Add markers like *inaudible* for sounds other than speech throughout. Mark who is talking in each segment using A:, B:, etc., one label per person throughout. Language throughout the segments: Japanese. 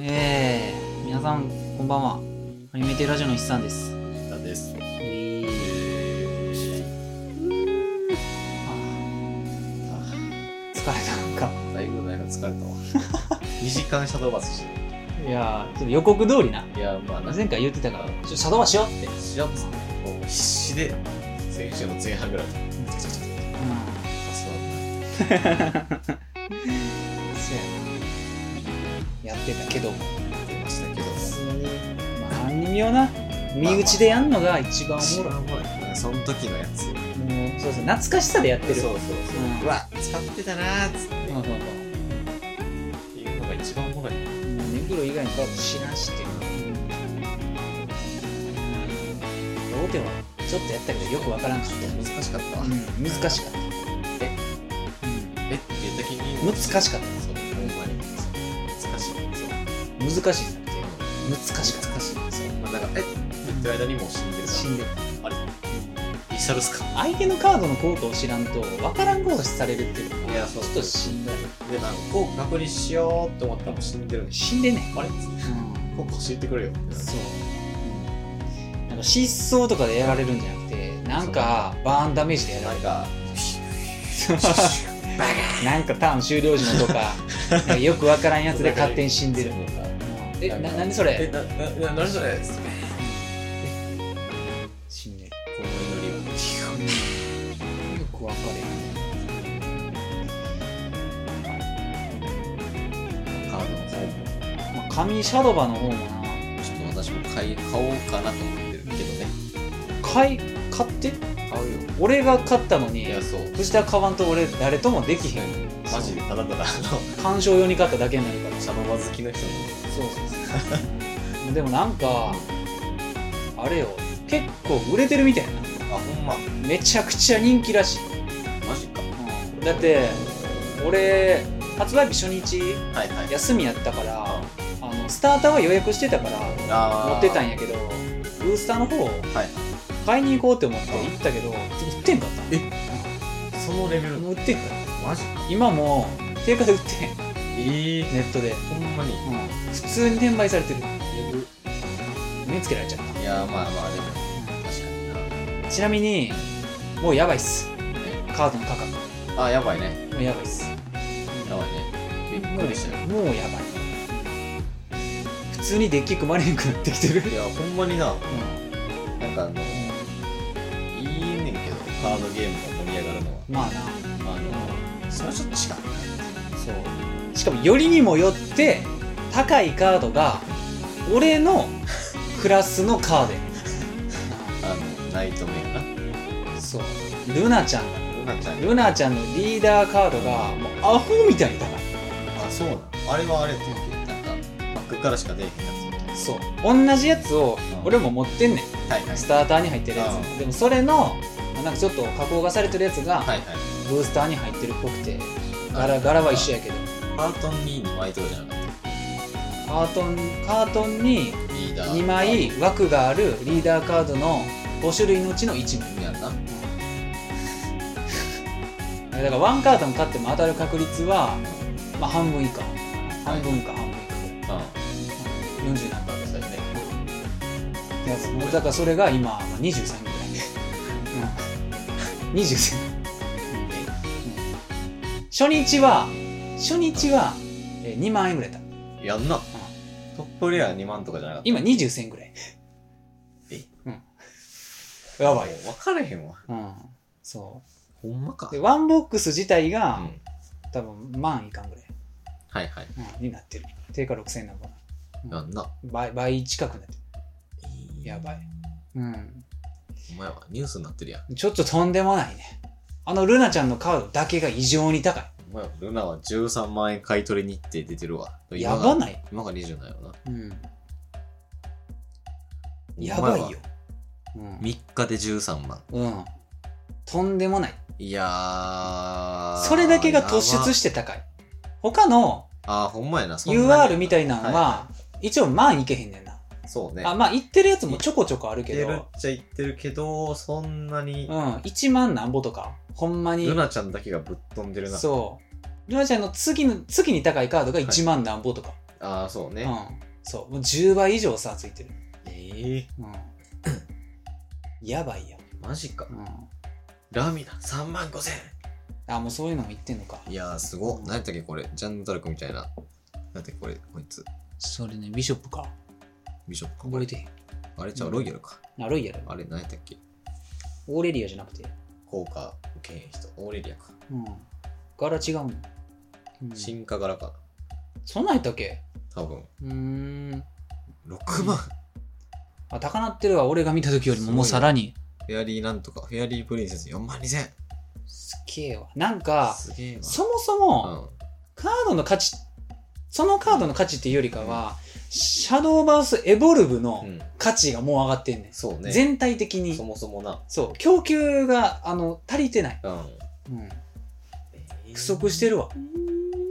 A: えー、皆さんこんばんはアニメテラジオの筆さんです
B: たです。
A: えー、あー疲れたなん
B: 最後のなんか疲れたわ。2時 *laughs* 間シャドーバスし
A: かいやーちょっと予告通りな
B: て。いや、まあ、なぜ
A: 前回言ってたからちょっとシャドーバしようって
B: かしらつね、こう必死で、先週の前半ぐらいから、
A: うん *laughs* そう
B: そう
A: やなやってたけども
B: 出ましたけども。
A: まあアニメをな身内でやんのが一番おもろい、
B: い。その時のやつ。
A: もうそうそう懐かしさでやってる
B: そうそう
A: うん
B: うわ、使ってたなーっつっ
A: そうそ
B: て。
A: うそう
B: いうのが一番おもろい。
A: もう目黒以外のカード知らんしっていうローテはちょっとやったけどよくわからんかっ
B: 難しかった
A: た、
B: わ。
A: うん、難しかった
B: え
A: う
B: えっていう時に、
A: ん難しかった
B: そう、ほんまに。難しい。そう。
A: 難しいじゃなくて難しかった
B: 難しい。そう。まあ、なんか、えって言ってる間にもう死んでる
A: 死
B: か
A: んでる
B: ら。あれイシャルスか
A: 相手のカードの効果を知らんとわからんことされるっていうの
B: い
A: が
B: や
A: ち
B: そ
A: ょ
B: う
A: っとしんどい
B: で、なんか、こう確認しようって思ったらもう死んでるんでし
A: 死んでね
B: ょ。あれ
A: うん
B: こう教えてくれよってなる
A: そううんなんか失踪とかでやられるんじゃなくてなんかバーンダメージでやられる
B: なんか、バ
A: なんかターン終了時のと *laughs* かなんかよくわからんやつで勝手に死んでる。え、な、なんでそれ
B: え、な、な、な、なにそれ
A: 死んでる。
B: この祈りは。
A: よくわかれへ
B: カードの方も、
A: ん。まあ、紙シャドバの方もな、
B: ちょっと私も買い、買おうかなと思ってるけどね。
A: 買い、買って
B: 買うよ。
A: 俺が買ったの
B: い
A: に、
B: や、そう。
A: 藤田買わんと俺誰ともできへん。
B: マジでただただ、あの、
A: 鑑賞用に買っただけになるから。
B: シャドバ好きの人に。
A: そうそうそう。でもなんか、あれよ、結構売れてるみたいな。
B: あ、ほんま。
A: めちゃくちゃ人気らしい。
B: マジか。
A: だって、俺、発売日初日、
B: はいはい。
A: 休みやったからあのスターターは予約してたから
B: あー
A: 持ってたんやけどブースターの方を
B: はい。
A: 買いに行こうって思って
B: うん
A: 行ったけど売ってんかった
B: そのレベル
A: もう売ってんかった
B: マジか。
A: 今も定価で売ってん
B: ええ
A: ネットで、
B: ほんまに。
A: うん、普通に転売されてる目つけられちゃっ
B: いや、まあまあ、でも、
A: た
B: 確かに
A: ちなみにもうやばいっす
B: な。
A: カードの価格
B: あ、やばいね。
A: もうやばいっす
B: やばいね。びっくりしたよ。
A: もうやばい普通にデッキ組まれんくなってきてる、
B: いや、ほんまにな、
A: う
B: なんかあの、いいねんけど、カードゲームが盛り上がるの
A: ん、まあな
B: は。あの、それはちょっと違
A: そうしかもよりにもよって高いカードが俺
B: *laughs*
A: のクラスのカード
B: う。あの、ナイトメイン
A: やそうルナちゃんが
B: な。なんか
A: ルナちゃんのリーダーカードがもうアホみたいに高い
B: あ、そうなのあれはあれって言って、なんか、バックからしか出えへんやつ。
A: そう同じやつを
B: うん
A: 俺も持ってんねん
B: はいはい。
A: スターターに入ってるや
B: う
A: つでもそれのなんかちょっと加工がされてるやつが
B: はいはい。
A: ブースターに入ってるっぽくて柄柄は一緒やけど
B: パートン2に巻いとるじゃなかっ
A: カートンカートンに
B: た。リーダー。
A: 2枚枠があるリーダーカードの5種類のうちの1枚
B: やんな。
A: だからワンカードも勝っても当たる確率は、まあ、半分以下半分か半分以下ぐ
B: あ
A: らい40
B: あ、
A: 何
B: バックしたよね。
A: やつもうだからそれが今、まあ、23ぐらい、うん、23、うん初日は初日はえー2万円ぐらいだった
B: やんな。トップレア2万とかじゃなかった。
A: 今20銭ぐらい
B: え
A: うんやばいよ、
B: 分からへんわ。
A: うん、そ
B: ほんまか。
A: うでワンボックス自体
B: う
A: が、
B: ん。
A: 多分万いかんぐらい、
B: はいはい。
A: うん、になってる定価6000円なのかな
B: やんな。
A: 倍倍近くなってるやばいうん
B: お前はニュースになってるやん。
A: ちょっととんでもないね。あのルナちゃんのカードだけが異常に高
B: お前はルナは13万円買い取りに行って出てるわ。
A: い。
B: 今
A: や
B: が
A: ばない。
B: 今が20なんやろな。
A: うん。やばいよ。
B: お前は。3日で13万。
A: うん。うん。とんでもない。
B: いやー。
A: それだけが突出
B: し
A: して高い。他の
B: あー、ほんまやな。そんなに
A: UR みたいなの
B: は
A: は、一応万いけへんねんな。
B: いそうね。
A: あ、まあ、いってるやつもちょこちょこある
B: 言
A: け
B: ってる
A: ど、
B: っちゃ言ってるけど、そんなに
A: う。ん。1万なんぼとか、ほんまに。
B: ルナちゃんだけがぶっ飛んでるな。
A: そう。ルナちゃんの次の、次に高いカードが1万なんぼとか。
C: ああそう
A: う
C: ね、
A: んそうもう10倍以上さついてる
C: ええ
A: うんやばいよ、
C: マジか
A: うん、
C: ラミナ3万5千
A: あもうそういうのも言ってんのか
B: いやーすごっ何やったっけこれジャンヌ・ダルクみたいな何やったっけこれこいつ
A: それねビショップか
B: ビショップかこ
A: 覚え
B: れ
A: てへん
B: あれじゃあロイヤルか
A: あロイヤル
B: あれ何やったっけ
A: オーレリアじゃなくて
B: 効果受けへん人オーレリアか
A: うん柄違うの、うん、
B: 進化柄か
A: そんなんやったっけ
B: 多分
A: うーん
B: 6万
A: あ高鳴ってるわ俺が見た時よりももう
B: すご
A: さ
B: いな
A: らに
B: フェアリーなんとかフェアリープリンセス4万2000
A: すっげえわなんか
B: すげえわ
A: そもそうも
B: ん
A: カードの価値そのカードの価値っていうよりかは、シャドーバースエボルブの
B: うん
A: 価値がもう上がってんねん、
B: そうね
A: 全体的に
B: そもそもな
A: そう供給があの足りてない、
B: うん
A: うん、
B: えー
A: 不足してるわ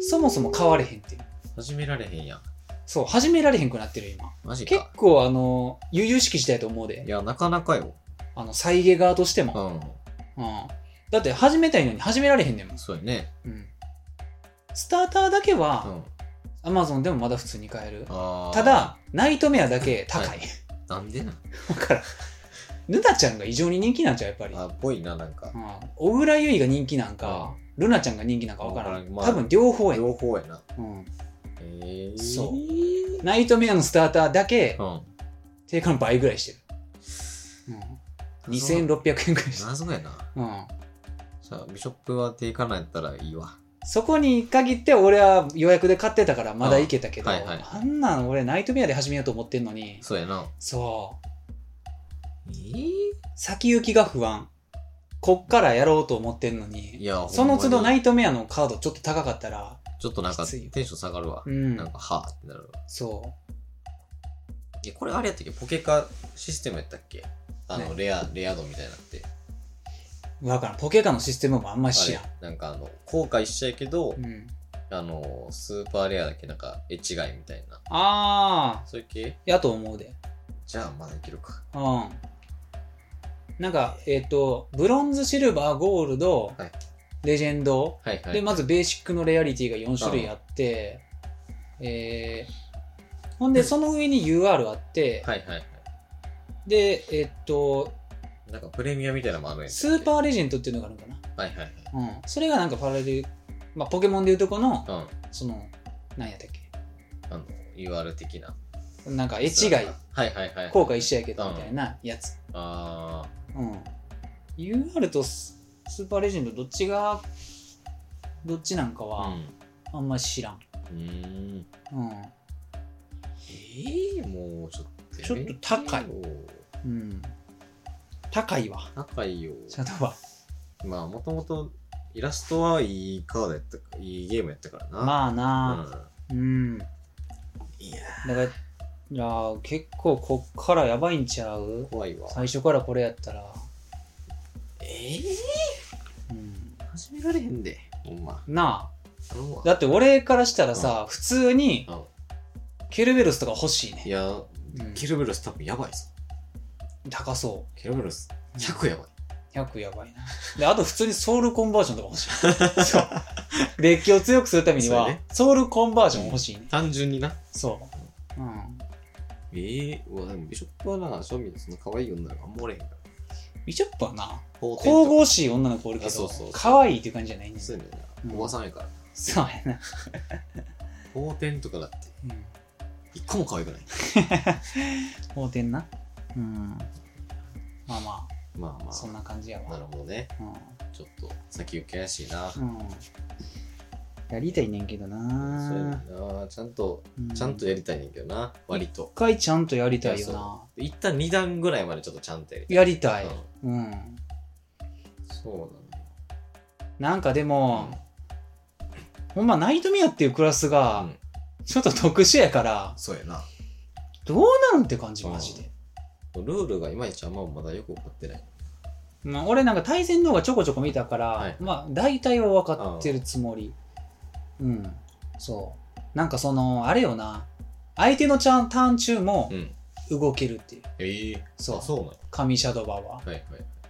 A: そもそも変われへんっていう
B: 始められへんやん
A: そう始められへんくなってる今
B: マジ
A: 結
B: か
A: 構あの悠々しき時代やと思う
B: い
A: で
B: やなかなかよ
A: あの再現側として
B: う
A: も、
B: ん
A: うん、だって始めたいのに始められへんねんもん、
B: そうやね
A: うん、スターターだけ
B: う
A: は、
B: ん
A: Amazon でもまだ普通に買える
B: あー
A: ただナイトメアだけ高、
B: はいなんでな
A: *laughs* だからルナちゃんが異常に人気なんちゃうやっぱり、う
B: あっぽいななんか
A: ん、小倉優衣が人気なんか、ルナちゃんが人気なんか分から
B: わ
A: ん、
B: からんまあ
A: 多分両方や、
B: 両方やな
A: うん、
B: えー
A: そう
B: う
A: ナイトメアのスターターだけ
B: ん
A: 定価の倍ぐらいしてる、うん、2600円ぐらいしてる、
B: 謎やな
A: うん、
B: じゃあビショップは定価なんやったらいいわ
A: そこに限って俺は予約で買ってたからまだ行けたけど、
B: う
A: あ
B: んはいはい
A: んなん俺ナイトメアで始めようと思ってんのに
B: そうやな
A: そう
B: え
A: 先行きが不安こっからやろうと思ってんの
B: い
A: に
B: や
A: その都度ナ
B: い
A: イトメアのカードちょっと高かったら
B: ちょっとなんか
A: きついよ
B: テンション下がるわ
A: う
B: なんんかはあってなる
A: そ
B: いやこれあれやったっけポケカシステムやったっけあの、
A: ね
B: レアレア度みたいなって
A: う分からんポケカのシステムもあんまり知らん
B: あれなんかあの後悔しちゃうけど、
A: うん、
B: あのスーパーレアだけなんか絵違いみたいな
A: ああ
B: そういう系
A: やと思うで
B: じゃあまだいけるか
A: うんなんかえっ、とブロンズシルバーゴールド、
B: はい
A: レジェンド
B: はいはい
A: でまずベーシックのレアリティが4種類あって、えーほんでその上に UR あって、
B: はいはいはい
A: でえっと
B: なんかプレミアみたいなのもあるんやったっけ
A: スーパーレジェンドっていうのがあるのか
B: はいはい
A: な、うん、それがなんかパラレル、まあ、ポケモンでいうとこの
B: はい
A: そのなんやったっけ
B: うんあの UR 的な
A: なんか絵違い
B: はいはいはい
A: 効果一緒やけどみたいなやつ、
B: あ
A: うん、UR とススーパーレジェンドどっちがどっちなんか
B: あう
A: は
B: ん
A: あんま知らん、
B: うーん
A: うん
B: ええもうちょっと
A: ちょっと高い
B: やめてよ
A: うん、高い *laughs* わ
B: 高いよ
A: シャドーバ
B: まあもともとイラストはいいカードやったかいいゲームやったからな
A: ーまあなあ、うん。だ
B: うん、いや
A: から、いやー結構こっからやばいんちゃう
B: 怖いわ
A: 最初からこれやったら。
B: ええ
A: うん。
B: 始められへんでほんま
A: な
B: 頼むわ
A: あ、だって俺からしたらさ、普通に
B: うん
A: ケルベロスとか欲しい
B: い
A: ね。
B: や、
A: うん
B: ケルベロス多分やばいぞ
A: 高そ
B: ケルベロス
A: う。
B: 100やばい、
A: 100やばいな。で、あと普通にソウルコンバージョンとか欲しい。
B: *laughs*
A: そう。デッキを強くするために
B: そう
A: は、
B: やね
A: ソウルコンバージョン欲しいね。
B: 単純にな
A: そう。うん。
B: ええうわでもビショップはな庶民のその可愛い女の子あんまおれへんから
A: ビショップはな、
B: 皇帝と
A: 神々しい女の子おるけ
B: あそう
A: ど
B: そうそう、
A: 可愛いっていう感じじゃないね。
B: そうやね
A: う
B: んなんおばさんやから
A: そうやな。
B: 宝天とかだって
A: うん
B: 一個も可愛くない
A: 法典なうんまあま
B: まあま
A: あそん
B: あ
A: な感じや
B: な
A: わ
B: るほどねちょっと先行き怪しいな
A: うん、うん、やりたいねんけど
B: そうや
A: な
B: ね
A: ん
B: なちゃんと
A: うん
B: ちゃんとやりたいねんけどな割と
A: 一回ちゃんとやりたい
B: いや
A: よな
B: 一旦2段ぐらいまでちょっとちゃんとやりたい
A: やりたい
B: うん
A: うん
B: そうなの
A: なんかで
B: よ
A: も、ほんまナイトミアっていうクラスが
B: うん
A: ちょっと特殊やから
B: そうやな
A: どうなるんって感じ
B: うん
A: マジで、
B: ルールがいまいちあんままだよく分かってない
A: まあ、俺なんか対戦の方がちょこちょこ見たから、
B: はい
A: まあ大体は分かってるつもりうんそうなんかそのあれよな相手のチャンターン中も、
B: うん
A: 動けるっていう
B: ええ
A: そう
B: あそうなの
A: 神シャドバーは
B: はいはい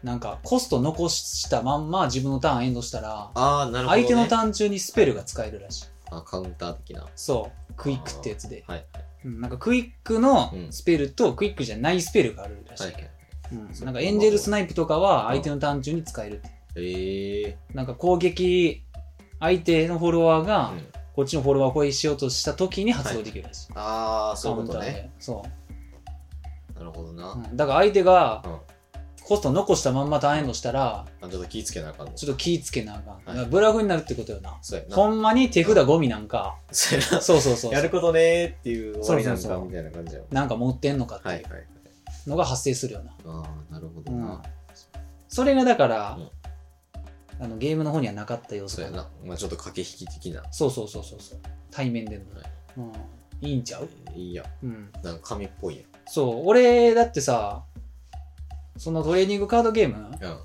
A: なんかコスト残したまんま自分のターンエンドしたら
B: ああなるほど、ね、
A: 相手のターン中にスペルが使えるらしい
B: あカウンター的な
A: そうクイックってやつで、
B: はい
A: うんなんかクイックの
B: うん
A: スペルとクイックじゃないスペルがあるらしい、
B: はいはい
A: うんなんかエンジェルスナイプとかは相手の単中に使えるって
B: ええ
A: なんか攻撃相手のフォロワーが
B: うん
A: こっちのフォロワーを攻撃しようとした時に発動できるらしい、
B: ああそういうこ
A: カ
B: と
A: ウンター
B: ね
A: でそう
B: なるほどな、
A: うんだから相手が
B: うん
A: コスト残したまんまターンエンドしたら
B: あちょっと気ぃつけなあかんの
A: ちょっと気ぃつけなあかん、だから
B: はい
A: ブラフになるってことよな
B: そうやな
A: ほんまに手札ゴミなんか、
B: *laughs* そうやな
A: そうそうそう
B: やることねーっていう終わりなん
A: そうそう
B: か
A: そう
B: みたいな感じやもん
A: なんか持ってんのかって
B: はいいはいはいう
A: のが発生するよな、
B: ああなるほど
A: うん
B: な、
A: それがだから、
B: うん
A: あのゲームの方にはなかった要素
B: そ
A: か
B: うやなまあちょっと駆け引き的な
A: そうそうそうそうそう対面での、
B: はい
A: うん、いいんちゃう、
B: いいや
A: うん、
B: なんか紙っぽい
A: そう俺だってさそのトレーニングカードゲーム
B: やんうん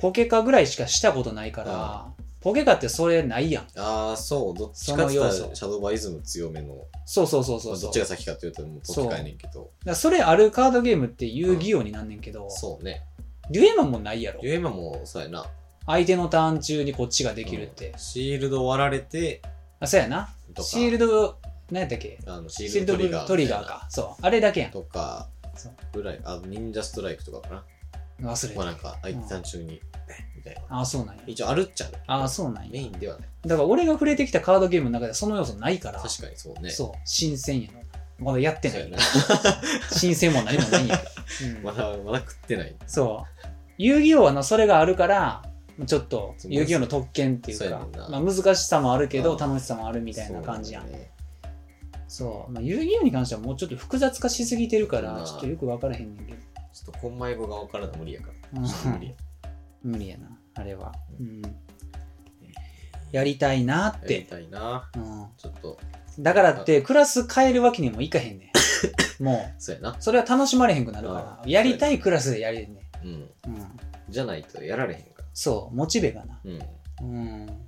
A: ポケカぐらいしかしたことないからポケカってそれないやん
B: ああそうどっちかって言ったらシ
A: その要素
B: ャドーバイズム強めの
A: そうそうそうそう
B: まあ
A: そ
B: ど
A: う
B: っちが先かって言うともうポケカやねんけど
A: だからそれあるカードゲームって遊戯王になんねんけど、
B: そうね
A: デュエマンもないやろ
B: ゆえまもそうやな
A: 相手のターン中にこっちができるって、
B: うんシールド割られて
A: あそうやな
B: とか
A: シールド何やったっけ
B: あのシ
A: シー
B: ー
A: ル
B: ル
A: ド
B: ド
A: ト
B: ト
A: リ
B: リ
A: ガ
B: ガ
A: ー
B: ー
A: かそうあれだけや
B: とか
A: そう
B: ぐらいあ忍者ストライクとかかな、
A: ん忘れ
B: まあ
A: た
B: なんか相手さん中にペンみたいな
A: ああそうなんや
B: 一応あるっちゃある
A: ああそうなん
B: メ
A: や
B: インではない
A: だから俺が触れてきたカードゲームの中ではその要素ないから
B: 確かにそうね
A: そう新鮮やなまだやってな
B: そうや
A: い *laughs*
B: な
A: 新鮮も何もないんやけど、うん
B: まだまだ食ってない
A: そう遊戯王はなそれがあるからちょっと遊戯王の特権っていう
B: そうや
A: か
B: ねんな
A: まあ、難しさもあるけど
B: うん
A: 楽しさもあるみたいな感じやん
B: そ
A: そうう,、ま
B: だね
A: あ、遊戯王に関してはもうちょっと複雑化しすぎてるから
B: うん
A: ちょっとよく分からへんねんけど、
B: ちょっとコンマイ語が分からない無理やから
A: うん
B: ちょっと無理や
A: *laughs* 無理やなあれは、うん、やりたいなっ
B: やり
A: て、
B: たいな
A: うん、
B: ちょっと
A: だからってクラス変えるわけにもいかへんね
B: *laughs*
A: んも
B: そうやな
A: うそれは楽しまれへんくなるから
B: あ
A: やりたいクラスでやれんね
B: うん
A: ん、うん、
B: じゃないとやられへんから
A: そうモチベがな
B: うん
A: うん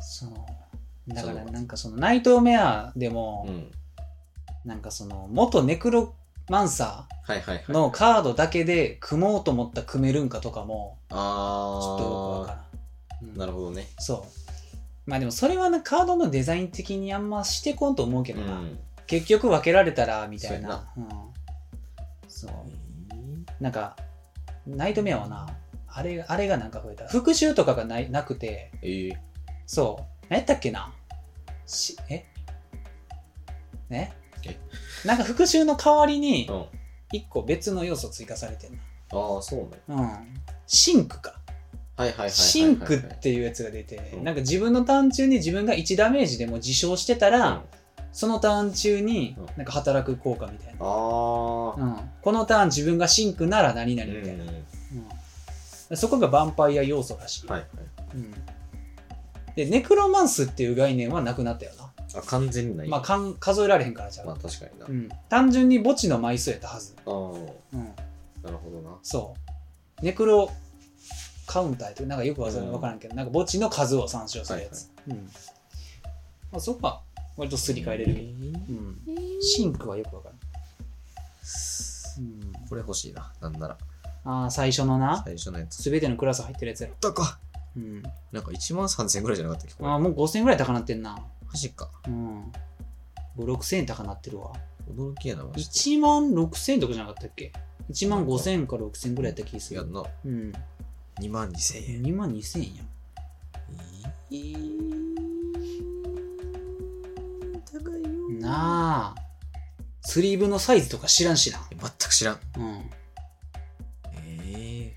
A: そうだからなんかそのナイトメアでも、
B: うん
A: なんかその元ネクロマンサ
B: はいはいはい
A: ーのカードだけで組もうと思ったら組めるんかとかもちょっとよくわか
B: あ
A: らん、う
B: ー
A: ん
B: なるほどね
A: そうまあでもそれはなカードのデザイン的にあんましてこんと思うけ
B: う
A: どな、
B: ん
A: 結局分けられたらみたいなそう,、ん、そうなんかナイトメアはなあれあれがなんか増えた復習とかがないなくて
B: ええ
A: そう。何やったっけなし、えね
B: え
A: なんか復習の代わりに
B: う、ん
A: 一個別の要素追加されてん
B: ああそうなの
A: な。うん。シンクか。
B: はいはいはいはいはい
A: シンクっていうやつが出て、
B: うん
A: なんか自分のターン中に自分が1ダメージでも自傷してた
B: うん
A: ら
B: あ、
A: そのターン中に
B: うん
A: なんか働く効果みたいな。
B: あ
A: うん。このターン自分がシンクなら何々
B: うん
A: みたいな。
B: は
A: うん、そこがヴァンパイア要素らしい。
B: いはい
A: うん。で、ネクロマンスっていう概念はなくなったよな。
B: あ完全にない
A: まあ、
B: ま
A: かん数えられへんからちゃう、
B: あ確かにな
A: うん、単純に墓地の枚数やったはず、
B: ああ
A: うん、
B: なるほどな
A: そうネクロカウンターってなんかよくわざ
B: うん
A: 分からんけど、なんか墓地の数を参照するやつ、うんまあ、そこは割とすり替えれるけど、うん、シンクはよくわからん、うん、
B: これ欲しいななんなら
A: ああ最初のな
B: 最初のやつ
A: 全てのクラス入ってるやつやろ、
B: だか
A: うん、
B: なんか1万3000円ぐらいじゃなかったっけこれ
A: ああもう5000円ぐらい高なってんな、
B: マジか
A: うん、56000円高なってるわ
B: 驚きやなマジ
A: 1万6000円とかじゃなかったっけ1万5000か6000ぐらいやった気がす
B: でや
A: る
B: んな
A: うん
B: 2万2000円
A: 2万2000円やん
B: えー高いよ
A: なあスリーブのサイズとか知らんしな
B: え全く知らん
A: うん、
B: ええ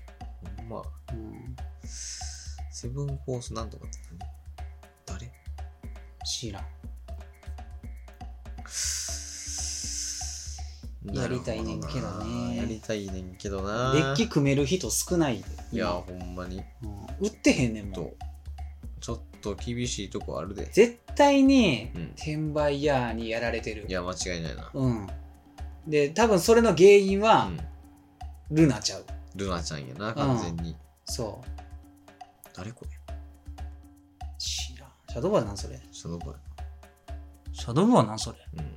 B: ほんま
A: うん、
B: セブンフォースなんとかって何誰
A: 知らん
B: な
A: や
B: る
A: り
B: ほど
A: た
B: ない
A: ねんけどね
B: やりたいねんけど
A: デ
B: な
A: ッキ組める人少ないで
B: いやほんまに
A: うん、売ってへんねんもん
B: とちょっと厳しいとこあるで
A: 絶対に
B: うん
A: 転売ヤーにやられてる
B: いや間違いないな
A: うんで多分それの原因は
B: うん
A: ルナちゃう、
B: ルナちゃんやな完全に
A: そう
B: 誰これ
A: 知らんシャドーバーなんそれ
B: シャドーバ
A: シャドーバーなんそれ
B: ーうん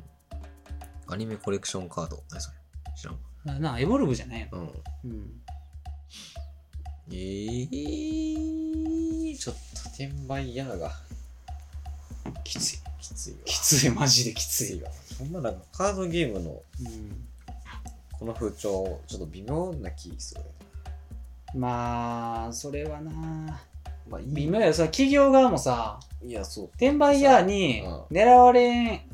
B: アニメコレクションカード何それ知らんわ
A: ななエボルブじゃないの、
B: うん
A: うん、
B: えー、ちょっと転売ヤーが
A: きつい
B: ついわ。
A: きつい、マジできつ
B: きつ
A: い
B: い。わ。ほんまなんかカードゲームの
A: うん、
B: この風潮、ちょっと微妙な気する。
A: まあ、それはな。
B: まあいい
A: 微妙や、その企業側もさ、
B: いや、そう。
A: 転売ヤーに
B: うん
A: 狙われ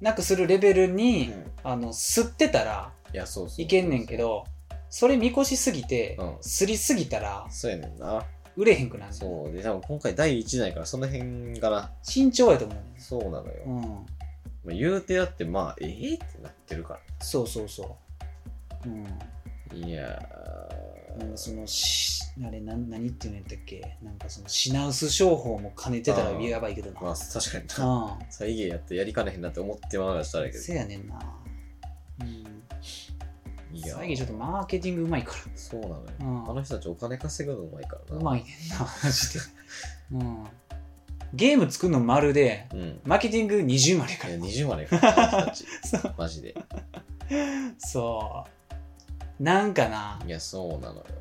A: なくするレベル
B: うん
A: に、
B: い
A: あの、吸ってたら
B: や、そうそう。
A: いけんねんけ。ど、それ見越しすぎて
B: うん、
A: すりすぎたら、
B: そうやねんな。
A: 売れへんくなる。
B: そう。で、多分今回第1弾やから、その辺がな。
A: 慎重やと思うねん
B: そうなのよ。
A: うん。
B: まあ、言うてやって、まあ、ええってなってるか
A: そうそうそう。うん。
B: ら。いや
A: なんか
B: ー。
A: そのしあれな何っていうのやったっけなんかその品薄商法も兼ねてたら
B: あー
A: やばいけどな
B: まあ、確かにな。
A: あ
B: 再現やってやりかねへんなって思ってまだしたらやけど。
A: せやねんなうん
B: いやー
A: 最近ちょっとマーケティングうまいか
B: そうなのよ、
A: うん
B: あの人たちお金稼ぐのうまいか
A: ら
B: らな
A: うまいねんなマジでうんゲーム作るの丸で
B: うんい
A: マーケティング20までか
B: や
A: ら
B: 20までかあの
A: *laughs*
B: 人たちマジで
A: そうなんかない
B: やそうなのよ
A: う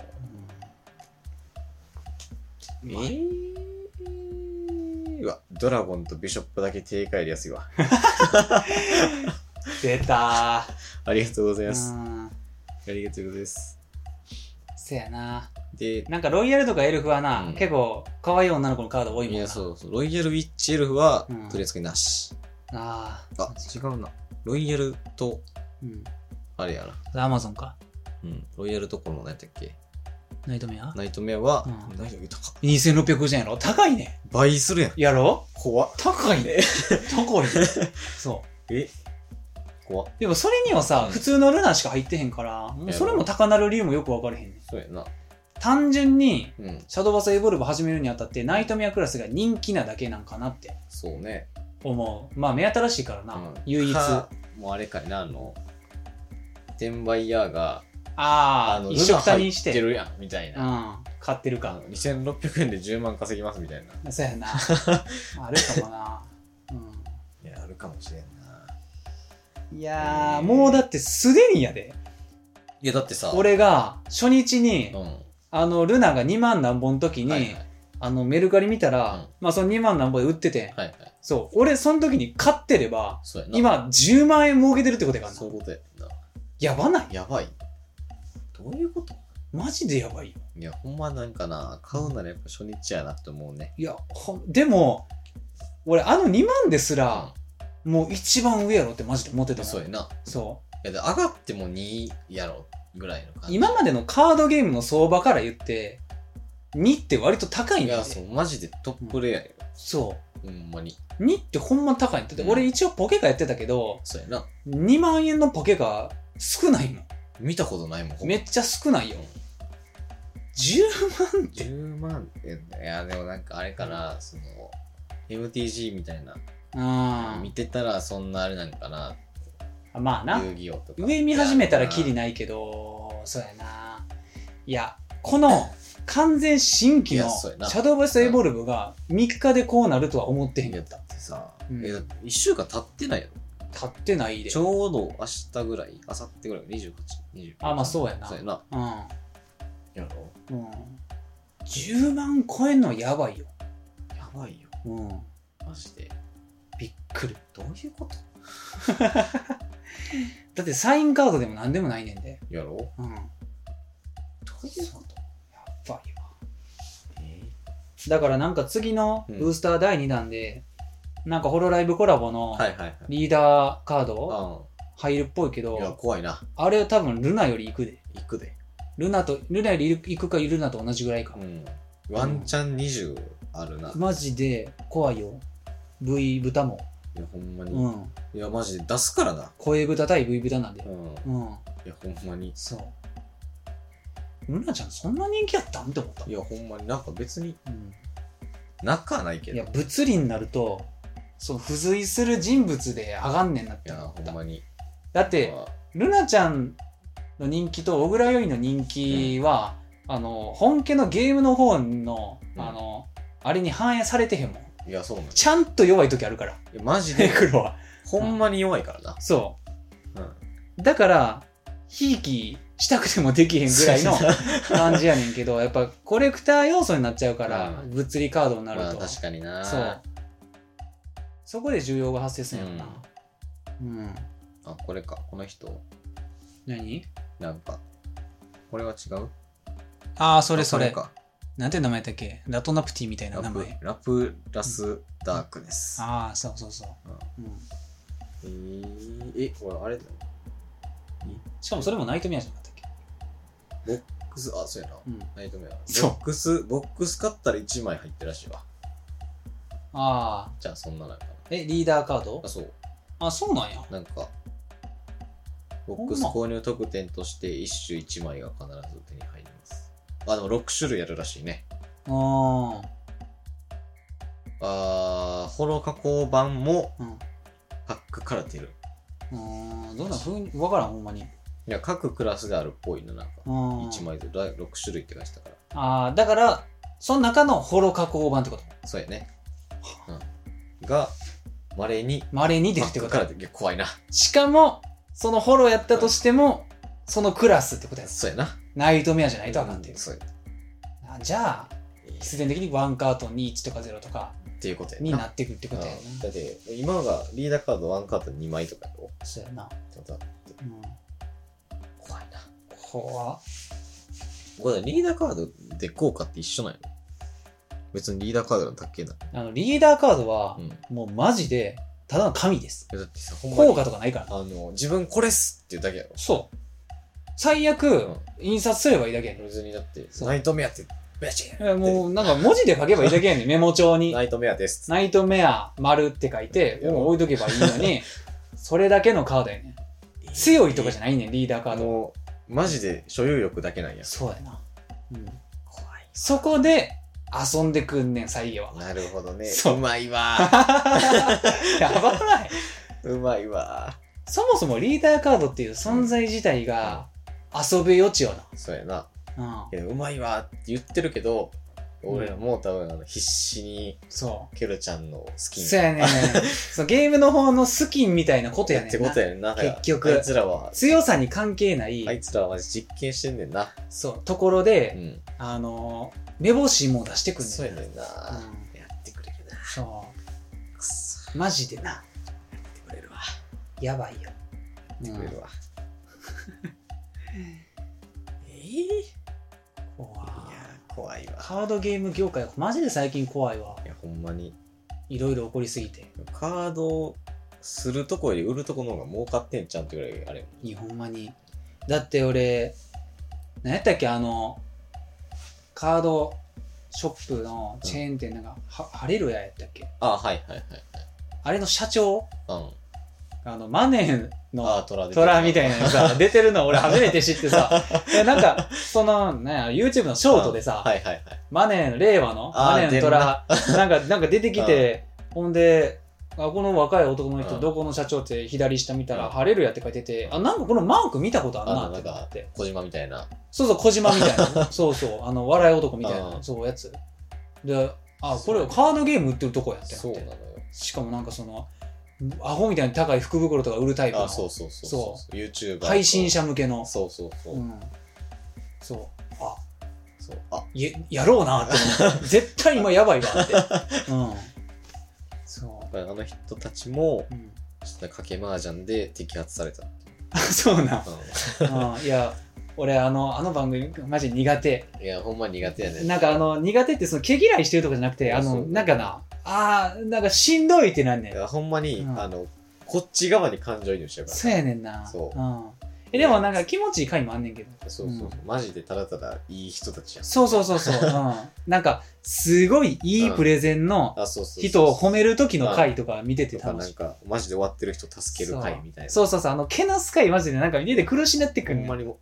B: え
A: んまあ
B: ー、うわドラゴンとビショップだけ定価やりやすいわ *laughs*
A: 出た
B: ありがとうござい
A: ー
B: ます、
A: うん
B: ありがとうございます
A: せやな
B: で
A: なんかロイヤルとかエルフはな、
B: うん
A: 結構可愛い女の子のカード多いも
B: い
A: んな
B: やそうそうロイヤルウィッチエルフは、
A: うん
B: 取り扱いなし
A: ああ
B: あ違うなロイヤルと
A: うん
B: あれやな
A: アマゾンか。
B: うんロイヤルとこの何やったっけ
A: ナイトメア
B: ナイトメアは、
A: うん
B: ナイトメア高っ
A: ?2650 円やろ高いね。
B: 倍するやん
A: やろ
B: 怖っ
A: 高
B: *laughs*
A: いね。高いね。そ
B: え怖っ
A: う。でもそれにはさ
B: う、ん
A: 普通のルナーしか入ってへんから、もうそれも高なる理由もよくわからへんね。
B: そうやな
A: 単純に、
B: うん
A: シャドーバスエボルブ始めるにあたって、ナイトメアクラスが人気なだけなんかなって
B: そうね。
A: 思う。まあ、目新しいからな、
B: うん
A: 唯一。あ
B: かもうあれかいな、あの、転売ヤーが、
A: あ
B: の
A: ー、一緒くたにし
B: ルナ入って
A: て、
B: るやん、みたいうな。
A: ん、買ってる
B: あ
A: か
B: の。2600円で10万稼ぎます、みたいな。
A: そう
B: *laughs*
A: やな。あるかもな。うん
B: いや、あるかもしれんな。
A: いやー、もうだってすでにやで。
B: いや、だってさ、、
A: 俺が初日に、
B: うん。
A: あのルナが2万何本の時に、
B: はいはい
A: あのメルカリ見たら、
B: うん
A: まあその2万何本で売ってて、
B: はいはい。
A: そう俺その時に買ってれば
B: そうやな。
A: 今10万円儲けてるってことやから
B: そう
A: な
B: いうことやな。
A: やばない
B: やばい。どういうこと
A: マジでやばいよ
B: いや、ほんまなんかな、買うならやっぱ初日やなって思うね。
A: いやほんでも俺あの2万ですら、もう一番上やろってマジで思ってた
B: うん
A: もん
B: そうやな。
A: そう
B: いや、で上がっても2やろ、ぐらいの感じ。
A: 今までのカードゲームの相場から言って2って割と高いん
B: い
A: だ
B: や、
A: よ
B: そう、マジでトップレアやよ。
A: そ
B: ほんまに。
A: う2ってほんま高いんだって、
B: うん
A: 俺一応ポケカやってたけど
B: そうやな。
A: 2万円のポケカ少ないもん
B: 見たことないもんほんま
A: めっちゃ少ないよ。10万って。
B: 10万っていやでもなんかあれかなその MTG みたいな、
A: あ
B: 見てたらそんなあれなんかな
A: あ。まあな。
B: 遊戯王とか
A: 上見始めたらキリ
B: な
A: ないけど、そうやな。いや、この完全新規
B: い
A: の
B: や
A: シ
B: そうやな
A: ャドーバイスエボルブが3日でこうなるとは思ってへん
B: や
A: や
B: っ
A: ったた。
B: ってさ、
A: うん
B: えだって1週間経ってないやろ
A: 立ってないで。
B: ちょうど明日ぐらい明後日ぐらい2829
A: あまあそうやな
B: そうやな
A: うん。うん。
B: やろ
A: 10万超えんのはやばいよ。
B: やばいよ
A: うん。
B: マジで
A: びっくり。
B: どういうこと
A: だってサインカードでも何でもないねんで。
B: やろど
A: うん。や
B: ういうこと
A: ばいわ。
B: え
A: だからなんか次のブースター第2弾で、なんかホロライブコラボの
B: ーはいはいはい
A: リーダーカード
B: う
A: 入るっぽいけ
B: んいや
A: ど、
B: 怖いな
A: あれ多分ルナより行くで。
B: 行くで
A: ルナと、ルナより行くかルナと同じぐらいか
B: う。んワンチャン20あるな、い
A: マジで怖いよ。V 豚も。
B: やほんまに、
A: うん。
B: いやマジで出すからな
A: 声豚対 V 豚なんで
B: う。ん
A: うん。
B: いや、ほんまに。
A: そう。ルナちゃんそんな人気やったんって思った
B: い。や、ほんまになんか別に、
A: うん。
B: なかないけ
A: い
B: ど。
A: や
B: い、
A: 物理になると、そう、付随する人物で上がんねんなって
B: や、
A: 思
B: ほ
A: っ
B: ん
A: た。
B: まに。
A: だって、
B: まあ
A: ルナちゃんの人気と小倉優衣の人気は、あの本家のゲームの方の,、
B: うん
A: あのあれに反映されてへんもん
B: いや、そうなん
A: ちゃんと弱い時ある *laughs* から
B: いやマジ
A: ネ
B: で、
A: クロは
B: ほんまに弱いからな。
A: そ
B: うん。
A: うだからひいきしたくてもできへんぐらいの感じやねん *laughs* けどやっぱコレクター要素になっちゃうから、
B: うん
A: 物理カードにな
B: ま
A: る
B: あ、
A: と、
B: 確かにな。
A: そうそこで需要が発生するんやろな。うん。
C: あ、これか。この人。
A: 何
C: なんか。これは違う
A: ああ、それそ
C: あ
A: れ
C: こ。か。
A: なんて名前だっけラトナプティみたいな
C: ラ
A: 名
C: プ
A: 前。
C: ラプラスダークです。
A: ああ、そうそうそう。うん
B: えー、え、これあれだよ。
A: しかもそれもナイトメアじゃなかったっけ
B: ボックス、あ、そうやな。
A: うん。
B: ナイトメア。ボ
A: そう
B: ックス、ボックス買ったら1枚入ってるらしいわ。
A: ああ。
B: じゃあそんななんかな。
A: え、リーダーカード
B: あ、そう。
A: あ、そうなんや。
B: なんか、ボックス購入特典として1種1枚が必ず手に入ります。あ、でも6種類やるらしいね。
A: うん。
B: あー、ホロ加工版も
A: うん
B: パックから出る。
A: うん。どんな風に、わからん、ほんまに。
B: いや、各クラスであるっぽいの、なんか。
A: うん。
B: 1枚ずつ、6種類って感じだから。
A: ああ、だから、その中のホロ加工版ってこと。
B: そうやね。うん。が、稀に、
A: 稀に出
B: パ
A: るって
B: ッ
A: こ
B: クか
A: と
B: ら。出る。いや怖いな。
A: しかも、そのホロやったとしても、そのクラスってことや。
B: そうやな。
A: ナイトメアじゃないとあかんっていう。
B: そうや。
A: あじゃあ、必然的に1カート2、1とか0とか
B: っていうことや
A: になってくるってことやな。
B: うんだって、今がリーダーカード1カード2枚とかやろ。
A: そうやな。
B: ただ
A: うん。
B: 怖いな。
A: 怖っ
B: これリーダーカードで効果って一緒なんやろ別にリーダーカードなんだっけな。
A: あの、リーダーカードは
B: う、ん。い
A: もうマジで、ただの神です。
B: やだってさ、ほんまに
A: 効果とかないからな。
B: あの、自分これっすっていうだけやろ。
A: そう。最悪、
B: ん
A: 印刷すればいいだけやね
B: 別にだって、
A: そう
B: ナイトメアって、ベチン
A: ん。えもうなんか文字で書けばいいだけやねん、メモ帳に
B: ナ。イトメアです。
A: ナイトメア、丸って書いて、
B: うん
A: もう置いとけばいいの
B: *laughs*
A: に、それだけのカードやねん。強いとかじゃないねん、リーダーカード。
B: もう、マジで所有欲だけなんや。
A: そうやな。うん。
B: 怖い。
A: そこで遊んでくんねん、再現
B: *laughs*
A: は。
B: なるほどね。
A: そう
B: うまい
A: *laughs*
B: わ。
A: やばない。
B: うまいわ。
A: そもそもリーダーカードっていう存在自体が遊べ余地よ
B: そうやな。
A: な。う
B: いやうまいわって言ってるけど、俺らもう多分あの必死に
A: ん。そ
B: ケルちゃんの好
A: う。
B: き
A: そうやねん。そうゲームの方のスキンみたいなことやねん
B: っ
A: な。
B: てことやねんな。
A: 結局
B: あいつらは、
A: 強さに関係な
B: あ
A: い
B: い、つらはマジ実験してんねんな。
A: そう、ところ
B: う
A: で、
B: ん。
A: あのー、目星も出してくんねんな
B: そうやねんな。
A: うん
B: やってくれるな。
A: そ。
B: くっそう
A: マジでな。
B: やってくれるわ。
A: やばいよ。う
B: やってくれ
A: ん
B: るわ。えー、い
A: 怖い
B: や、怖いわ。
A: カードゲーム業界、マジで最近怖いわ。
B: いや、ほんまに。
A: いろいろ起こりすぎて。
B: カードをするとこより売るとこの方が儲かってんちゃうんってぐらいあれやもん
A: いやほんまに。だって俺、何やったっけ、あの、カードショップのチェーン店、なんか、はハレルヤやったっけ
B: あ、はいはいはい
A: あれの社長
B: はい。うん。
A: あの、マネーの
B: あ、トラで。
A: 虎みたいなの
B: *laughs*
A: さ、出てるの俺初めて知ってさ、えなんか、その、ね、YouTube のショートでさ、
B: はいはいはい。
A: マネーの、令和の、
B: あ
A: マ
B: ー
A: ネーの虎、 *laughs* なんか、なんか出てきて、ほんで、あこの若い男の人、
B: うん
A: どこの社長って左下見た
B: う
A: ら、
B: ん
A: ハレルヤって書いてて、あ、なんかこのマーク見たことあ
B: あの、
A: るな
B: な
A: っ
B: ん
A: て思って。、
B: か小島みたいな。
A: そうそう、小島みたい
B: *laughs*
A: な。そうそう、あの、笑い男みたいうな、
B: ん
A: そう、やつ。で、あ、これカードゲーム売ってるとこやってな
B: そう
A: っ
B: なの
A: て
B: よ。。
A: しかもなんかその、アホみたいに高い福袋とか売るタイプ
B: あ、そう
A: の
B: そうそうそうそう。YouTuber と。
A: 配信者向けの。
B: そうそうそうう。
A: ん、そうあ
B: そうあ、
A: ややろうな
B: *laughs*
A: って思った絶対今やばいわって、うん、そ
B: あの人たちも、
A: う、うん、 *laughs*
B: ちょっと賭け麻雀で摘発された。
A: あそうな、
B: う
A: うん、いや俺あのあの番組マジ苦手
B: ん。いや、ほんま苦手やね。
A: なんかあの苦手ってその毛嫌いしてるとかじゃなくてあ
B: そ
A: の
B: う
A: なんかなあーなんかしんどいってなんね
B: い
A: ん
B: や、ほんまに
A: う、ん
B: あの、こっち側に感情移入しちゃうから。
A: そうやねんな
B: そう
A: うん、えでもなんか気持ちいい回もあんねんけど
B: そうそうそう。マジでただただいい人たちやん。
A: そうそうそう
B: *laughs*
A: そう、うん、なんかすごいいいプレゼンの
B: あ、そうそうそう。
A: 人を褒める時の回とか見てて
B: とか
A: 楽
B: な
A: しい
B: んか、マジで終わってる人助ける会みたいな。
A: そうそうそう、あの、けなすかいマジでなんか家で苦しなってく
B: ほ
A: んね
B: ん
A: ん
B: まにもう、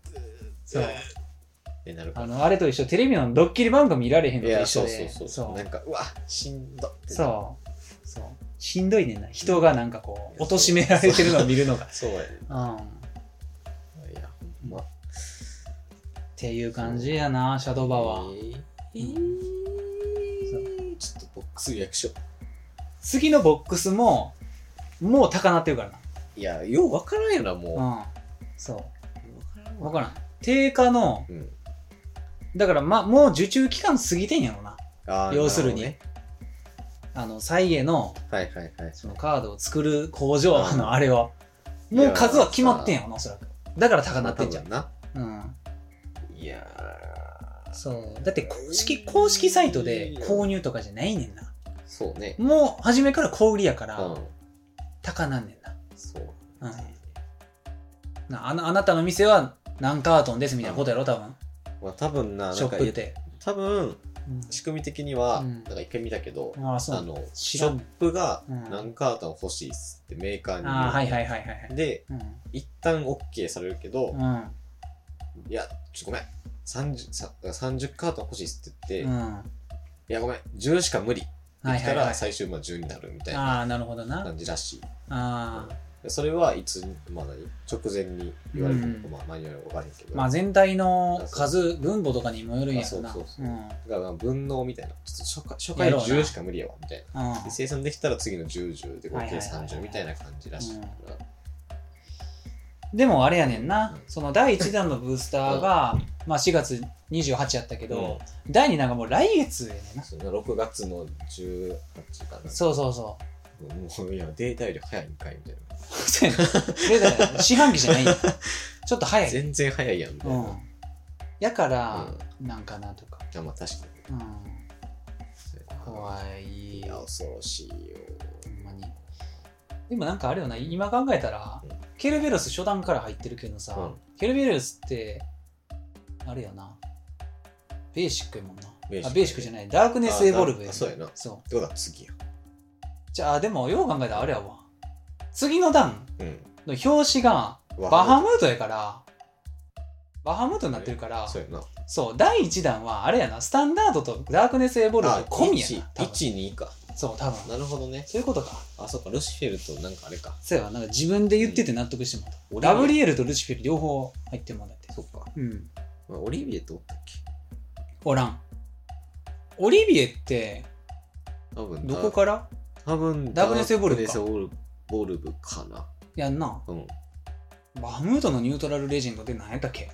A: そう。
B: ってなるか
A: あの、あれと一緒、テレビのドッキリ番組見られへん
B: ら。
A: の
B: い
A: と
B: や、
A: 一緒
B: そう
A: で。
B: そうそう。
A: そう
B: なんか、うわ、しんどってなる
A: そうそうしんどいねんな。人がなんかこ、
B: いうや
A: 貶としめられてるのを見るのが。
B: そうやね
A: うん。っ
B: いや、ほんま。
A: ていう感じやな、シャドーバーは。
B: えーちょっとボックス予約しよ
A: 次のボックスも、もう高なってるから
B: う。いや、ようわからんよな、も。
A: な。うん。そう
B: わからん
A: う。
B: わ
A: わからん。定価の、
B: うん。
A: だからま、もう受注期間過ぎてんやろな。
B: あー
A: 要するに。
B: なほどね
A: あの、サイエの、
B: はいはいはい。
A: そのカードを作る工場のあれは、もう数は決まってんやろな、おそらく。だから高なってんじゃん。
B: まあ
A: うん。
B: 多分ないや
A: そう。だって公式、公式サイトで購入とかじゃないねんな。
B: ーそうね。
A: もう、初めから小売りやか
B: うん。
A: ら、高なんねんな。
B: そう。
A: うんなあのあなたの店は何カートンですみたいなことやろ、多分。
B: まあ多分な、
A: シ
B: な
A: ョ
B: んか
A: ップって。
B: 多分
A: うん
B: 仕組み的には、
A: うん
B: なんか一回見たけど、
A: ああ、そ
B: あ
A: う。
B: の、
A: 知
B: シ
A: ら
B: ョ
A: ん
B: ップが
A: うん
B: 何カートン欲しいっすってメーカーに言う
A: ああ、はいはいはいはいはい。
B: で、
A: うん。
B: 一旦 OK されるけど、
A: うん。
B: いや、ちょっとごめん。30, さ30カートン欲しいっすって言って、
A: う
B: い
A: ん。は
B: やごめん、10しか無理って
A: い
B: 言
A: は
B: っ
A: い
B: た
A: はい
B: ら。最終まあ10になるみたいな
A: ああ、なるほどな。
B: 感じらしい。
A: ああ。
B: でそれはいつ、まあ何直前に言われるのか、
A: うん
B: まあマニュアルわからへんけど。
A: まあ全体の数、分母とかにもよるんやろな。
B: あそうそうそう
A: うん。
B: だから分納みたいな。ちょっと初回
A: やろうな
B: 初回10しか無理やわ、みたいな。
A: うん
B: で生産できたら次の10、10で合
A: はいはい
B: 計
A: はいはい
B: 30みたいな感じらしいから。
A: でもあれやねん
B: う、
A: なんその第1弾のブースターが、まあ4月28やったけど、
B: う
A: 第2弾がもう来月やねんな。
B: その6月の18かな。
A: そうそうそう。
B: もういや、データより早いんかいみたいな。
A: そうやねでだから四半期じゃないよちょっと早い、
B: 全然早いやん、みたいうな。
A: ん、やから
B: うん
A: なんかなとか、
B: あまあ確か
A: う
B: に。
A: ん、
B: そうやな
A: 怖い
B: いや、恐ろしいよ。
A: ほんまにでもなんかあれよな今考えたら、
B: うん
A: ケルベロス初段から入ってるけどさ、
B: うん
A: ケルベロスってあれよなベーシックやもんな
B: ベーシック
A: あベーシックじゃないダークネスエボルブ
B: あそうやな
A: そ
B: ってことは次や。
A: うじゃあでもよう考えたらあれやわ次の段
B: うん。
A: の表紙が
B: バ
A: バハムートやからバハムートになってるから
B: そうやな。
A: そう、第1弾はあれやな、スタンダードとダークネスエボルブ
B: あ、
A: 込みやな。多分
B: 1、2か。
A: そう、多分。
B: なるほどね。
A: そういうことか。
B: あ、そうか、ルシフェルとなんかあれか。
A: そうやわ、なんか自分で言ってて納得してもらった。ラブ
B: オリエ。
A: リエルとルシフェル両方入ってもらって。
B: そっか。
A: うん。
B: まあオリビエとおったっけ
A: おらん。オリビエって、
B: 多分
A: どこから
B: 多分
A: ダブネスエボルブ
B: ダ
A: か
B: ブネスエボルブかな。
A: やんな。
B: うん。
A: バハムートのニュートラルレジェンドって何やったっけ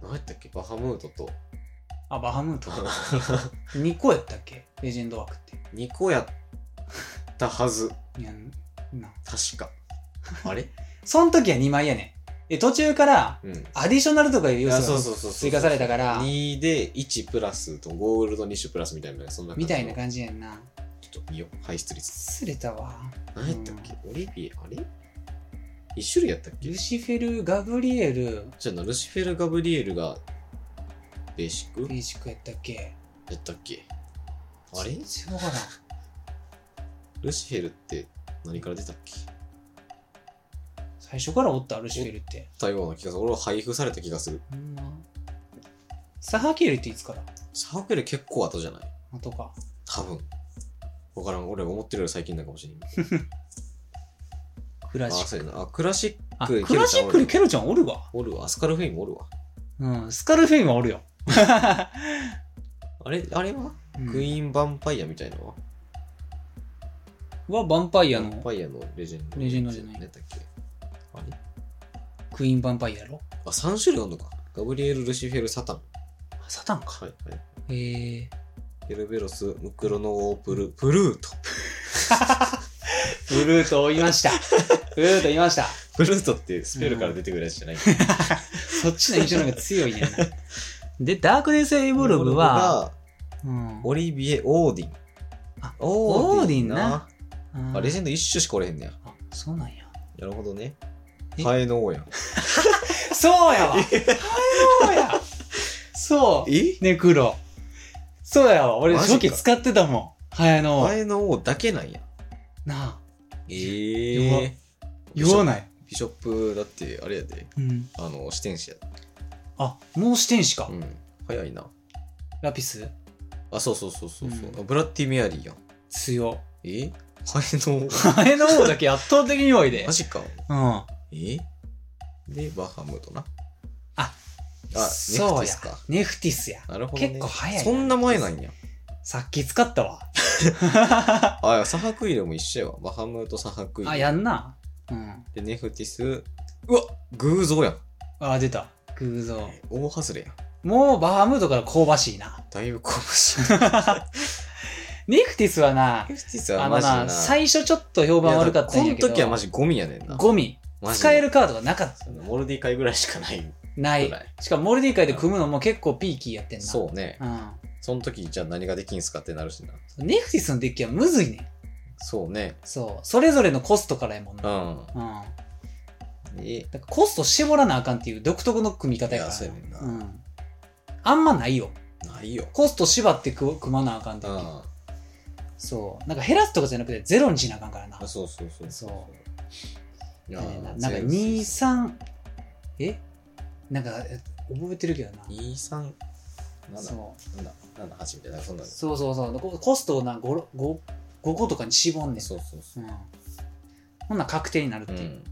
B: 何やったっけバハムートと。 *laughs*
A: あ、バハムート。2個やったっけレジェンド枠って。
B: 2個やったはず。
A: やんな。
B: 確か。あれ
A: その時は2枚やねん。え、途中から、
B: うん。
A: アディショナルとかいう要
B: あ
A: 素
B: そう
A: が
B: そうそうそう。
A: 追加されたから、
B: 2で1プラスとゴールド2種プラスみたいな、そんな感じ
A: み
B: の
A: たいな感じやんな。
B: ちょっと見よう、排出率。
A: すれたわ。
B: 何やったっけ、オリビエ、あれ一種類やったっけ
A: ルシフェル・ガブリエル、
B: じゃあな、ルシフェル・ガブリエルがベーシック
A: ベーシックやったっけ
B: やったっけあれ
A: すごいな。
B: ルシフェルって何から出たっけ
A: 最初からおった、ルシフェルって。
B: たような気がする。俺は配布された気がする。
A: ほんまサハキエルっていつから
B: サークル結構後じゃない
A: あとか。
B: 多分。わからん。俺思ってるより最近なんかもしれん。
A: クラ
B: あ、
A: シック。
B: そうやな。あ、クラシッ
A: あ、
B: クで
A: クラシックにケロちゃんおるわ。
B: おるわ。アスカルフェインもおるわ。
A: うん、スカルフェインはおるよ。
B: あれ、あれは、
A: うん
B: クイーン・ヴァンパイアみたいなのは
A: は、ヴァンパイア
B: ヴァン
A: の
B: パイアのレジェンド。
A: レジェンドじゃない
B: 何やったっけあれ
A: クイーン・ヴァンパイアやろ
B: あ、3種類あるのか。ガブリエル、ルシフェル、サタン。
A: あサタンか。
B: はいはい。
A: へえ。
B: ケルベロス、ムクロノオープル、プルート。 *laughs*
A: ブルート言いま
B: *laughs*
A: した。ブルート言いました。
B: プルートってスペルから出てくるやつじゃない。
A: そっちの印象の方が強いねんな。で、ダークネス・エイボルブは、、うん
B: オリビエ・オーディン。
A: あ
B: オ
A: オ。うん
B: あ、レジェンド一種しかおれへんねや。
A: あそう
B: *laughs*
A: なんや。
B: なるほどね
A: え。
B: ハエの王やん。
A: そう *laughs* やわそうやそ
B: え
A: う、ネクロ。そうやわ、俺
B: マジか
A: 初期使ってたもん。ハエの。
B: ハエの王だけなんや。
A: なあ、
B: え
A: 弱
B: え。
A: 言わ
B: い。
A: ない。
B: ビショップ、だって、あれやで。
A: うん。
B: あの、視点者や。
A: あ、もう視天使か
B: う。ん。早いな。
A: ラピス
B: あ、そうそうそうそうそうう。
A: ん
B: あブラッディ・メアリーやん。
A: 強。 *laughs*
B: えハエの王。
A: ハエの方だけ圧倒的に弱いで
B: *laughs* マ。ジか。
A: うん。あ、
B: えで、バハムートな。
A: あ
B: あ、ネフ
A: そう
B: ティ
A: や
B: スか。。
A: ネフティスや。
B: なるほど、ね。
A: 結構早いな
B: そんな前なんや。
A: さっき使ったわ。
B: *laughs* あ、いやサハクイレも一緒やわ。バハムート、サハクイレ。
A: あ、やんな。うん。
B: で、ネフティス。うわ偶像やん。
A: あ、出た。偶像。
B: 大外れやん。
A: もうバハムートから香ばしいな。
B: だいぶこぶしい。
A: ネクティスはな、
B: フティス
A: あ
B: は
A: の
B: マジで
A: な、
B: な。
A: 最初ちょっと評判悪かったんやけど、
B: いやだらこの時はマジゴミやねんな。
A: ゴミ。
B: マジで
A: 使えるカードがなかった。
B: モルディ会ぐらいしかない
A: な
B: ぐ
A: い
B: ら。い。
A: しかもモルディ会で組むのも結構ピーキーやってんな。
B: そうね。
A: う
B: その時じゃあ何ができんすかってなるしな。
A: ん。ネクティスのデッキはむずいねん。
B: そうね。
A: そう。それぞれのコストからやもん
B: う
A: な。
B: ん。
A: うん。だか
B: え、
A: らコスト絞らなあかんっていう独特の組み方やから。。
B: いやそうやねんなん
A: あんまないよ。
B: ないよ。
A: コスト縛って組組まなあかんって
B: う。
A: いうんけそう。なんか減らすとかじゃなくてゼロにしなあかんからな。
B: そうそうそう。。
A: そう
B: いや
A: やねんな
B: ー
A: なんか
B: 全部そうそう
A: 23えなんかえ覚えてるけどな
B: 23なんだ
A: そ
B: なんだなんだ8みたいなそんな
A: う
B: のそ
A: そうそうそうこコストをな 5, 5, 5個とかに絞ん
B: う
A: ねん
B: そうそううん
A: ほんなん確定になるって
B: う
A: いう、
B: ん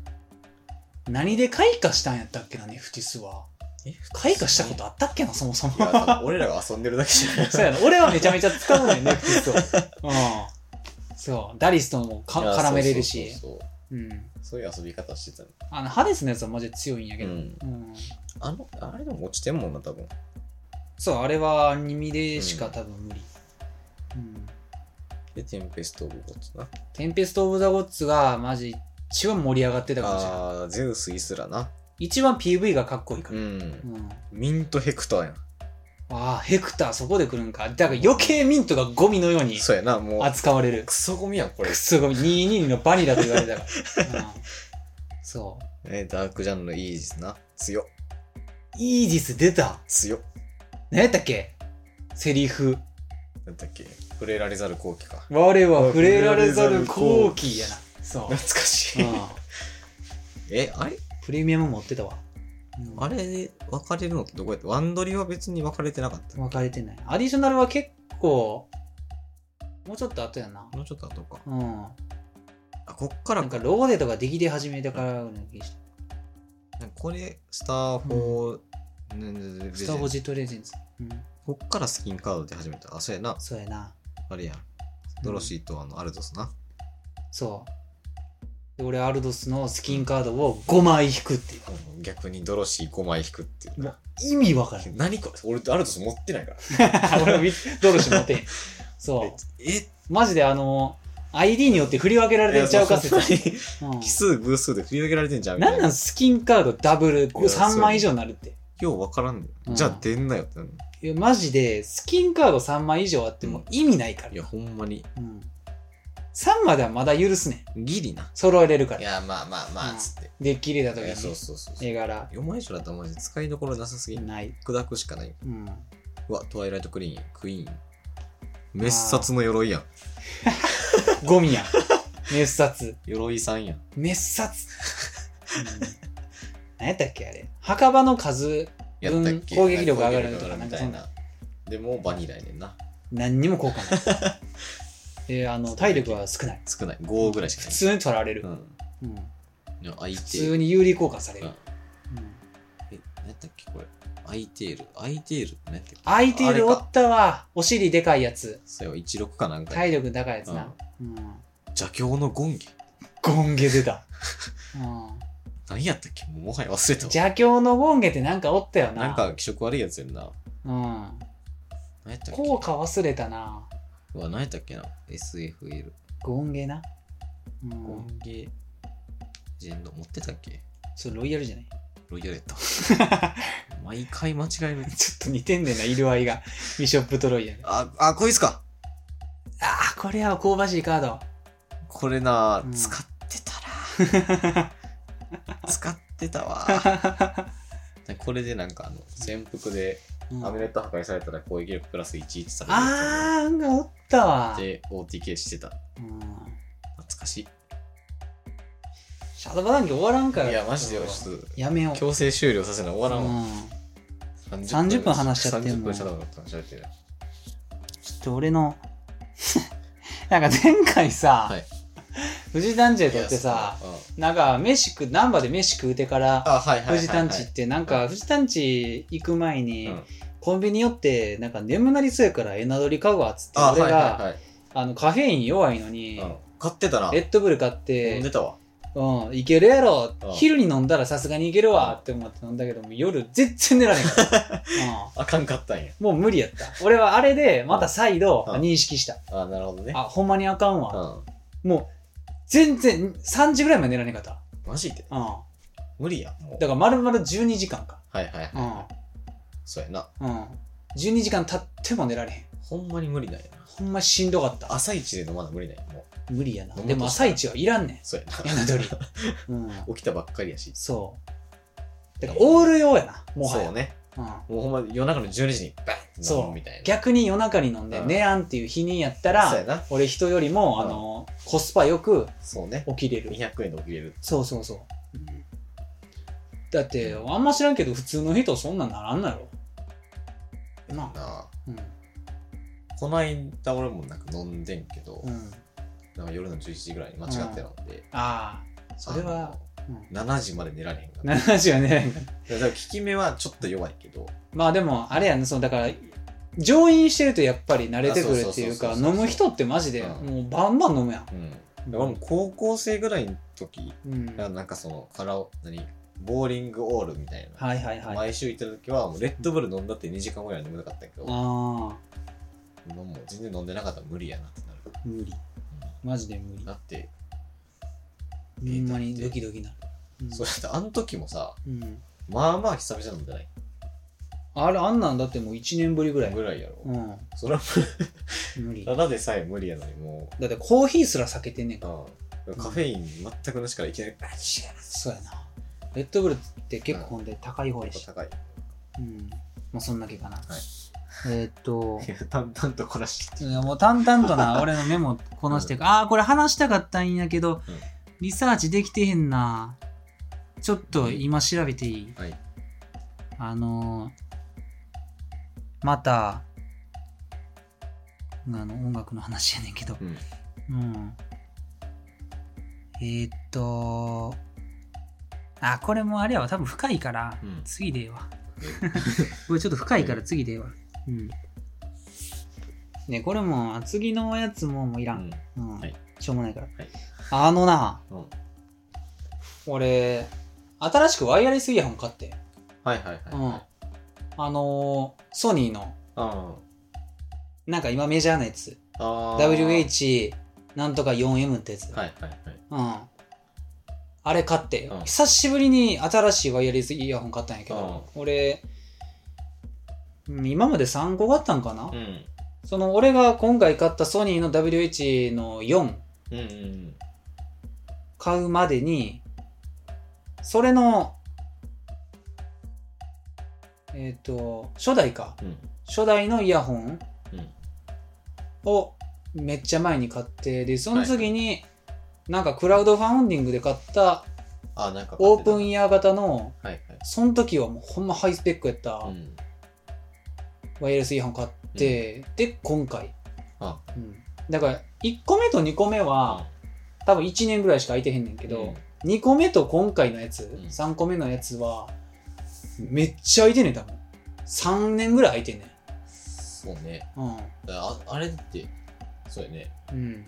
A: 何で開花したんやったっけなネフティスは
B: え
A: 開花したことあったっけなそもそも
B: いやだから俺らが遊んでるだけじゃな
A: *laughs*
B: い
A: そうやな俺はめちゃめちゃ使うねんネフティスをうんそうダリスともか
B: いや
A: 絡めれるし
B: そうそうそう
A: うん
B: そういう遊び方してたの
A: あのハデスのやつはマジで強いんやけど、
B: うん
A: うん、
B: あのあれでも落ちてんもんな多分
A: そうあれは耳でしか多分無理、うん、
B: でテンペスト・オブ・ゴッツな
A: テンペスト・オブ・ザ・ゴッツがマジ一番盛り上がってたかもしれない
B: あーゼウス・イスラな
A: 一番 PV がかっこいいか
B: う
A: ら、
B: ん
A: うん
B: ミント・ヘクターやん
A: ああヘクターそこで来るんかだから余計ミントがゴミのように
B: そうやなもう
A: 扱われる
B: クソゴミやんこれ
A: クソゴミ222のバニラと言われたから、うんそ
B: えダーク・ジャンのイージスな強っ
A: うイージス出た
B: 強っ
A: 何やったっけセリフ
B: なんだっけ触れられざる後期か
A: 「我は触れられざる好機」やなそう
B: 懐、 *laughs* かし
A: う
B: い
A: ん、
B: えあれ
A: プレミアム持ってたわ、うん
B: あれで分かれるのってどこやったワンドリは別に分かれてなかった。
A: 分かれてないアディショナルは結構もうちょっと後やな
B: もうちょっと後か。
A: うん
B: あ、こっから
A: なん
B: か。
A: かローデとかできて始めたからの気がし
B: なんかこれ、スターフォー、ね
A: たスター・ウォージット・レジェンズ、うん、
B: こっからスキンカードで始めた。あ、そうやな。
A: そうやな
B: あれやん。ドロシーとあのアルドスな。
A: そうで俺アルドスのスキンカードを5枚引くっていう
B: 逆にドロシー5枚引くってい
A: も
B: う
A: う
B: な。
A: 意味わ
B: *laughs*
A: からん
B: 何これ俺アルドス持ってないか
A: *laughs*
B: ら。
A: 俺はドロシー持ってんそ
B: え
A: うマジであの ID によって振り分けられてんちゃうか
B: いや
A: 説
B: そう *laughs* ほんま
A: う
B: に
A: ん
B: 奇数、偶数で振り分けられてんじゃん。みたい
A: なんなんスキンカードダブル
B: いやそう
A: 3枚以上になるって
B: よう分からんね
A: うん
B: ん。じゃあ出んなよってなる。
A: いやマジでスキンカード3枚以上あっても意味ないから
B: いや、ほんまに。
A: うん、3まではまだ許すねん
B: ギリな。
A: 揃えれるか
B: い
A: ら
B: や、まあまあま
A: うん
B: あ、つって。
A: デッキ入れた時
B: いやそう
A: に
B: そうそうそう。
A: 絵柄
B: 4枚以上だったらマジで使いどころなさすぎ
A: ない、
B: 砕くしかない。
A: うん、
B: うわ、トワイライトクリーン、クイーン。滅殺の鎧やん。
A: ゴ
B: *laughs*
A: ミやん滅殺
B: 鎧さんやん。
A: 滅殺、うん、何やったっけあれ墓場の数
B: やったっけ、
A: うん攻撃力上がるとか
B: 攻撃力上がみたいな。でも、バニラやねんな。
A: 何にも効果ない
B: *laughs*
A: えーあの体力は少ない
B: 少ない。5ぐらいしか
A: 普
B: ない。
A: 通に取られる、
B: うん。
A: うん
B: いやアイテ
A: 普
B: ー
A: 通
B: ル。
A: に有利効果される、
B: う
A: うんん
B: え、何やったっけ、これ。アイテール。アイテールって何やったっけ
A: 相手いるお
B: あれか
A: ったわお尻でかいやつ
B: それは16かなんかや。
A: 体力高いやつな、うん
B: 邪教の権化。
A: ゴンゲ出た、うん
B: 何やったっけもうもはや忘れたわ。
A: 邪教のゴンゲってなんかおったよな。
B: なんか気色悪いやつやんな。
A: うん。
B: 何やったっけ
A: 効果忘れたな。
B: うわ、何やったっけな ?SFL。
A: ゴンゲな。うん。
B: 権ゲジェンド持ってたっけ
A: それロイヤルじゃない *laughs*
B: ロイヤルやった。毎回間違える。
A: ちょっと似てんねんな、色合いが。ビショップとロイヤル。
B: あ、あ、こいつか。
A: ああ、これは香ばしいカード。
B: これな、
A: うん
B: 使ってた
A: *laughs*
B: ら。使ってたわ。これでなんかあの、潜伏で
A: うん
B: アミュ
A: あ
B: レット破壊されたら攻撃力プラス1ってされるや
A: あ、なんかおったわ
B: つ。で OTK してた。
A: うん
B: 懐かしい。
A: シャドーバダンキ終わらんから。
B: いや、マジでよ、ちょっ
A: やめよ
B: と、
A: う。
B: 強制終了させな終わらんわ。
A: うん30分話しちゃってん
B: ん
A: もん
B: 30分しゃべらなかった喋ってる。
A: ちょっと俺の *laughs* なんか前回さ、
B: はい
A: 藤団地で撮ってさ
B: いや、
A: なんか飯食難波で飯食うてから
B: あ、はいはいはいはい。
A: 富士団地ってなんか富士団地行く前に
B: うん
A: コンビニ寄ってなんか眠なりそうやからエナドリ買うわっつって
B: あ、はい
A: 俺
B: はい
A: が
B: はい。
A: あのカフェイン弱いのに
B: うん買ってたな。
A: レッドブル買っ
B: 飲んで
A: て
B: たわ。
A: うん、いけるやろ
B: うん
A: 昼に飲んだらさすがにいけるわって思って飲んだけどもう夜全然寝られへんかった、
B: *laughs*
A: うん、
B: あかんかったんや。
A: もう無理やった俺はあれでまた再度
B: うん
A: 認識した
B: あなるほどね。
A: あほんまにあかん
B: う
A: わ
B: ん。
A: もう全然3時ぐらいまで寝られへんかった、
B: マジで
A: う、
B: 無理やん。もうん
A: だから丸々12時間か
B: はいはいはい。
A: う
B: そうやな。
A: ん、うん、12時間経っても寝られへん
B: ほんまに無理なんやな。
A: ほんましんどかった
B: 朝一で飲まな無理なんや。もう。
A: 無理やな
B: 飲むと
A: でも朝一はいらんねん
B: そうやな。
A: エナドリ、うん、
B: *laughs* 起きたばっかりやし。
A: そうだからオール用やなもはや
B: そうね。
A: うん
B: もうほんま夜中の12時にバンって飲
A: そ
B: むみたいうな。
A: 逆に夜中に飲んで
B: うん
A: 寝やんっていう日にやった
B: そうや
A: ら
B: な。
A: 俺人よりも
B: う
A: あ
B: ん
A: のコスパよく
B: そうね。
A: 起きれる
B: 200円で起きれる。
A: そうそうそううんだってあんま知らんけど普通の人そんなんならんのやろなあ
B: なあ。
A: うん
B: こないだ俺もなんか飲んでんけど
A: う、ん
B: なんか夜の11時ぐらいに間違って飲んで、
A: あそれは
B: あの、
A: う
B: 7時まで寝られへんかっ
A: あ
B: た。だか
A: 70はね
B: ら効き目はちょっと弱いけど、
A: まあでもあれやねそのだから上院してるとやっぱり慣れてくるっていうか
B: あそうそうそうそう
A: 飲む人ってマジで
B: うん
A: もうバンバン飲むやん
B: うん。だから俺も高校生ぐらいの時
A: うん
B: が、なんかそのカラオ、何ボーリングオールみたいな。
A: はいはいはいあ
B: 毎週行ってた時は、もうレッドブル飲んだって2時間ぐらいは飲めなかったけど、
A: あ
B: もう全然飲んでなかったら無理やなってなる。
A: ー無理マジで無理
B: だって、
A: ほんまにドキドキなる。うん
B: そうやってあの時もさ、
A: うん
B: まあまあ久々飲んでない
A: あれ、あんなんだってもう1年ぶりぐらい。
B: ぐらいやろ。
A: うん、
B: それは
A: 無理。
B: た
A: だ
B: だでさえ無理やのにも
A: ってコーヒーすら避けてんねん
B: う、
A: か
B: うん、カフェイン全くなしからいきなりバシ
A: ら。そうやな。レッドブルって結構ほんで高い方
B: ッ
A: や
B: と
A: し。
B: 高い
A: うん。まあそんだけかな。
B: い
A: えーっと、
B: 淡々とこなし
A: いやもう淡々と
B: *laughs*
A: な、俺のメモこなしていく。ああ、これ話したかったんやけど、
B: うん
A: リサーチできてへんな。ちょっと今調べていい
B: はい
A: あのーまた、あの、音楽の話やねんけど、
B: うん
A: うん。えーっと、あ、これもあれやわ、多分深いから、
B: うん
A: 次でええ
B: *laughs*
A: わ。これちょっと深いから次でええわ。うん。ね、これも、あ次のやつももういら。
B: うんん
A: うん。
B: はい
A: しょうもないから。
B: はい
A: あのな、
B: うん
A: 俺、新しくワイヤレスイヤホン買って。
B: はいはいはい
A: うん。あのーソニーの、
B: あ
A: なんか今メジャーなやつ。
B: あ
A: WH なんとか 4M ってやつ。
B: はいはいはい
A: うん。あれ買って、
B: うん
A: 久しぶりに新しいワイヤレスイヤホン買ったんやけど、俺、うん今まで3個買ったんかな、
B: うん
A: その俺が今回買ったソニーの WH の4
B: うんうん
A: 買うまでに、それの、えっ、と、初代か。
B: うん
A: 初代のイヤホン
B: うん
A: をめっちゃ前に買ってでその次に、なんかクラウドファウンディングで買った
B: あなんか
A: オープン
B: はい
A: イヤー型の
B: はい
A: その時はもうほんまハイスペックやった
B: うん
A: ワイヤレスイヤホン買って、で今回、
B: あ
A: うんだから1個目と2個目は多分1年ぐらいしか空いてへんねんけ
B: け
A: ど、2個目と今回のやつ、
B: ん
A: 3個目のやつはめっちゃ空いてんねん多分3年ぐらい空いてんね
B: そうね
A: ん
B: ああれってそうやね
A: うん、うん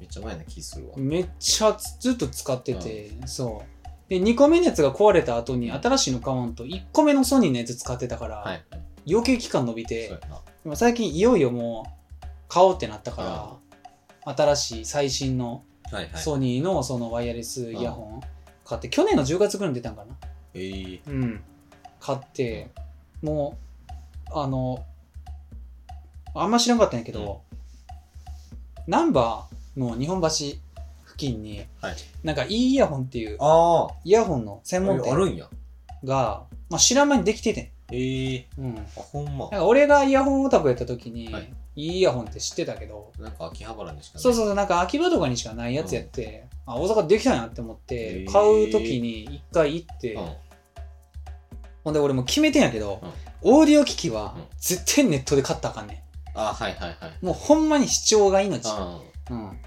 B: めっちゃ前な気するわ
A: めっちゃずっと使ってて、そうで2個目のやつが壊れた後に新しいの買わんと1個目のソニーのやつ使ってたから、
B: はいはい
A: 余計期間伸び
B: そう
A: て
B: やな
A: でも最近いよいよもう買おうってなったから、新しい最新の
B: はいはい
A: ソニーのそのワイヤレスイヤホン買って、去年の10月ぐらいに出たんかな
B: ええ
A: うん買ってもうあのあんま知らんかったんやけど、ナンバーの日本橋付近に、
B: はい
A: なんかいいイヤホンっていう
B: あ
A: イヤホンの専門
B: ーあ
A: 店
B: るんや
A: が、まあ、知らん間にできててん、
B: ええ
A: うん、なん
B: あほんま
A: か俺がイヤホンオタクやった時に、
B: はいい、
A: いイヤホンって知ってたけど
B: なんか秋葉原にしかない
A: そうそうそうなんか秋葉とかにしかないやつやって、あ大阪できたんやって思って
B: へー
A: 買う時に一回行って、
B: うん
A: ほんで俺もう決めてんやけど、
B: うん
A: オーディオ機器は
B: うん
A: 絶対ネットで買ったらあかんね
B: あはいはいはい
A: んもうほんまに視聴が命、
B: あ
A: うん、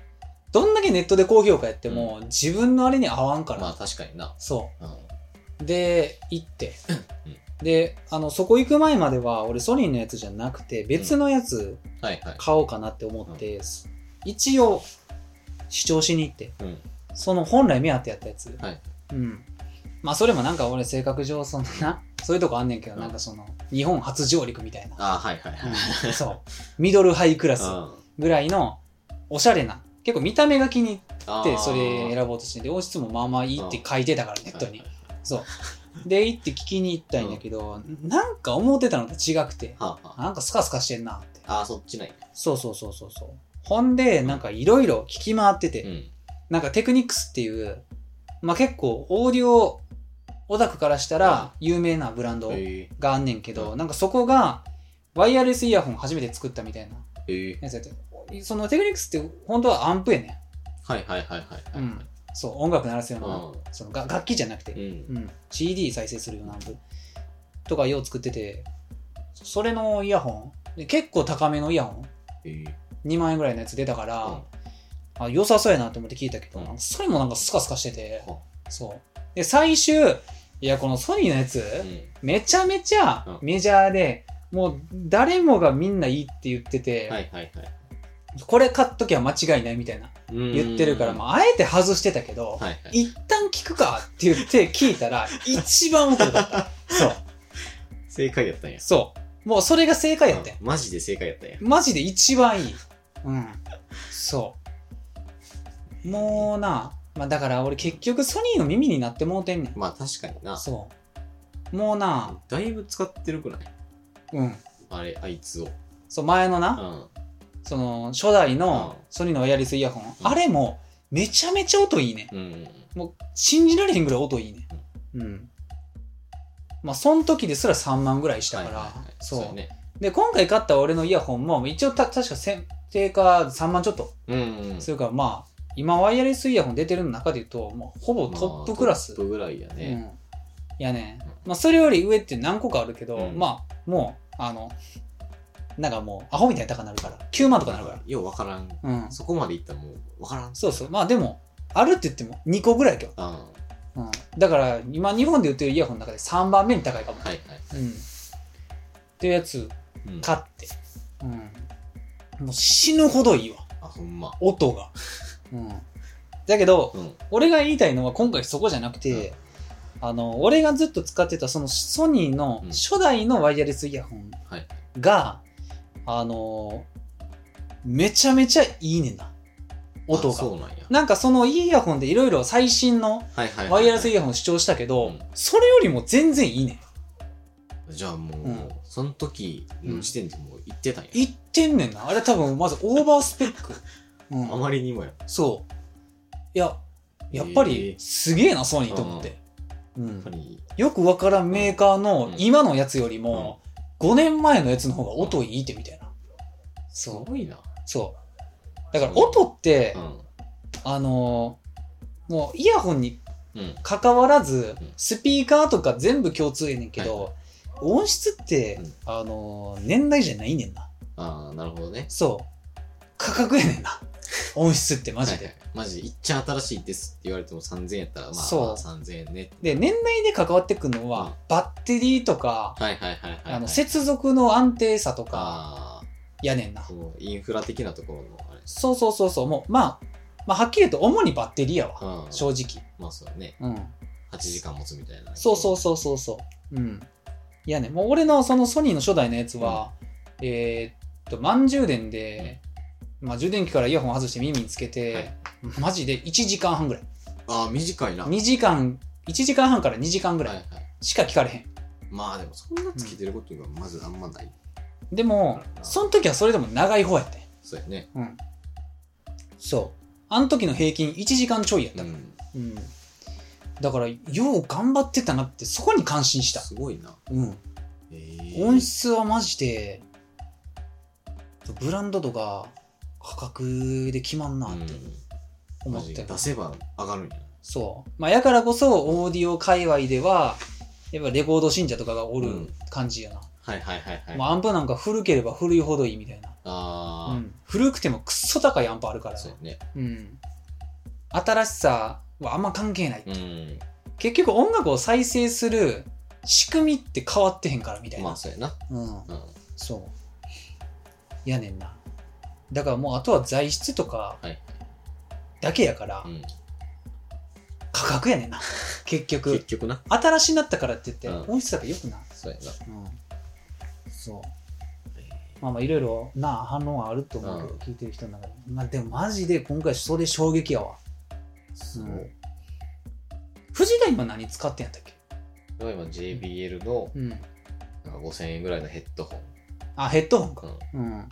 A: どんだけネットで高評価やっても、自分のあれに合わんから、
B: まあ確かにな。
A: そう
B: うん。
A: で行って、であのそこ行く前までは俺ソニーのやつじゃなくて別のやつ
B: はいはい。
A: 買おうかなって思って、一応主張しに行って、
B: うん
A: その本来目当てやったやつ、
B: はい
A: うんまあそれもなんか俺性格上そんなそういうとこあんねんけど、
B: うん
A: なんかその日本初上陸みたいな、
B: ああ、はいはい
A: *laughs*
B: はい。
A: うんそうミドルハイクラス
B: うん
A: ぐらいのおしゃれな結構見た目が気に入っ
B: あ
A: て
B: ー
A: それ選ぼうとしてで王室もまあまあいいって書いてたからネットに
B: はい
A: そうで行って聞きに行ったんやけど、なんか思ってたのと違くて
B: はあはあ
A: なんかスカスカしてんなって
B: あー、そっちない。
A: そうそうそうそうそうほんでなんかいろいろ聞き回ってて、
B: うん。
A: なんかテクニックスっていう、まあ、結構オーディオオタクからしたら有名なブランド
B: え
A: があんねんけど、
B: う
A: なんかそこがワイヤレスイヤホン初めて作ったみたいな
B: ー、えー。
A: やつやってそのテクニックスって本当はアンプやね
B: はいはいはいはい
A: ん、うん、そう音楽鳴らすような、
B: うん
A: そのが楽器じゃなくて、
B: はい。うん。
A: うん、CD 再生するようなアンプとかよう作っててそれのイヤホンで結構高めのイヤホン
B: えー
A: 2万円ぐらいのやつ出たから、
B: うん
A: あ良さそうやなと思って聞いたけど、
B: うん
A: それもなんかスカスカしてて、
B: は
A: そうで最終いやこのソニーのやつ、
B: うん
A: めちゃめちゃ
B: うん
A: メジャーで、もう誰もがみんないいって言ってて、
B: はいはいはい。
A: これ買っときゃ間違いないみたいな言ってるから、ま
B: あ。
A: あ、あえて外してたけど、
B: はいはい。
A: 一旦聞くかって言って聞いたら一番音だったそう
B: 正解やったんや。
A: そうもうそれが正解やってん
B: うんマジで正解やったんや。
A: マジで一番いい。うん。そう。もうな、まあ、だから俺結局ソニーの耳になってもうてんね。。
B: まあ確かになん
A: そう。もうな、
B: だいぶ使ってるくない
A: うん。
B: あれ、あいつを。
A: そう、前の
B: う
A: な、
B: ん。
A: その初代の
B: うん
A: ソニーのイヤリスイヤホン、
B: うん
A: あれもめちゃめちゃ音いいね。
B: うん。
A: もう信じられへんぐらい音いいね。うん。まあ、その時ですら3万ぐらいしたから、
B: はいはいはい
A: そう
B: やね。
A: で、今回買った俺のイヤホンも、一応た、確かせ定価3万ちょっと
B: うんうん。
A: それからまあ今ワイヤレスイヤホン出てるの中で言うと、まあ、ほぼトップクラス、
B: まあトップぐらいやね。
A: うん、やね
B: うん、
A: まあ、それより上って何個かあるけど、
B: うん
A: まあもうあのなんかもうアホみたいな高になるから9万とかなるか
B: ようわからん。
A: ら、うん、
B: そこまでいったらもうわからん。
A: そうそうまあでもあるって言っても2個ぐらい今
B: うん。は
A: 日、うん、だから今日本で売ってるイヤホンの中で3番目に高いかも、
B: いはい。
A: うん、っていうやつ
B: うん
A: 買って、うん、もう死ぬほどいいわ
B: あ、ほんま。
A: 音が、うん、だけど
B: うん。
A: 俺が言いたいのは今回そこじゃなくて、あの俺がずっと使ってたそのソニーの
B: うん
A: 初代のワイヤレスイヤホン
B: はい
A: が、あのめちゃめちゃいいねんな音
B: あそ
A: が
B: うなんや。
A: なんかそのイヤホンでいろいろ最新の
B: はいはいはい。
A: ワイヤレスイヤホン主張したけど、
B: うん
A: それよりも全然いいねん
B: じゃあもう、
A: うん
B: その時の時点でもう行ってたんや。
A: 言ってんねんなあれ多分まずオーバースペック、う
B: あ
A: ん、
B: まりにもや。
A: そういややっぱ
B: え
A: り
B: ー
A: すげえなソニーと思って、うん
B: やっぱり、
A: よくわからんメーカーの
B: うん
A: 今のやつよりも、5年前のやつの方が音いいってみたいな。
B: す
A: そう。
B: ごいな。
A: そう。だから音って、
B: うん。
A: あのーもうイヤホンに
B: うん。
A: 関わらず
B: うん、
A: スピーカーとか全部共通やねんけど、音質って、
B: うん
A: あのー年代じゃないねんな。
B: ああ、なるほどね。
A: そう。価格やねん
B: *laughs*
A: な。音質ってマジ
B: はい
A: で。
B: はいマジで、いっちゃ新しいですって言われても3000円やったら、まあ、
A: そう
B: まあ3000円ねって。
A: で、年代で関わってくるの
B: うん
A: は、バッテリーとか、
B: はいはいはいはいはい。
A: あの接続の安定さとか
B: あ
A: やねんな
B: あ、。そうインフラ的なところの、あれ。
A: そうそうそうそう、もう、まあ、まあ、はっきり言うと、主にバッテリーやわ、
B: うん。
A: 正直。
B: まあそうだね。
A: うん。
B: 8時間持つみたいな。
A: そうそうそうそうそう。うん。いやね、もう俺のそのソニーの初代のやつは、えーっと、満充電で、まあ、充電器からイヤホン外して耳につけて、
B: はい
A: マジで1時間半ぐらい。
B: ああ、短いな。
A: 2時間、1時間半から2時間ぐら
B: はいいはい。
A: しか聞かれへん。
B: まあでも、そんなつけてることがまずあんまない。
A: でも、その時はそれでも長い方やってん。
B: そうやね。
A: うん。そう。あの時の平均1時間ちょいやった
B: う
A: から。
B: ん。
A: うん、だからよう頑張ってたなってそこに感心した、
B: すごいな。
A: うん、
B: えー
A: 音質はマジでブランドとか価格で決まんなって
B: うん、
A: 思
B: マ
A: っ
B: ジ
A: て
B: で
A: る、
B: 出せば上がるんや。
A: そう、まあ、やからこそオーディオ界隈ではやっぱレコード信者とかがお
B: う
A: る
B: ん
A: 感じやな、
B: はいはいはいはい。
A: もうアンプなんか古ければ古いほどいいみたいな、
B: ああ、
A: うん古くてもクッソ高いアンプあるから
B: そうやね。
A: うん、新しさはあんま関係ない
B: うん。
A: 結局音楽を再生する仕組みって変わってへんからみたいな、
B: まあそうやな。
A: うん
B: うん。は
A: そうやねんなだからもうあとは材質とか
B: い。
A: だけやから、
B: うん。
A: 価格やねん
B: *laughs*
A: な結
B: 結
A: 局
B: 局な。
A: 新しになったからって言って、
B: うん
A: 音質だけ良くない、
B: そうやな。
A: うん、そうまあまあいろいろな反論はあると思うけど、
B: うん
A: 聞いてる人の中で、まあ、でもマジで今回それ衝撃やわ
B: そう
A: うん藤田今何使ってんやったっけ
B: でも今 JBL の
A: うん
B: なんか5000円ぐらいのヘッドホン。
A: あヘッドホンか
B: うん
A: うん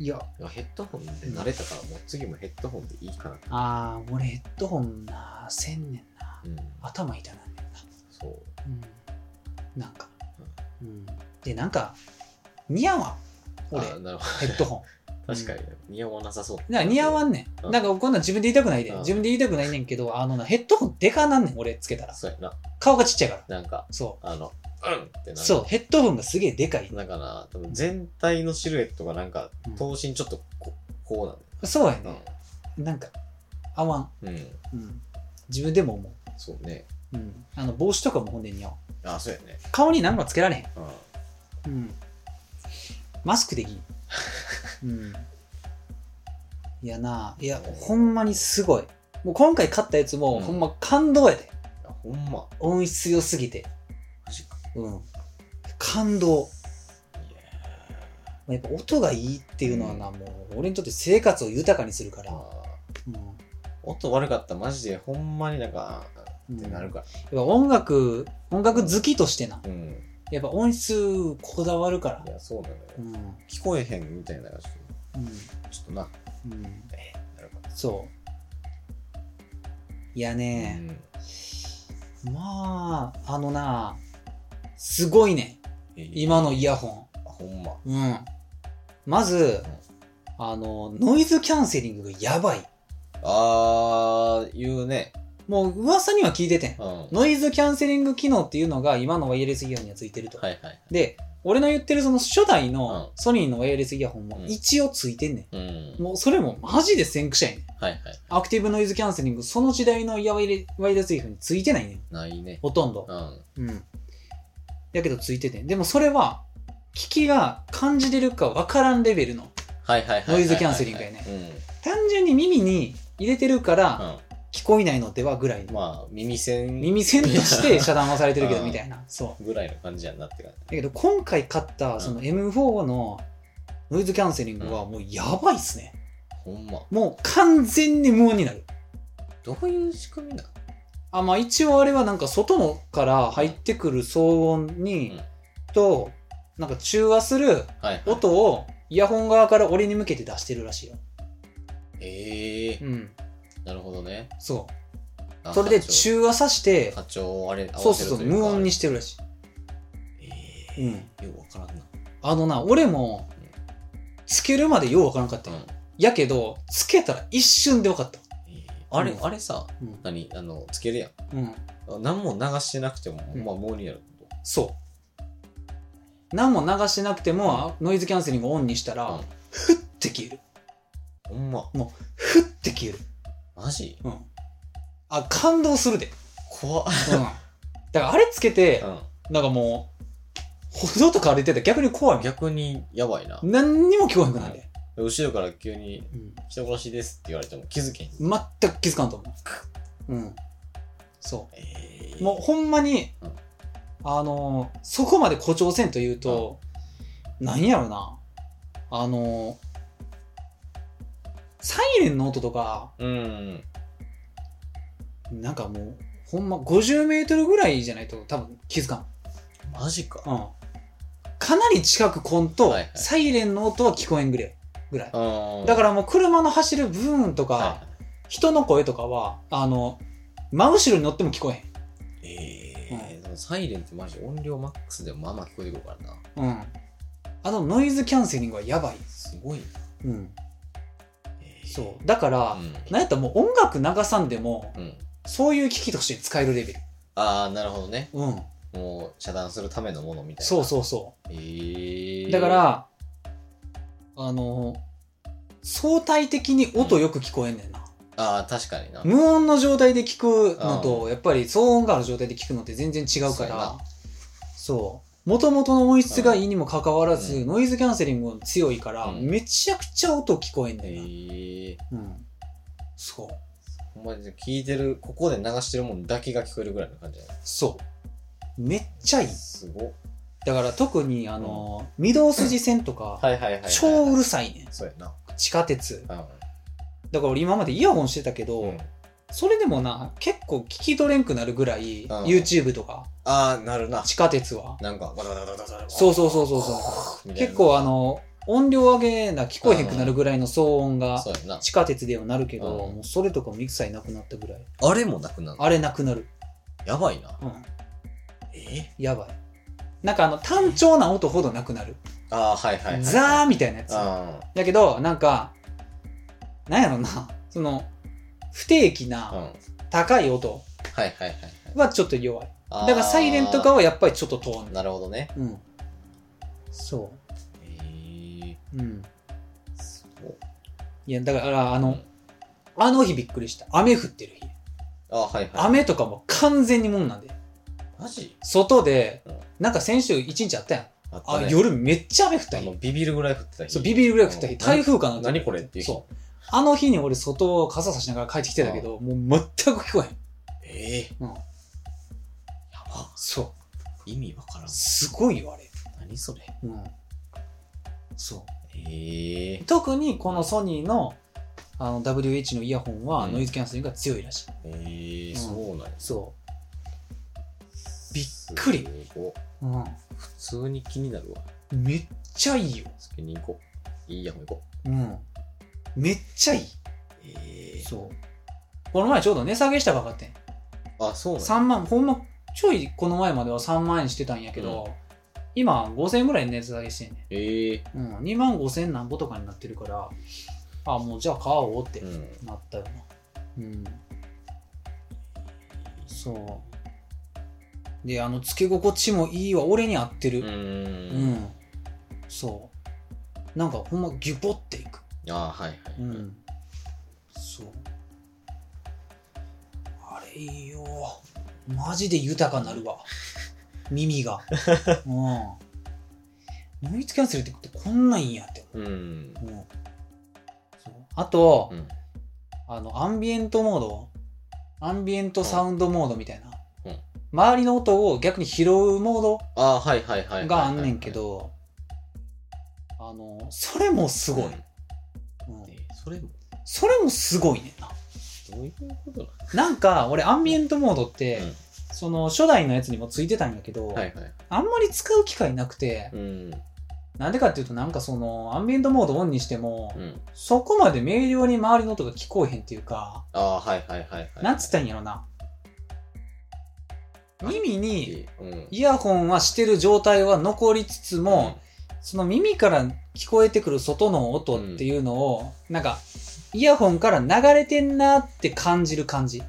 A: いや
B: いやヘッドホンで慣れたから、もう次もヘッドホンでいいかな。
A: あー俺ヘッドホンなせんねんな
B: うん。
A: 頭痛なんねんな
B: そう。
A: うんなんか、うん、でなんか似合わん俺
B: あなるほ
A: ヘッド *laughs* ホン
B: ど。確かに、似合わなさそう。
A: だから似合わんね。
B: うんん
A: なんかこんなん自分で言いたくないで。
B: うん
A: 自分で言いたくないねんけど、あのな、ヘッドホンでかなんねん、俺つけたら。
B: そうやな。
A: 顔がちっちゃいから。
B: なんか、
A: そ
B: あの、うんってな
A: う。
B: る
A: そう、ヘッドホンがすげえでかい。
B: だから、多分全体のシルエットがなんか
A: うん、
B: 頭身ちょっとここうなん
A: そうや
B: だよ
A: ね。なんか、合わん。
B: な。うん。
A: うん。自分でも思
B: そうね。
A: う。うん。あの、帽子とかもほんで似合う。
B: あ、そうやね。
A: 顔に何もつけられへん。
B: うん。
A: うん。マスクできん。うん。いやな、いや、ほんまにすごい。もう今回買ったやつも、
B: うん
A: ほんま感動やで。
B: あほんま。
A: 音質良すぎて。
B: マジか。
A: うん。感動。
B: いや
A: まあやっぱ音がいいっていうのはな、もう俺にとって生活を豊かにするから、
B: ー
A: うん
B: あー音悪かったらマジでほんまになんか、うんってなるか
A: やっぱ音楽音楽好きとしてな
B: ら。うん。
A: やっぱ音質こだわるから
B: い、や、そうなのよ。
A: うんうん
B: 聞こえへんみたいなのがちょっとちょっとな、
A: うん、
B: えーなるか
A: そういや
B: ら。
A: ね、まああのなすごいね
B: うん、えー
A: 今のイヤホ
B: あほんま。
A: ンうんまずあのノイズキャンセリングがやばい
B: あー、言うね。
A: もう噂には聞いててん
B: うん。は
A: ノイズキャンセリング機能っていうのが今のワイヤレスイヤホンにはついてると
B: いはい。
A: で、俺の言ってるその初代の
B: うん
A: ソニーのワイヤレスイヤホンも
B: うん
A: 一応ついてんね
B: うん
A: ん。。もうそれもマジで先駆者やねん。
B: はいはい。
A: アクティブノイズキャンセリング、その時代のイヤワイレワイヤレスイヤホンについてないねん。
B: ないね。
A: ほとんど
B: う。ん。
A: うん。やけどついててん。でもそれは、聞きが感じてるかわからんレベルの。
B: はいはいはいはいはい。
A: ノイズキャンセリングやね
B: う
A: 単純に耳に入れてるから
B: ん。うん。
A: 聞こえないのではぐらいの。
B: まあ、耳栓
A: 耳栓として遮断はされてるけど
B: うん
A: みたいな。そう。
B: ぐらいの感じやんなって感じ。
A: だけど今回買ったその M4 のノイズキャンセリングはもうやばいっすね。
B: ほんま。
A: もう完全に無音になる。
B: どういう仕組みなの
A: あまあ、一応あれはなんか外のから入ってくる騒音
B: う
A: に
B: ん
A: となんか中和する
B: はいはい。
A: 音をイヤホン側から俺に向けて出してるらしいよ。
B: ええ
A: うん、
B: なるほどね。
A: そ
B: あ
A: う。それで
B: 波長
A: 中和さして
B: 波長をあれ、合
A: そう
B: わせる
A: そうそう
B: といか
A: 無音にしてるらしい。
B: え
A: う
B: え
A: ん
B: よくわからんな。
A: あのな俺もつけるまでようわからんかったよ。
B: うん
A: やけどつけたら一瞬でわかった。
B: ええあれ
A: う、ん
B: あれさ、
A: うん
B: 何あの、つけるやん。
A: うん
B: あ何も流してなくても、
A: うん
B: まあ、無音になると。
A: そう。何も流してなくても、ノイズキャンセリングをオンにしたら、
B: うん
A: ふって消える。
B: ほんま。
A: ふって消える。
B: マジ
A: うん。あ、感動するで。
B: 怖っ。
A: うん。だからあれつけて、
B: う
A: なんかもう、歩道とか歩いてたら逆に怖い
B: ん。
A: もん。
B: 逆にやばいな。
A: 何にも聞こえなくなるで。
B: 後ろから急に
A: うん。
B: 人殺しですって言われても気づけん。
A: 全く気づかんと思う。うん。そ
B: え
A: う。もうほんまに、
B: うん
A: あのーそこまで誇張せんというと、何やろな。あのーサイレンの音とか、
B: う。うん。
A: なんかもう、ほんま50メートルぐらいじゃないと多分気づかん。
B: マジか。
A: うん。かなり近くこんと、
B: はいはい
A: サイレンの音は聞こえんぐらい。ぐらい。
B: うん
A: だからもう車の走るブーンとか、
B: は
A: 人の声とかは、あの、真後ろに乗っても聞こえ
B: いええでもサイレンってマジ音量マックスでもまあまあ聞こえてくるからな。
A: へん。うん。あのノイズキャンセリングはやばい。
B: すごいな。
A: うん。
B: ええ
A: そう。だから、
B: うん。
A: なんやったらもう音楽流さんでも、
B: うん。
A: そういう機器として使えるレベル。
B: ああ、なるほどね。
A: うん。
B: もう遮断するためのものみたいな。
A: そうそうそう。
B: ええ
A: だか、ら、あの、相対的に音よく聞こえんねんな。
B: ああ、確かにな。
A: 無音の状態で聞くのと、やっぱり騒音がある状態で聞くのって全然違う
B: そ
A: か
B: うや
A: ら
B: な、
A: そう。元々の音質がいいにもかかわらず、
B: う
A: ノイズキャンセリングも強いから、
B: うん
A: めちゃくちゃ音聞こえんねんな。
B: ええ
A: うん。そう。
B: ほんまに聞いてる、ここで流してるもんだけが聞こえるぐらいの感じだね
A: そうめっちゃいい
B: すごっ
A: だから特にあの御堂筋線とか
B: はいはいはいはい。
A: 超うるさいね
B: そうやな。
A: 地下鉄
B: うん。
A: だから俺今までイヤホンしてたけど、
B: うん
A: それでもな結構聞き取れんくなるぐらい、
B: ん
A: YouTube とか
B: ああ、なるな。
A: 地下鉄は
B: なんか、ガタガタガタガタガタ
A: そうそうそうそうそう
B: みたいな
A: 結構あ、の音量上げな聞こえへんくなるぐらいの騒音が
B: そうやな。
A: 地下鉄ではなるけど、
B: うん
A: もうそれとかも一切なくなったぐらい
B: あれもなくなる。
A: あれなくなる、
B: やばいな。
A: うん、
B: え
A: やばいなんかあの単調な音ほどなくなる、
B: ああ、はいはいはい。
A: ザーみたいなやつ
B: あ
A: だけどなんかなんやろな *laughs* その不定期
B: あ、うん。
A: な
B: はい
A: 高い音
B: はいはいはい。
A: はちょっと弱い
B: あ
A: だ
B: ー
A: からサイレンとかはやっぱりちょっと通んない
B: なるほどね。
A: うんそ
B: えー、
A: ううん
B: そう。
A: いやだからあ
B: あ
A: の、あの日びっくりした雨降ってる日
B: あはいはい。
A: 雨とかも完全にもんなんで
B: マジ
A: 外で
B: うん
A: なんか先週一日あったやん
B: あった
A: あ
B: ね
A: 夜めっちゃ雨降った
B: あの
A: 日
B: ビビるぐらい降ってた日。
A: そうビビるぐらい降った
B: う
A: 日
B: ん
A: 台風かな
B: 何これっていう日
A: そうあの日に俺外を傘さしながら帰ってきてたけどもう全く聞こ
B: ええ
A: えん、うん、
B: やば。
A: そう
B: 意味わからん。
A: すごいよあれ、
B: 何それ。
A: うん、そ
B: ええ
A: う特にこのソニーのあの WH のイヤホンは
B: うん
A: ノイズキャンセリングが強いらしい、
B: ええそうなんや。
A: そ
B: びっ
A: くり。う、
B: 普通に気になるわ。
A: うん、めっちゃいいよ、
B: 先に行こう。いいや、もう行こ。
A: うん、めっちゃいいう
B: ええ
A: そうこの前ちょうど値下げしたばっかってん
B: あ、そうなんや。
A: 3万ほんまちょいこの前までは3万円してたんやけど、今5000円ぐらい値下げしてんね
B: え
A: ん、
B: え
A: うん、2万5000なんぼとかになってるからあもうじゃあ買おうって
B: うん。
A: なったよなうんそうであのつけ心地もいいわ俺に合って
B: う
A: るう
B: ー
A: ん、
B: ん。
A: そうなんかほんまギュポっていく
B: あはいはい。
A: うんそうあれいいよマジで豊かなる *laughs* わ耳が *laughs* うんノイズキャンセルってこんなんいいんやって
B: うん。
A: 思う、うんそうあと、
B: うん。
A: あの、アンビエントモード、アンビエントサウンドモードみたいな、
B: うん
A: 周りの音を逆に拾うモー
B: あはいはいはいはいはい。
A: ドがあんねんけど、あの、それもす
B: うん、
A: ごい、
B: え
A: うん
B: えそれど
A: それもすごいねんな。
B: ういうことなの
A: なんか、俺、アンビエントモードって、
B: うん
A: その、初代のやつにもついてたんやけど、
B: はいはい。
A: あんまり使う機会なくて、
B: うん。
A: なんでかっていうと、なんかその、アンビエントモードオンにしても、
B: うん。
A: そこまで明瞭に周りの音が聞こえへんっていうか、
B: ああはいはいはいはい。
A: なんつったらいいんやろな。耳に
B: ええうん。
A: イヤホンはしてる状態は残りつつも、その耳から聞こえてくる外の音っていうのを、なんか、イヤホンから流れてんなって感じる感じ。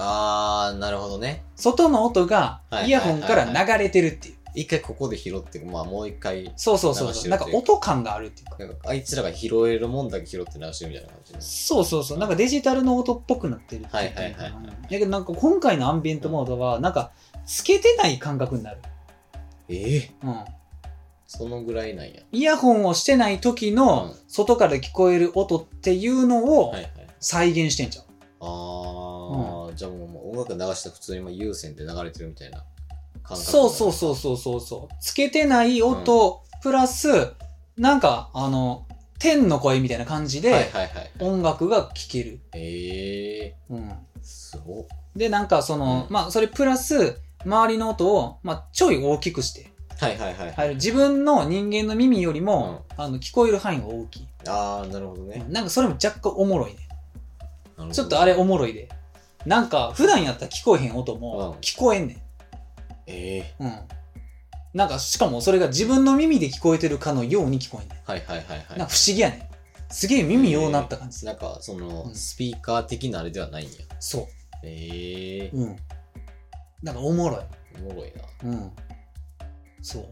B: ああなるほどね。
A: 外の音が
B: はい
A: イヤホンから流れてるっていう。
B: 一回ここで拾って、まあもう一回、
A: そうそうそうそう。
B: 流
A: な
B: してる
A: ん
B: って
A: か
B: いう
A: 音感があるっていうか。
B: なんかあいつらが拾えるもんだけ拾って流してるみたいな感じです。
A: そうそうそう。なんかデジタルの音っぽくなってるっていうか。
B: はいはいはいはい
A: だけどなんか今回のアンビエントモードは、なんか透けてない感覚になる。
B: ええ
A: うん。
B: そのぐらいなんや。
A: イヤホンをしてない時
B: う
A: の
B: ん
A: 外から聞こえる音っていうのを
B: はいはい。
A: 再現してんじゃん。
B: ああ、じゃあもうもう音楽流して普通にまあ有線で流れてるみたいな感覚。
A: そうそうそうそうそうそう。つけてない音、プラス、なんか、あの、天の声みたいな感じ
B: はい
A: で
B: はいはい。
A: 音楽が聴ける。
B: ええ
A: うん。
B: すごっ。
A: で、なんかその、
B: うん
A: まあ、それプラス、周りの音を、まあ、ちょい大きくして
B: はいはいはい、は
A: 入
B: い。
A: る。自分の人間の耳よりも、あの、聞こえる範囲が大きい。
B: ああ、なるほどね。
A: なんかそれも若干おもろいね。
B: なるほど
A: ちょっとあれおもろいで。なんか、普段やったら聞こえへん音も
B: うん
A: 聞こえんね
B: ええ
A: ん。うん。なんか、しかもそれが自分の耳で聞こえてるかのように聞こえんね
B: はいはいはいは
A: ん。
B: い。
A: なんか不思議やねん。すげえ耳ようなった感じ。
B: なんか、その、
A: うん
B: スピーカー的なあれではないんや。
A: そ
B: ええ
A: う。うん。なんかおもろい。
B: おもろいな。
A: うん。そう。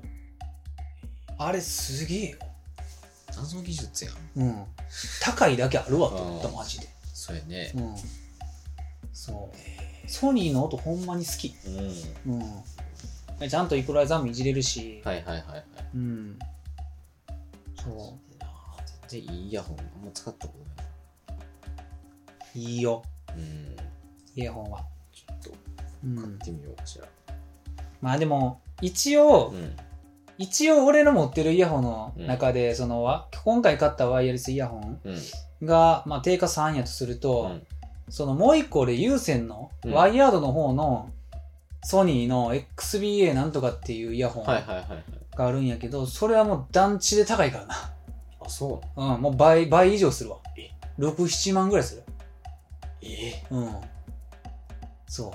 A: あれすげえよ。
B: 謎技術やん。
A: うん。高いだけあるわと思った、マジで。
B: そうやね。
A: うん。そう。ソニーの音ほんまに好き。
B: うん。
A: うん。ちゃんとイクライザーもいじれるし。
B: はいはいはいはい。
A: うん。そ
B: 全然いいイヤホン、あんま使ったことない。
A: う。いいよ。
B: うん。
A: イヤホンは。
B: ちょっと
A: う
B: 買
A: ん
B: っ、てみようかしら。
A: まあでも、一応、
B: うん。
A: 一応俺の持ってるイヤホンの中で、そのわ今回買ったワイヤレスイヤホン
B: うん。
A: が、まあ、定価3やとすると、
B: うん
A: そのもう一個俺有線の、
B: うん
A: ワイヤードの方のソニーの XBA なんとかっていうイヤホン
B: はい
A: が
B: はいはいはい。
A: あるんやけど、それはもう団地で高いからな。
B: あ、そうなの
A: うん、もう倍、倍以上するわ
B: え。
A: 6、7万ぐらいする。
B: ええ
A: うん。そう。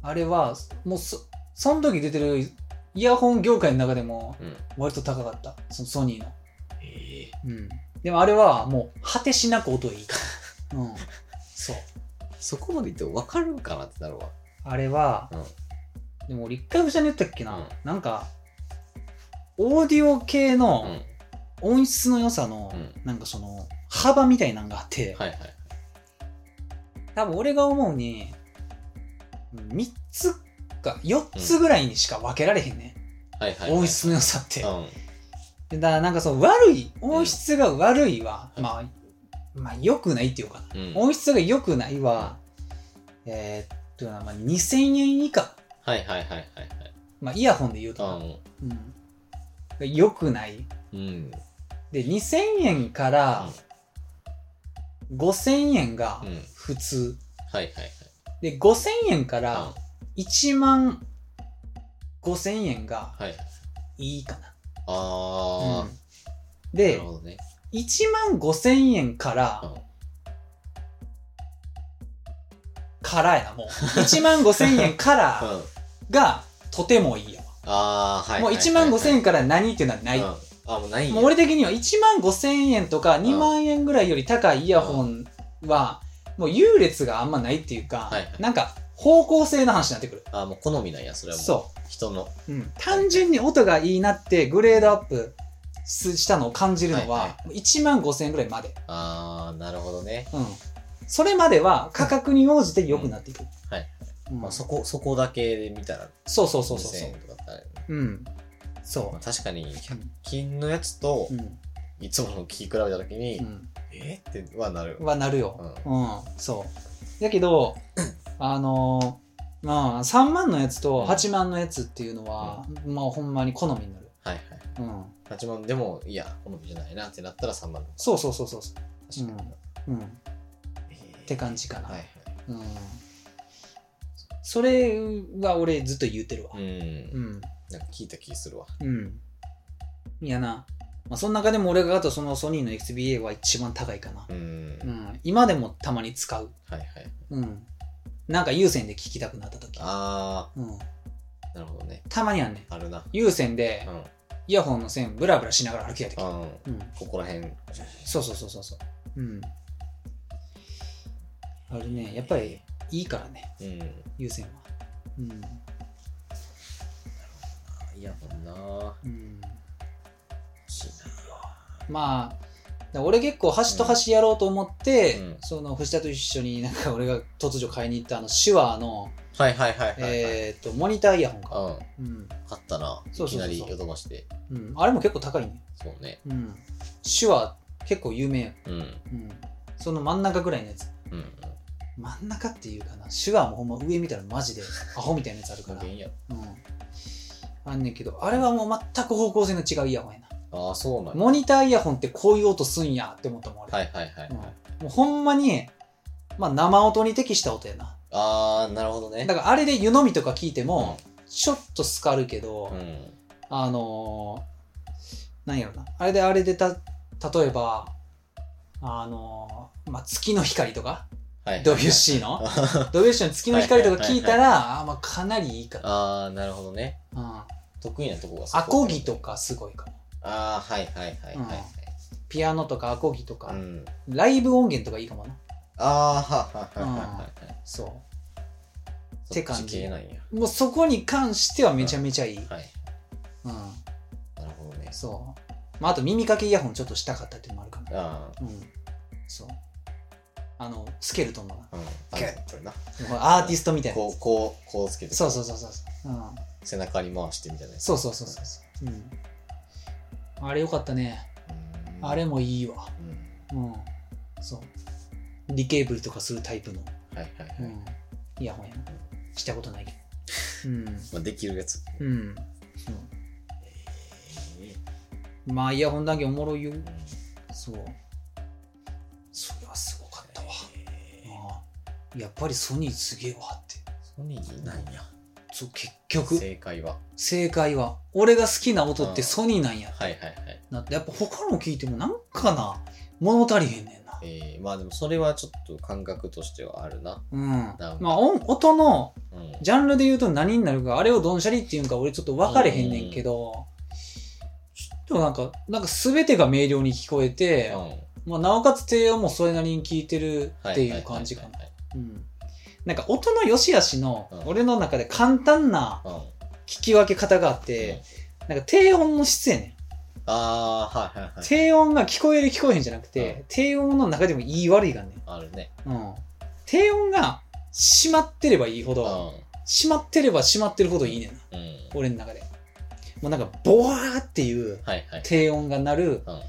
A: あれは、もうそ、その時出てるイヤホン業界の中でも
B: うん、
A: 割と高かった。そのソニーの。
B: ええ
A: うん。でもあれはもう、果てしなく音いい
B: *laughs*
A: から。うん。そう。
B: そこまで言っても分かるんかなってなるわ。
A: あれは、でも俺一回不ちゃに言ったっけな、
B: うん
A: なんか、オーディオ系
B: うん。
A: の
B: は
A: 音質の良さの、
B: うん
A: なんかその、幅みたいなんがあって、
B: いはい。
A: 多分俺が思うに3つか4つぐらいにしか分けられへんね、
B: はいはい。
A: 音質の良さって、
B: うん。
A: でだからなんかその悪い音質が悪いは、
B: うん
A: まあまあ良くないっていうか、
B: うん。
A: 音質が良くないは、えーっとまあ2000円以下
B: はいはいはいはい
A: まあイヤホンで言うとな、
B: はい。
A: うん良くない
B: うん。うん。
A: で2000円から5000円が
B: うん。
A: 普通
B: はいはいはい。
A: で5000円か
B: うん
A: ら、1万5000円が
B: はい。
A: いいかな。う
B: あ
A: ん
B: ー。な
A: で
B: る、ほどね。
A: 1万5000円から、
B: うん
A: からやな、もう。1万5000円から
B: うん。
A: が、とてもいいやわ。
B: あー、はい。
A: もう1万5000円
B: か
A: から何っていうのはない。
B: うん
A: も
B: あ、もうないんや。
A: う俺的には1万5000円とか2万円ぐらいより高いイヤホンは、もう優劣があんまないっていうか
B: はいは、い
A: なんか方向性の話になってくる。
B: あー、もう好みなんや、それはもう。
A: そう。
B: 人の。
A: うん、単純に音がいいなってグレードアップすしたのを感じるの
B: はい
A: は
B: は
A: 1万5000円ぐらいまで、
B: あー、なるほどね。
A: うん、それまでは価格に応じて良くなっていく、
B: はい
A: うん
B: まあ、
A: そ
B: そこ、そこだけで見たら、
A: うそうそうそう
B: 2000
A: そう
B: 円とかってあるよね
A: うんそ
B: まあ確かに、
A: う
B: 100均のやつと
A: う、ん、
B: いつもの聞き比べたときに
A: う、ん
B: えーってはなる。
A: はなるようん、そうだけ
B: *coughs*
A: どあのーまあ3万のやつと8万のやつっていうのは、まあほんまに好みになる、
B: はいはい。
A: うん、
B: 8万でも、いや、好みじゃないなってなったら3万の方
A: そうそうそうそうそ
B: が確かに。
A: う、うん、っ
B: えー
A: て感じかな、
B: はいはい。
A: うんそれは俺ずっと言うてるわ
B: う。ん
A: う。ん。
B: なんか聞いた気するわ。
A: うん。いやな。まあ、その中でも俺が買ったそのソニーの XBA は一番高いかな
B: う。ん
A: う。ん。今でもたまに使う。
B: はいはい。
A: うん。なんか有線で聞きたくなった時。
B: あ
A: うん。
B: ー、なるほどね。
A: たまにあんねん。
B: あるな。
A: 有線で
B: うん。
A: イヤホンの線ブラブラしながら歩きたい時。
B: うん。
A: うん。
B: ここら辺。
A: そうそうそうそうそう。うん。あれね、やっぱりいいからね、
B: うん。
A: 有線は。うん。
B: いや、ほんな欲
A: うん。
B: しい
A: まあ俺結構端と端やろうと思って、
B: うん
A: その藤田と一緒になんか俺が突如買いに行ったあの手話の、
B: な。はいはいはいはい。
A: えー、とモニターイヤホンか、
B: うん。
A: うん
B: 買ったな。い
A: そうそうそう
B: きなりヨドバシで。
A: うん、あれも結構高いね、
B: そうね。
A: うん、手話結構有名や、
B: うん。
A: うん、その真ん中ぐらいのやつ
B: うん。
A: 真ん中っていうかな手話もほんま上見たらマ
B: *laughs*
A: ジでアホみたいなやつあるか
B: 無
A: ら、
B: 限や。
A: うん、あんねんけどあれはもう全く方向性の違うイヤホンやな
B: ああ、そうなんや
A: モニターイヤホンってこういう音すんやって思ったもん俺、
B: はいはいはい。
A: うんもうほんまに、まあ、生音に適した音やな。
B: ああ、なるほどね。
A: だからあれで湯飲みとか聞いても、ちょっとスカるけど、
B: うん。
A: あのー、なんやろな。あれであれでた、例えば、あのー、まあ、月の光とか、
B: はい。
A: ドビュッシー
B: *laughs*
A: の、ドビュッシーの月の光とか聞いたら、あまあ、かなりいいかな。
B: ああ、なるほどね。
A: うん。
B: 得意なとこがそこ
A: アコギと。かすごいかも。
B: ああ、はいはいはいはい
A: ピアノとかアコギと
B: は
A: か
B: い。う、ん。
A: ライブ音源とかいいかもな。
B: ああ、はいはいはいはいはい。
A: そ
B: そっち
A: 感じ
B: 系なんや。
A: う。もうそこに関してはめちゃめちゃいい。
B: はい。
A: うん
B: なるほどね。
A: そう。まあ、あと耳かけイヤホンちょっとしたかったっていうのもあるかも。
B: あ
A: うん。そう。あの、スケルトンのな。
B: あ、うん。
A: キュッ
B: ッとな。
A: ほらアーティストみたいなや
B: こ
A: つ。
B: う、こう、こうつけて、
A: そうそうそうそう。うん。
B: 背中に回してみたいなやつ。
A: そうそうそうそう。うん。あれよかったね。
B: うん
A: あれもいいわ。
B: うん
A: うん。そう。リケーブルとかするタイプの、
B: はいはいはい。
A: うん、イヤホンやなしたことないけど。うん。
B: まあ、できるやつ。
A: うん。そうまあ、イヤホンだけおもろいよ。そう。それはすごかったわ。ああやっぱりソニーすげえわって。
B: ソニーなんや。
A: そう、結局、
B: 正解は。
A: 正解は、俺が好きな音って
B: うん
A: ソニーなんや。
B: はいはいはい。
A: なって、やっぱ他の聞いてもなんかな、物足りへんねんな。
B: えー、まあでもそれはちょっと感覚としてはあるな。
A: うん。
B: か
A: まあ、音音の
B: うん。
A: ジャンルで言うと何になるか、あれをドンシャリっていうんか、俺ちょっと分かれへんねんけど、ちょっとなんか、なんか全てが明瞭に聞こえて、
B: うん
A: まあ、なおかつ低音もそれなりに聞いてるっていう感じか。
B: は
A: な。
B: は
A: うん。なんか音の良し悪しの
B: うん、
A: 俺の中で簡単ない
B: はいはいうん。
A: 聞き分け方があって、なんか低音の質やね
B: ああ、はいはいは
A: ん。
B: い。
A: 低音が聞こえる聞こえへんじゃなく
B: う
A: て、低音の中でもいい悪いがあんね
B: あるね。
A: ん。うん。低音が閉まってればいいほ
B: う
A: ど、閉まってれば閉まってるほどいいねんな。
B: ん。うん。
A: 俺の中でもうなんかボワーっていう
B: はいはい。
A: 低音が鳴る
B: うん。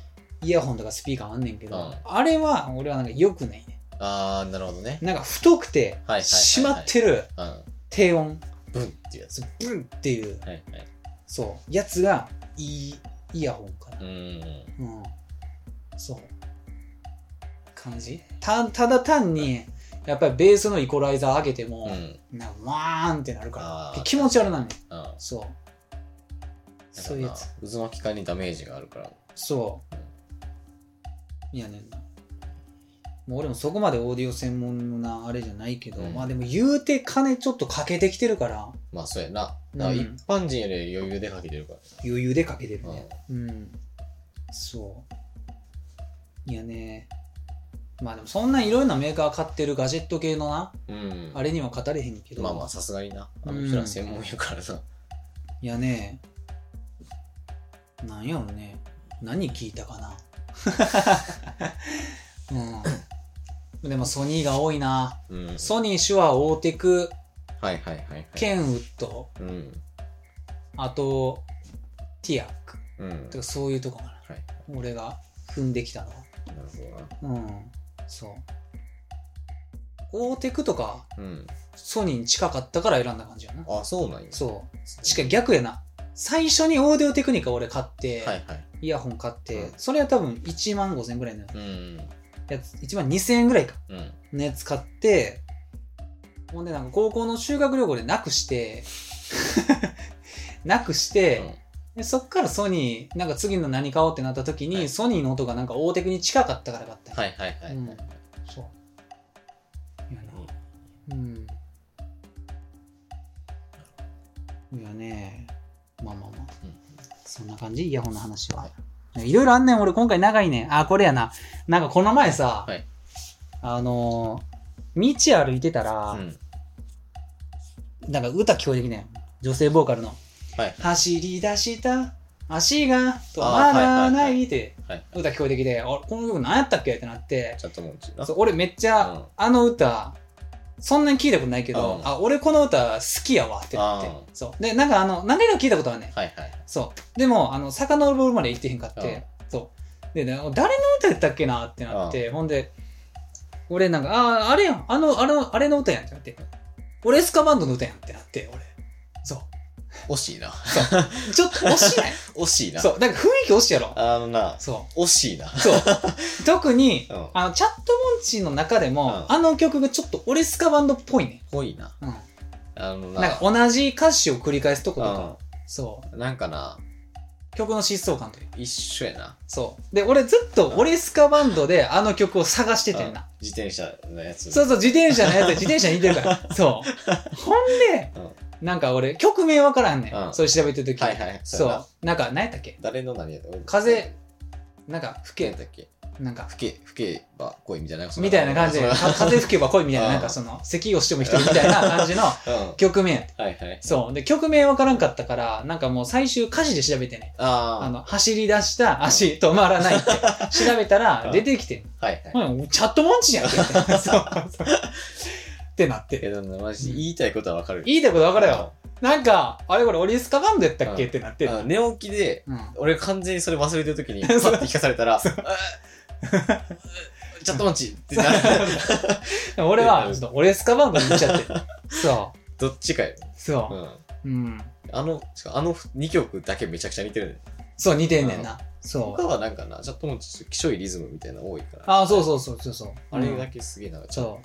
A: イヤホンとかスピーカーあんねんけど、
B: うん
A: あれは俺はなんか良くないね
B: ああ、なるほどね。
A: なんか太くて
B: はいはいはいはい
A: 締まってる
B: うん。
A: 低音
B: ブンっていうやつ。は
A: ブンっていう
B: いはい。
A: そうやつがいいイヤホンかな
B: う、ん。
A: うんそう感じたただ単にやっぱりベースのイコライザー上げて
B: う
A: も、
B: ん。
A: なんかワーンってなる
B: あ
A: から
B: ー
A: 気持ち悪なんねん
B: うん。
A: そうそういうやつ
B: つ。渦巻き感にダメージがあるから。
A: そう。いやねんな。もう俺もそこまでオーディオ専門なあれじゃないけど、
B: うん
A: まあでも言うて金ちょっとかけてきてるから、
B: まあそうやな。だから一般人より余裕でかけてるか
A: 余裕でかけてる
B: ら。うん。
A: ね。うん。そう。いやね。まあでもそんないろいろなメーカー買ってるガジェット系のな、
B: うん。
A: あれには語れへんけど、
B: まあまあさすがにな。あ
A: うん
B: の人ら専門やからな。
A: いやね。なんやろね。何聞いたかな。 *laughs* うん。でもソニーが多いな。
B: うん。はい
A: ソニー、手話、オーテク、
B: はいはいはい。
A: ケンウッド、
B: うん。
A: あと、ティアック。
B: うん。はい。
A: とかそういうとこかな。俺が踏んできたのは。
B: なるほどな。
A: うん。そう。オーテクとか
B: うん。
A: ソニーに近かったから選んだ感じやな。
B: あ、そうなんや。
A: そう。しかも逆やな。最初にオーディオテクニカ俺買って、
B: はいはい。
A: イヤホン買って、
B: うん
A: それは多分1万5000円ぐらいの
B: うん。
A: やつ、1万2000円ぐらいか、
B: うん。
A: のやつ買って、ほんでなんか高校の修学旅行でなく
B: *laughs*
A: して、なくして、でそっからソニー、なんか次の何買おうってなった時に、
B: はい
A: ソニーの音がなんか大手に近かったから買ったんよ
B: はいはいはい。
A: う
B: うんん。
A: そう。いやな。うん。いやね。まあまあまあ。そんな感じイヤホンの話は。いろいろあんねん、俺今回長いねん。あ、これやな。なんかこの前さ、
B: はい
A: あのー道歩いてたら
B: う、ん。
A: なんか歌聞こえてきてん。女性ボーカルの。
B: はい
A: 走り出した足が止まら
B: あーはいはい
A: な
B: はいい
A: って
B: はい。
A: 歌聞こえてきて、あ、この曲何やったっけってなって、
B: チャットモンチーな。
A: そう俺めっちゃ、
B: うん
A: あの歌そんなに聞いたことないけど、
B: うん
A: あ俺この歌好きやわってなって
B: うん
A: そうでなんかあの何回か聞いたことはねん
B: はいはい。
A: そうでもあの遡るまで行ってへんかって、そうで、ね、誰の歌やったっけなってなって、ほんで俺なんかあああれやんあのあのあれの歌やんってなって俺エスカバンドの歌やんってなって俺そ
B: 惜しいな。 *laughs*
A: うちょっと惜 *laughs* しない
B: 惜しいな。
A: そうなんか雰囲気惜しいやろ
B: あのな、
A: そ
B: 惜しいな。
A: う *laughs* そう特に
B: うん。
A: あのチャットモンチーの中でも、
B: う
A: あ
B: ん
A: の曲がちょっと俺スカバンドっぽいね、
B: ぽいな。
A: うん、
B: あのな、
A: なんか同じ歌詞を繰り返すとことか、そう
B: うん。なんかな、
A: 曲の疾走感という
B: 一緒やな。
A: そうで俺ずっと
B: うん
A: 俺スカバンドであの曲を探しててん
B: うん
A: な、
B: 自転車のやつ。
A: そうそう自転車の
B: *laughs*
A: やつ自転車に似てるからそうほんで、なんか俺曲名わからんねん、
B: うん
A: それ調べてる時、
B: はいはい。
A: そう
B: やな
A: なんか何やったっけ
B: 誰の何やった
A: 風なんか吹
B: 吹け
A: け
B: だっけ
A: なんか
B: 吹け、吹けば恋みたいな。そん
A: みたいな感じで
B: そん
A: か *laughs* 風吹けば恋みたいな
B: うん
A: なんかその咳をしても一人みたいな感じの
B: な *laughs* うん。
A: 曲名やって
B: はいはい。
A: そうで曲名わからんかったからなんかもう最終歌詞で調べてね
B: ああ。
A: あの、走り出した足止まら *laughs* ないって調べたら
B: うん
A: 出てきて、
B: はいはい。
A: うん、チャットモンチやんって。 *laughs* そうそうってなって。
B: けどな、マジで言いたいことはわかる。
A: いいってこと分かるよ。なんか、あれこれオリスカバンドやったっけ
B: うん
A: ってなって
B: うん。。あ寝起きで、
A: うん
B: 俺完全にそれ忘れてる時に、パッて聞かされたら、えちょっと待ちっ
A: *laughs*
B: てなる。
A: 俺は、ちょっと俺スカバンドに言っちゃって。 *laughs* そ
B: どっちかよ。
A: う。そうう。
B: ん。
A: うん。
B: あの、しかもあの2曲だけめちゃくちゃ似てるね。
A: そう、似てんねんな。そ
B: 他
A: う。
B: はなんかな、ちょっともうちょっときしょいリズムみたいなの多いから。
A: ああ、そうそうそうそうそう。
B: あれだけすげえなんかちょっ
A: そ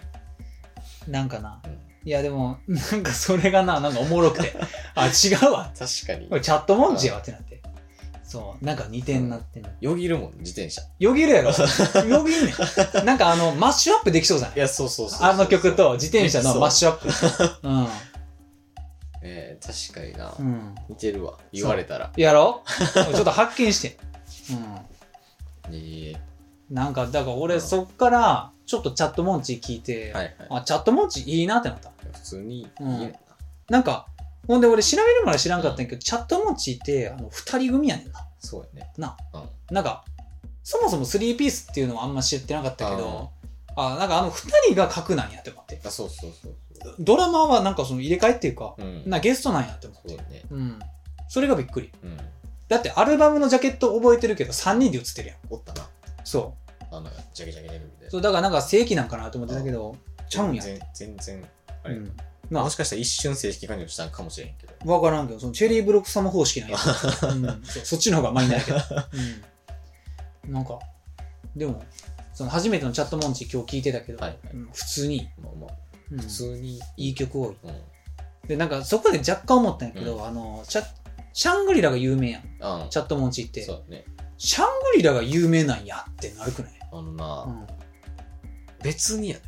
A: う。なんかな
B: うん。
A: いや、でも、なんかそれがな、なんかおもろくて。あ、違うわ。
B: と確かに
A: こ。れチャットモンチやわってなって。そう。なんか似てんなってな。
B: よぎるもん、自転車。
A: よぎる
B: *laughs*
A: やろ。よぎんねん。なんかあの、マッシュアップできそうじゃない
B: いや、そうそうそうそう
A: あの曲と自転車のマッシュア
B: *laughs*
A: ッ
B: そうえー、確かにな
A: プ。う。ん。うん。
B: 似てるわ。言われたら。
A: やろちょっと発見して。
B: えー、
A: うん。なんか、だから
B: う
A: 俺
B: ん
A: そっから、ちょっとチャットモンチ聞いて、
B: はいはい。
A: あ、チャットモンチいいなってなった。
B: 普通にいい
A: うん
B: な。
A: なんか、ほんで俺調べるまで知らんかったんやけど、チャットモンチって、あの、二人組やねんな。
B: そうやね。
A: な
B: うん。
A: なんか、そもそもスリーピースっていうのはあんま知ってなかったけど、あなんかあの二人が核なんやって思って。
B: あ、そうそうそうそう。
A: ドラマはなんかその入れ替えっていうか、
B: うん。
A: なゲストなんやって思っ
B: そ
A: て。
B: うだね。
A: うん。それがびっくり。
B: うん。
A: だってアルバムのジャケット覚えてるけど、3人で写ってるやん。
B: おったな。
A: そ。
B: あの、ジャケジャケジャケみたいうな。
A: そう、だからなんか正規なんかなと思ってたけど、ちゃうんや。
B: 全然、全然。
A: う
B: あれ、
A: ん。
B: ま
A: な
B: あ、もしかしたら一瞬正式加入したんかもしれへんけど。
A: わからんけど、そのチェリーブロック様方式なんや。 *laughs* うん、そうそっちの方がマイナーやけど。うん。なんか、でも、その初めてのチャットモンチ今日聞いてたけど、
B: はいはい
A: うん普通に、
B: まあまあ、
A: うん
B: 普通に。
A: いい曲多い。
B: うん。
A: で、なんかそこで若干思ったんやけど、
B: う
A: あの、チャシャングリラが有名やん。
B: あん。
A: チャットモンチって
B: そ。うだね。
A: シャングリラが有名なんやってなるくない、
B: あのな、
A: うん、
B: 別にやね。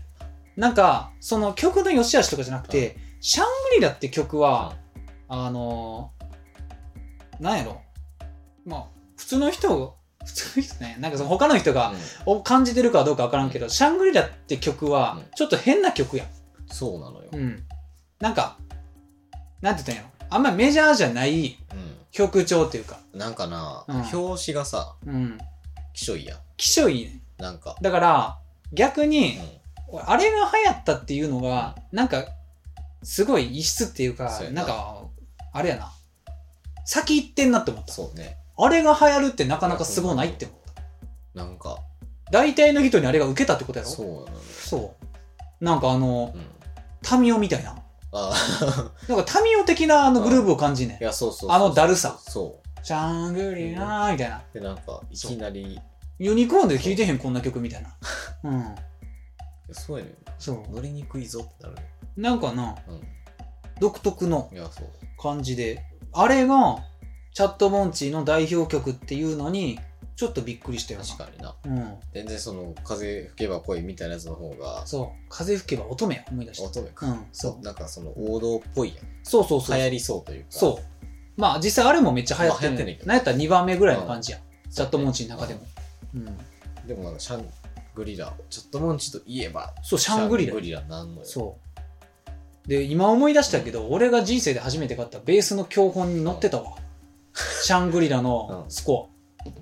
A: なんか、その曲の良し悪しとかじゃなくて、シャングリラって曲は、あのー、なんやろ。まあ、普通の人、普通の人ね、なんかその他の人が、
B: う
A: を感じてるかどうかわからんけど、シャングリラって曲は
B: うん、
A: ちょっと変な曲やん。
B: ん。そうなのよ
A: う。ん。なんか、なんて言ったんやろ。あんまメジャーじゃない
B: うん。
A: 曲調っていうか、
B: なんかな、
A: うん
B: 表紙がさ、
A: うん。
B: きしょいやん。
A: 気性いいね。
B: なんか。
A: だから、逆に、
B: う
A: 俺あれが流行ったっていうのが、なんか、すごい異質っていうか
B: そう、や
A: な
B: な
A: んか、あれやな。先行ってんなって思っ
B: ん。
A: た。
B: そうね。
A: あれが流行るってなかなかすごないって思った。
B: なんか、
A: 大体の人にあれが受けたってことやろ。
B: そううなのよ。
A: そう。なんかあの、
B: うん。
A: タミオみたいな。
B: ああ、
A: なんかタミオ的なあのグルーブを感じんねん
B: *laughs* い。や、そうそうそう。
A: あのだるさ。
B: そ
A: シャングリラーみたいな。
B: う。で、なんか、いきなり、い
A: ユニコーンで聴いてへんこんな曲みたいな。うん。
B: やそうやねん。
A: そ
B: 乗りにくいぞってなるね。
A: う。なんかな、
B: う
A: 独特の
B: ん。いや、そう。
A: 感じであれがチャットモンチーの代表曲っていうのにちょっとびっくりしたよな
B: 確かにな。
A: うん、
B: 全然その、風吹けば恋みたいなやつの方が、
A: そう風吹けば乙女や思い出した
B: 乙女か。
A: うん
B: そ
A: そう
B: う。なんかその、王道っぽいやん。流
A: そうそうそう
B: 行りそうというか。
A: そうまあ実際あれもめっちゃ流行って
B: まあ流行って
A: る、
B: んねんけど
A: なんやったら2番目ぐらいの感じや、チャットモンチーの中でも、うん、
B: う。でもなんか、シャングリラ、ちょっともんちと言えば、
A: そうシャングリラ
B: グリラなんのよ。
A: そうで今思い出したけど、俺が人生で初めて買ったベースの教本に載ってたわ、シャングリラの
B: うん
A: スコ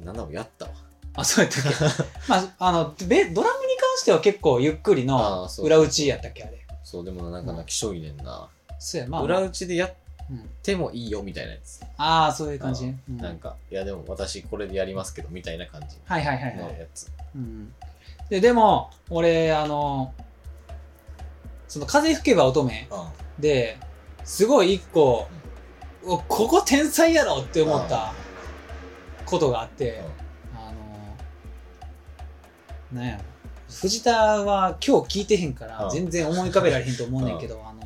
B: 7をやったわ。
A: ア、あそうやったっけ
B: *laughs*
A: まああのベドラムに関しては結構ゆっくりの
B: あーそう
A: 裏打ちやったっけあれ
B: そう、でもなんか
A: う
B: な、
A: ん
B: きしょいねんな。
A: そうや、まあ、
B: 裏打ちでやっ
A: うん
B: てもいいよみたいなやつ。
A: ああ、そういう感じね。うん
B: なんか、いや、でも私これでやりますけど、みたいな感じ
A: はいはいはいは
B: の
A: い。
B: やつ。
A: うん、ででも、俺、あの、その風吹けば乙女
B: うん。
A: で、すごい一個、うわここ天才やろって思ったことがあって、あの、なんやろ。藤田は今日聞いてへんから
B: う、ん
A: 全然思い浮かべられへんと思うねんけど、あの、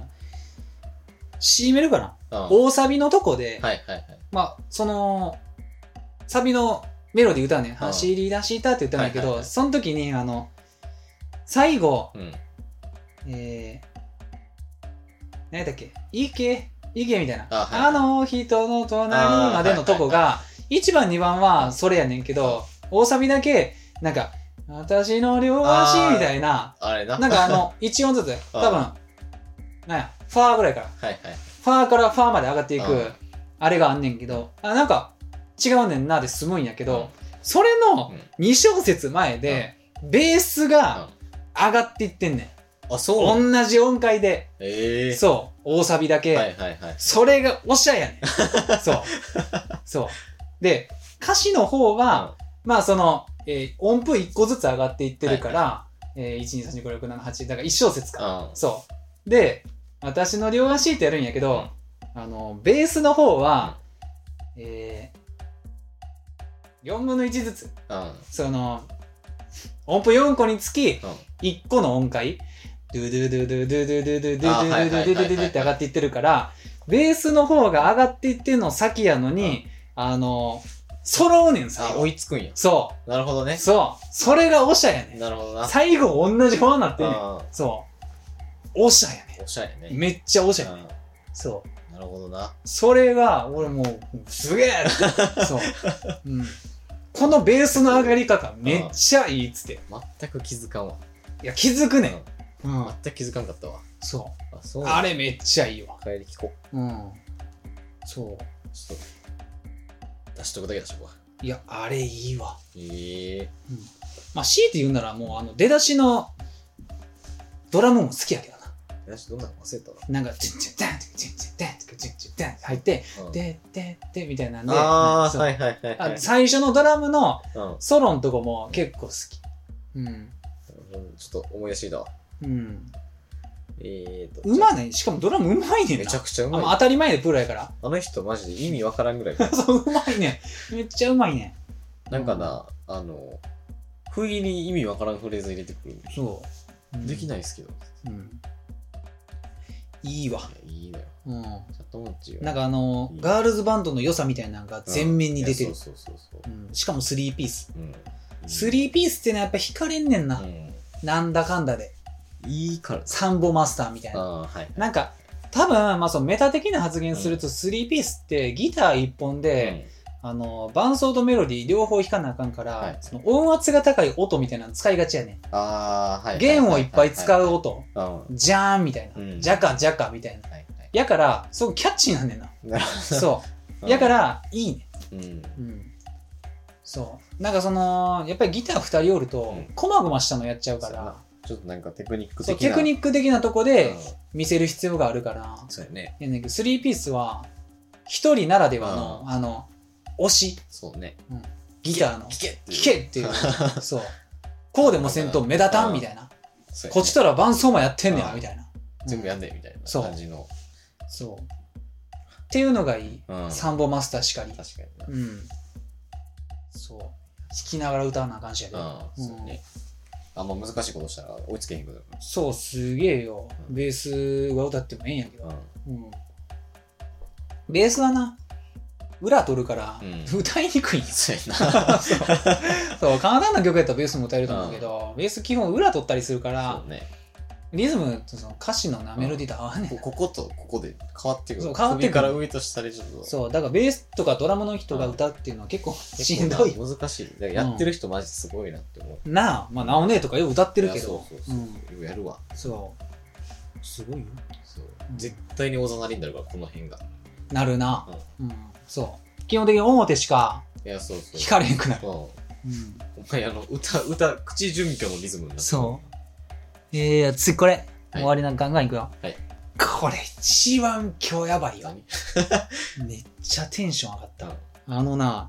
A: C メロかな
B: うん。はい
A: 大サビのとこで、
B: はいはい。
A: まあ、その、サビのメロディー歌うねん。走り出したって歌うんだけ
B: はいはい
A: ど、
B: はい
A: その時に、あの、最後、
B: うん。
A: えー、何やったっけ行け、行けみたいな。
B: あ
A: あ,、
B: はいはい
A: の人の隣までのとこが、1番、2番はそれやねんけど、大サビだけ、なんか、私の両足みたいな、
B: あれな。
A: なん
B: *laughs*
A: かあの、1音ずつ、多分、なんや、ファーぐらいから。
B: はいはい。
A: ファーからファーまで上がってい
B: うん
A: く、あれがあんねんけど、あ、なんか、違うねんなで済むんやけど、それの
B: うん
A: 2小節前で、ベースが上がっていってんねん。
B: あ、そうなん
A: 同じ音階で、
B: ええ。
A: そう、大サビだけ、
B: はいはいはい。
A: それがおしゃれやねん。
B: *laughs*
A: そう。そう。で、歌詞の方は、まあその、えー音符1個ずつ上がっていってるから、えー、1234567だから1小節か。
B: あ
A: そう。で、私の両足ってやるんやけど、あの、ベースの方は、えー、4分の1ずつ、
B: あ
A: その、音符4個につき、1個の音階、ドゥドゥドゥドゥドゥドゥドゥドゥドゥドゥドゥドゥドゥドゥドゥって上がっていってるから、ベースの方が上がっていってるの先やのに、あの、揃うねんさ
B: あ。追いつくんや
A: そ
B: なるほど
A: う。
B: ね
A: そう。それがオシャやねん。
B: なるほどな
A: 最後同じ方になってんねん。
B: あ
A: そう。オシャやね
B: ーおしゃれ
A: ん。
B: ね
A: めっちゃオシャやねん。
B: あ
A: そう。
B: ーなるほどな
A: それが俺もうすげえってそう、うん、このベースの上がり方めっちゃいいっつって
B: 全く気づかんわ
A: いや気づくねん、うん
B: 全く気づかんかったわ
A: そ
B: あそうう
A: あれめっちゃいいわ
B: 帰り聞こう
A: うんそ
B: ちょっと出しとくだけ出しとくわ
A: ういやあれいいわ
B: ええ
A: まあ強いて言うならもうあの出だしのドラムも好きやけどな
B: 出しどんなの忘れたわ
A: なんかチュンチュンダンチュンチュンダンチュンチュンダンって入って
B: うん
A: でででみたいなんで
B: ああ
A: そう
B: はいはいはいは
A: あ
B: い
A: 最初のドラムの
B: うん
A: ソロのとこも結構好きうん
B: うんちょっと思い出してきたわ
A: うん
B: えーと
A: うまないしかもドラムうまいねんな
B: めちゃくちゃう
A: あまあ
B: まい
A: 当たり前でプロやから
B: あの人マジで意味わからんぐらい
A: *laughs* そううまいねんめっちゃうまいね
B: なんかなあの不意に意味わからんフレーズ入れてくる
A: んそう、うん
B: できないですけど
A: うんいいわ
B: いやいいのよ
A: うん
B: チャットモンチーは
A: なんかあのガールズバンドの良さみたいなのが全面に出て
B: う
A: る
B: んいや、そうそうそうそう
A: うん、しかも3ピース
B: うん
A: 3ピースってのはやっぱ惹かれんねんな、
B: う
A: なんだかんだで
B: んいいから
A: サンボマスターみたい
B: あ
A: な
B: あはい
A: なんか多分、まあ、そのメタ的な発言すると3ピースってギター1本で、あの伴奏とメロディー両方弾かなあかんから、
B: はい
A: その音圧が高い音みたいなの使いがちやね
B: うんああはい
A: ん弦をいっぱい使う
B: は
A: 音、
B: いはいはい
A: じゃーんみたいな、
B: うん
A: じゃかじゃかみたいな
B: うんはいはい
A: やからすごくキャッチーなん
B: *laughs*
A: ねんな
B: なる
A: そ
B: ほ
A: う
B: ど
A: やからいいね
B: うん
A: うんそうなんかそのやっぱりギター2人おると
B: うん
A: こまごましたのやっちゃうから、
B: ちょっとなんかテクニック
A: そう
B: 的
A: テ
B: な
A: クニック的なとこで
B: うん
A: 見せる必要があるから、
B: そうやね
A: やねんけど3ピースは1人ならではの、あの推し
B: そうね
A: ギターの
B: 聞け
A: 聞けって
B: *laughs*
A: いうそうこうでもせんと目立たんみたいな
B: そうやね
A: こっちとら伴奏もやってんねや
B: うん
A: みたいな
B: 全部やんねみたいな
A: そう
B: 感じの
A: そうっていうのがいい
B: うん
A: サンボマスターしかり
B: 確かにな
A: うんそう弾きながら歌わなあかんしやけど
B: うんそうねあんま難しいことしたら追いつけへんけど
A: そうすげえよ
B: うん
A: ベースは歌ってもええんやけど
B: う
A: うんベースはな裏取るから
B: うん
A: 歌いにくいん
B: ん
A: よ
B: そうや
A: *laughs*
B: な
A: そう簡単な曲やったらベースも歌えると思うけどベース基本裏取ったりするから
B: そうね
A: リズムとその歌詞のなメロディーと合わんねん
B: ここことここで変わってくる
A: そう変わってくる
B: 首から上と下でちょっと
A: そうだからベースとかドラムの人が歌うっていうのは結構しん
B: 結
A: ど
B: 構
A: い
B: な難しいだからやってる人マジすごいなって思う
A: なあまあなおねえとかよく歌ってる
B: い
A: け
B: や
A: ど
B: そうそうそううんよくやるわ
A: そうすごいよ
B: そう
A: うん
B: 絶対におざなりになるからこの辺が
A: なるなうん、そう基本的に表しか
B: いやそうそう
A: 弾かれへんくなる、
B: うん
A: うん、
B: お前あの歌歌口準拠のリズムになってる
A: そええ次これ、終わりなんかガンガンいくよ
B: はい
A: これ一番今日やばいよ
B: 何 *laughs*
A: めっちゃテンション上がった
B: うん
A: あのな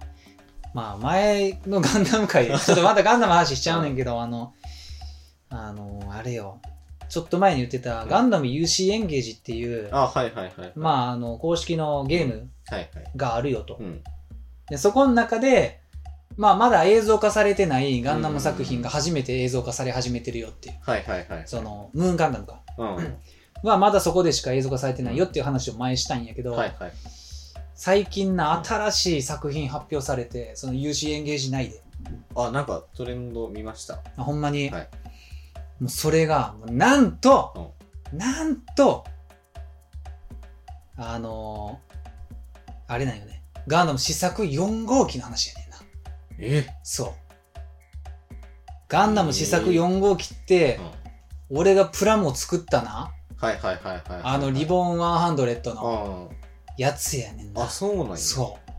A: まあ前のガンダム
B: *laughs*
A: 界ちょっとまたガンダムの話しちゃうねんけどあのあのあれよちょっと前に言ってた
B: うん
A: ガンダム UC エンゲージっていう、
B: あはいはいはい
A: まあ、あの、公式のゲーム
B: はいはい
A: があるよと
B: う。ん
A: で、そこの中で、まあ、まだ映像化されてないガンダム作品が初めて映像化され始めてるよっていう。
B: はいはいはい
A: その、ムーンガンダムか。
B: うんはい
A: は、まだそこでしか映像化されてないよっていう話を前にしたんやけど、
B: はい
A: 最近な新しい作品発表されて、その UC エンゲージ内で、
B: あなんかトレンド見ました
A: まあほんまに、
B: はい
A: もうそれが、もうなんと、なんと、あのーあれなんよね。ガンダム試作4号機の話やねんな。
B: え
A: そう。ガンダム試作4号機って
B: うん、
A: 俺がプラモ作ったな、
B: はいはいはいはい
A: あのリボン100の
B: ン
A: やつやねん
B: あ
A: な。
B: あそうなんや
A: そう。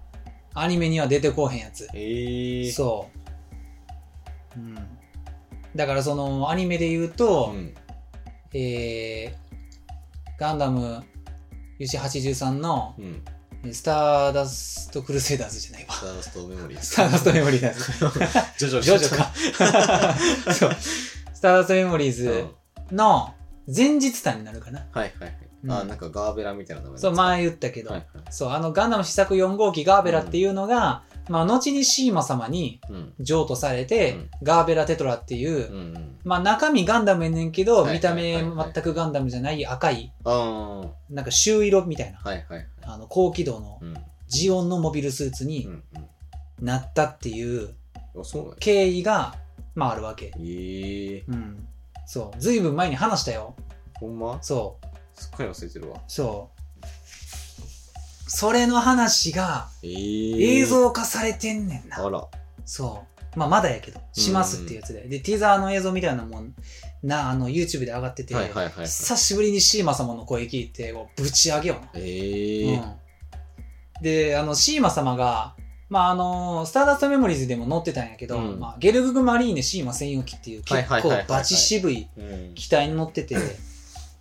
A: アニメには出てこうへんやつ。
B: ええ
A: そう。うん。だからそのアニメで言うと、
B: ん
A: えー、ガンダム UC83 の
B: うん
A: スターダストクルセイダーズじゃ
B: *laughs*
A: ないわ。
B: スタ
A: *laughs*
B: ーダストメモリー *laughs*
A: スターダストメモリーダーズ。
B: ジョジ
A: *laughs* ジ
B: ョ
A: ョジョか。そう。スターダストメモリー
B: うん
A: ズの前日譚になるかな。
B: はいはいはい。
A: うん
B: あ、なんかガーベラみたいな名前
A: そう、
B: あ、
A: 前言ったけど、
B: はいは
A: そう、あのガンダム試作4号機ガーベラっていうのが、まあ、後にシーマ様に
B: い。うん。
A: 譲渡されて、
B: うん
A: ガーベラテトラっていう、
B: うんうん。
A: まあ、中身ガンダムやねんけど、
B: はい
A: 見た目
B: はいはいはい
A: 全くガンダムじゃない赤い、
B: ああ、は
A: なんか朱色みたいな、
B: いはいはい。
A: あの、高機動の
B: うん。
A: ジオンのモビルスーツ
B: う
A: に
B: ん
A: なったっていう
B: うん。あ、そうなんや。
A: 経緯が、まあ、あるわけ。
B: ええ
A: うん。そう。ずいぶん前に話したよ。
B: ほんま
A: そう。
B: すっかり忘れてるわ。
A: そう。それの話が
B: ええ
A: 映像化されてんねんな。
B: あら。
A: そう。まあ、まだやけど、しますっていうやつで。で、ティザーの映像みたいなのもんな、あの、YouTube で上がってて、
B: はいはいはいはい。
A: 久しぶりにシーマ様の声聞いて、こうぶち上げような。
B: ええ
A: うん、で、あの、シーマ様が、まあ、あの、スターダストメモリーズでも載ってたんやけど、
B: うん
A: まあ、ゲルググマリーネシーマ専用機っていう結
B: はいはいはいはいは
A: 構
B: い
A: バチ渋い
B: うん。
A: 機体に乗ってて、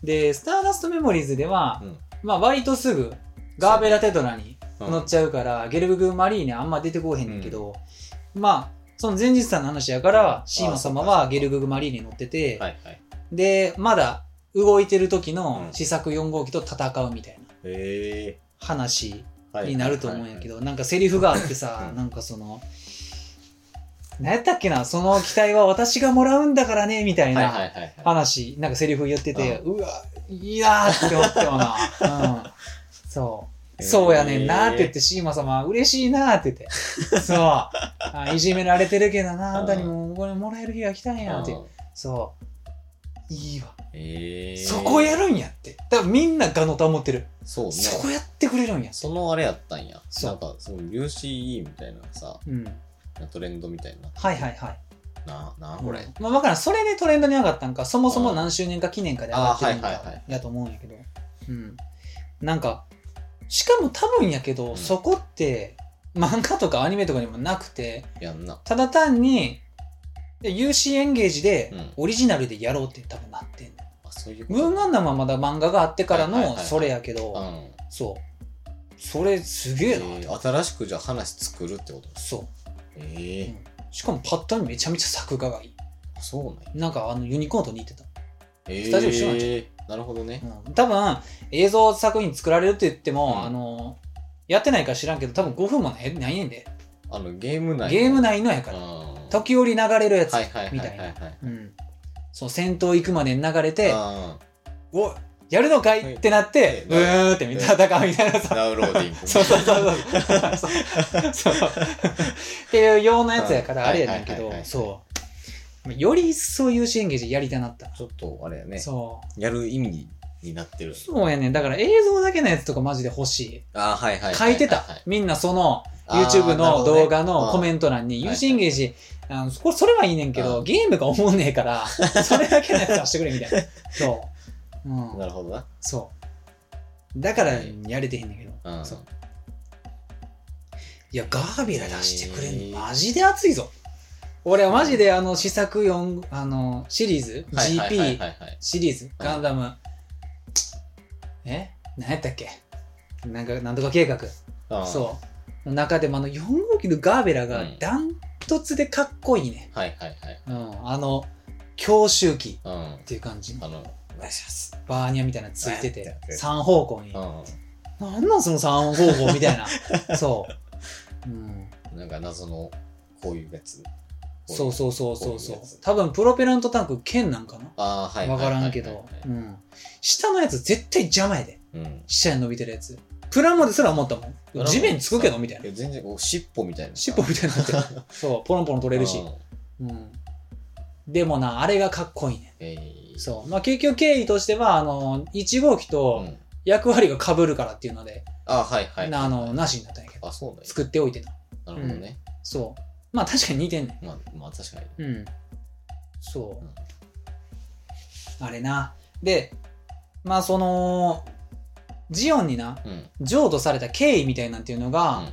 A: で、スターダストメモリーズでは、
B: うん
A: まあ、割とすぐ、ガーベラテトラに
B: うん
A: 乗っちゃうから、ゲルブグマリーネあんま出てこへんねんけど、まあ、その前日さんの話やから、シーマ様
B: そうかそう
A: は
B: か
A: ゲルググマリーネ乗ってて、
B: はいはい。
A: で、まだ動いてる時
B: う
A: の
B: ん
A: 試作4号機と戦うみたいな
B: ええ
A: 話
B: はい
A: になると思うんやけど、なんかセリフがあってさ
B: *laughs* う、ん
A: なんかその、何やったっけな、その期待は私がもらうんだからね、みたい
B: はいはい
A: な
B: はいはいはい。
A: 話、なんかセリフ言ってて、うわ、いやーって思ってもな。うんそう。そうやねんなって言って、シーマ様、嬉しいなって言って。そうあ。いじめられてるけどな、あんたにもこれもらえる日が来たん
B: え
A: やって。そう。いいわ。
B: ええ
A: そこやるんやって。多分みんながのた思ってる。
B: そうね。
A: そこやってくれるんや。
B: そのあれやったんや。
A: そう
B: なんか、その UCE みたいなさ、
A: うん。
B: トレンドみたいな。
A: はいはいはい。
B: な、な、これ。
A: うんまあ、わからん。それでトレンドに上がったんか、そもそも何周年か記念かで上がってるん
B: あーはいはい
A: か
B: はい、
A: やと思うんやけど。うん。なんか、しかも多分やけど、
B: うん
A: そこって、漫画とかアニメとかにもなくて、
B: やんな。
A: ただ単に、で UC エンゲージで
B: うん、
A: オリジナルでやろうって多分なってんねん。
B: あ、そういう
A: ムーンガンダムはまだ漫画があってから
B: はいはい
A: の
B: はいはい
A: それやけど、
B: うん。
A: そう。それすげえなって
B: えー新しくじゃあ話作るってこと
A: そう。
B: ええ
A: しかもパッと見めちゃめちゃ作画がいい。
B: あそうなんや。
A: なんかあのユニコーンと似てた。
B: え
A: スタジオ一緒なんじ
B: えなるほどね。
A: うん、多分映像作品作られるって言っても、
B: うん
A: あの、やってないから知らんけど、多分5分もないないねんで。
B: あの、ゲーム内。
A: ゲーム内のやか。
B: からら。
A: 時折流れるやつ。
B: はいはいはい
A: み
B: は
A: た
B: い
A: いな
B: はい。
A: うん。そう、戦闘行くまでに流れて、
B: あ
A: おやるのか
B: はい
A: いってなって、う
B: はい
A: ーってみんな戦うみたいな
B: ー
A: さ。
B: ダウンローディング。
A: そうそうそうそう。そう。っていうようなやつやから、
B: うん
A: あれやねんけ
B: はいは
A: ど
B: いはいは、い
A: そう。より一層優秀演芸でやりたなった。
B: ちょっとあれやね。
A: そう。
B: やる意味になってる。
A: そうやねん。だから映像だけのやつとかマジで欲し。
B: あーはいはいい。
A: 書いてた
B: はは。
A: みんなその
B: あー
A: YouTube
B: なるほ
A: の
B: どね
A: 動画のコメ
B: ン
A: ント欄に、
B: はい
A: 優
B: はい
A: 秀演芸時、あのこれそれはいいねんけ
B: う
A: ど、
B: ん
A: ゲームが思んねえ
B: *laughs*
A: から、それだけのやつ出してくれみたいな。そう。うん。
B: なるほどな。
A: そう。だからやれてへんねんけど。
B: うん
A: そういや、ガーベラ出してくれん
B: へー
A: の、マジで熱いぞ。俺はマジで、あの、試作4、あの、シリーズ、
B: はいはいはい
A: GP
B: はいはい。
A: シリーズ、ガンダム、え何やったっけなんか、なんとか計画。
B: あー
A: そう。の中でも、あの、4号機のガーベラが
B: うん
A: ダントツでかっこいいね。
B: はいはいはい。
A: うん。あの、強襲機
B: うん。
A: っていう感じの。
B: あの、お願いします。
A: バーニャみたいなのついてて
B: はい、
A: 3方向に。
B: う
A: なんなんその三方向みたい
B: *laughs*
A: な。そう。うん。
B: ん。なんか謎の、こういうやつ。
A: そう
B: う。
A: そうそうそうそ
B: こういう
A: う
B: やつ。
A: 多分プロペラントタンク剣なんかな
B: あーはいは
A: わ
B: いは
A: か
B: いはい。
A: らんけど。うん。下のやつ絶対邪魔やで。
B: うん。
A: 下に伸びてるやつ。プラモですら思ったもん。地面つくけどみたいな。
B: や全然こう尻尾みたいな
A: 尻尾みたい
B: *laughs*
A: になってる。そう、ポロンポロン取れるし。うん。でもな、あれがかっこいいね。
B: えー、
A: そう。まあ、結局経緯としては、あの、1号機
B: う
A: と
B: ん
A: 役割が被るからっていうので、
B: あはいはい
A: なあの、なしになったんやけど。
B: あそうなんや
A: 作っておいてな。
B: なるほどね、
A: そう。まあ、確かに似てんねん。
B: まあまあ確かに
A: うん。そう
B: うん。
A: あれな。で、まあその、ジオンにな、
B: うん
A: 譲渡された経緯みたいなんていうのが、
B: うん
A: ま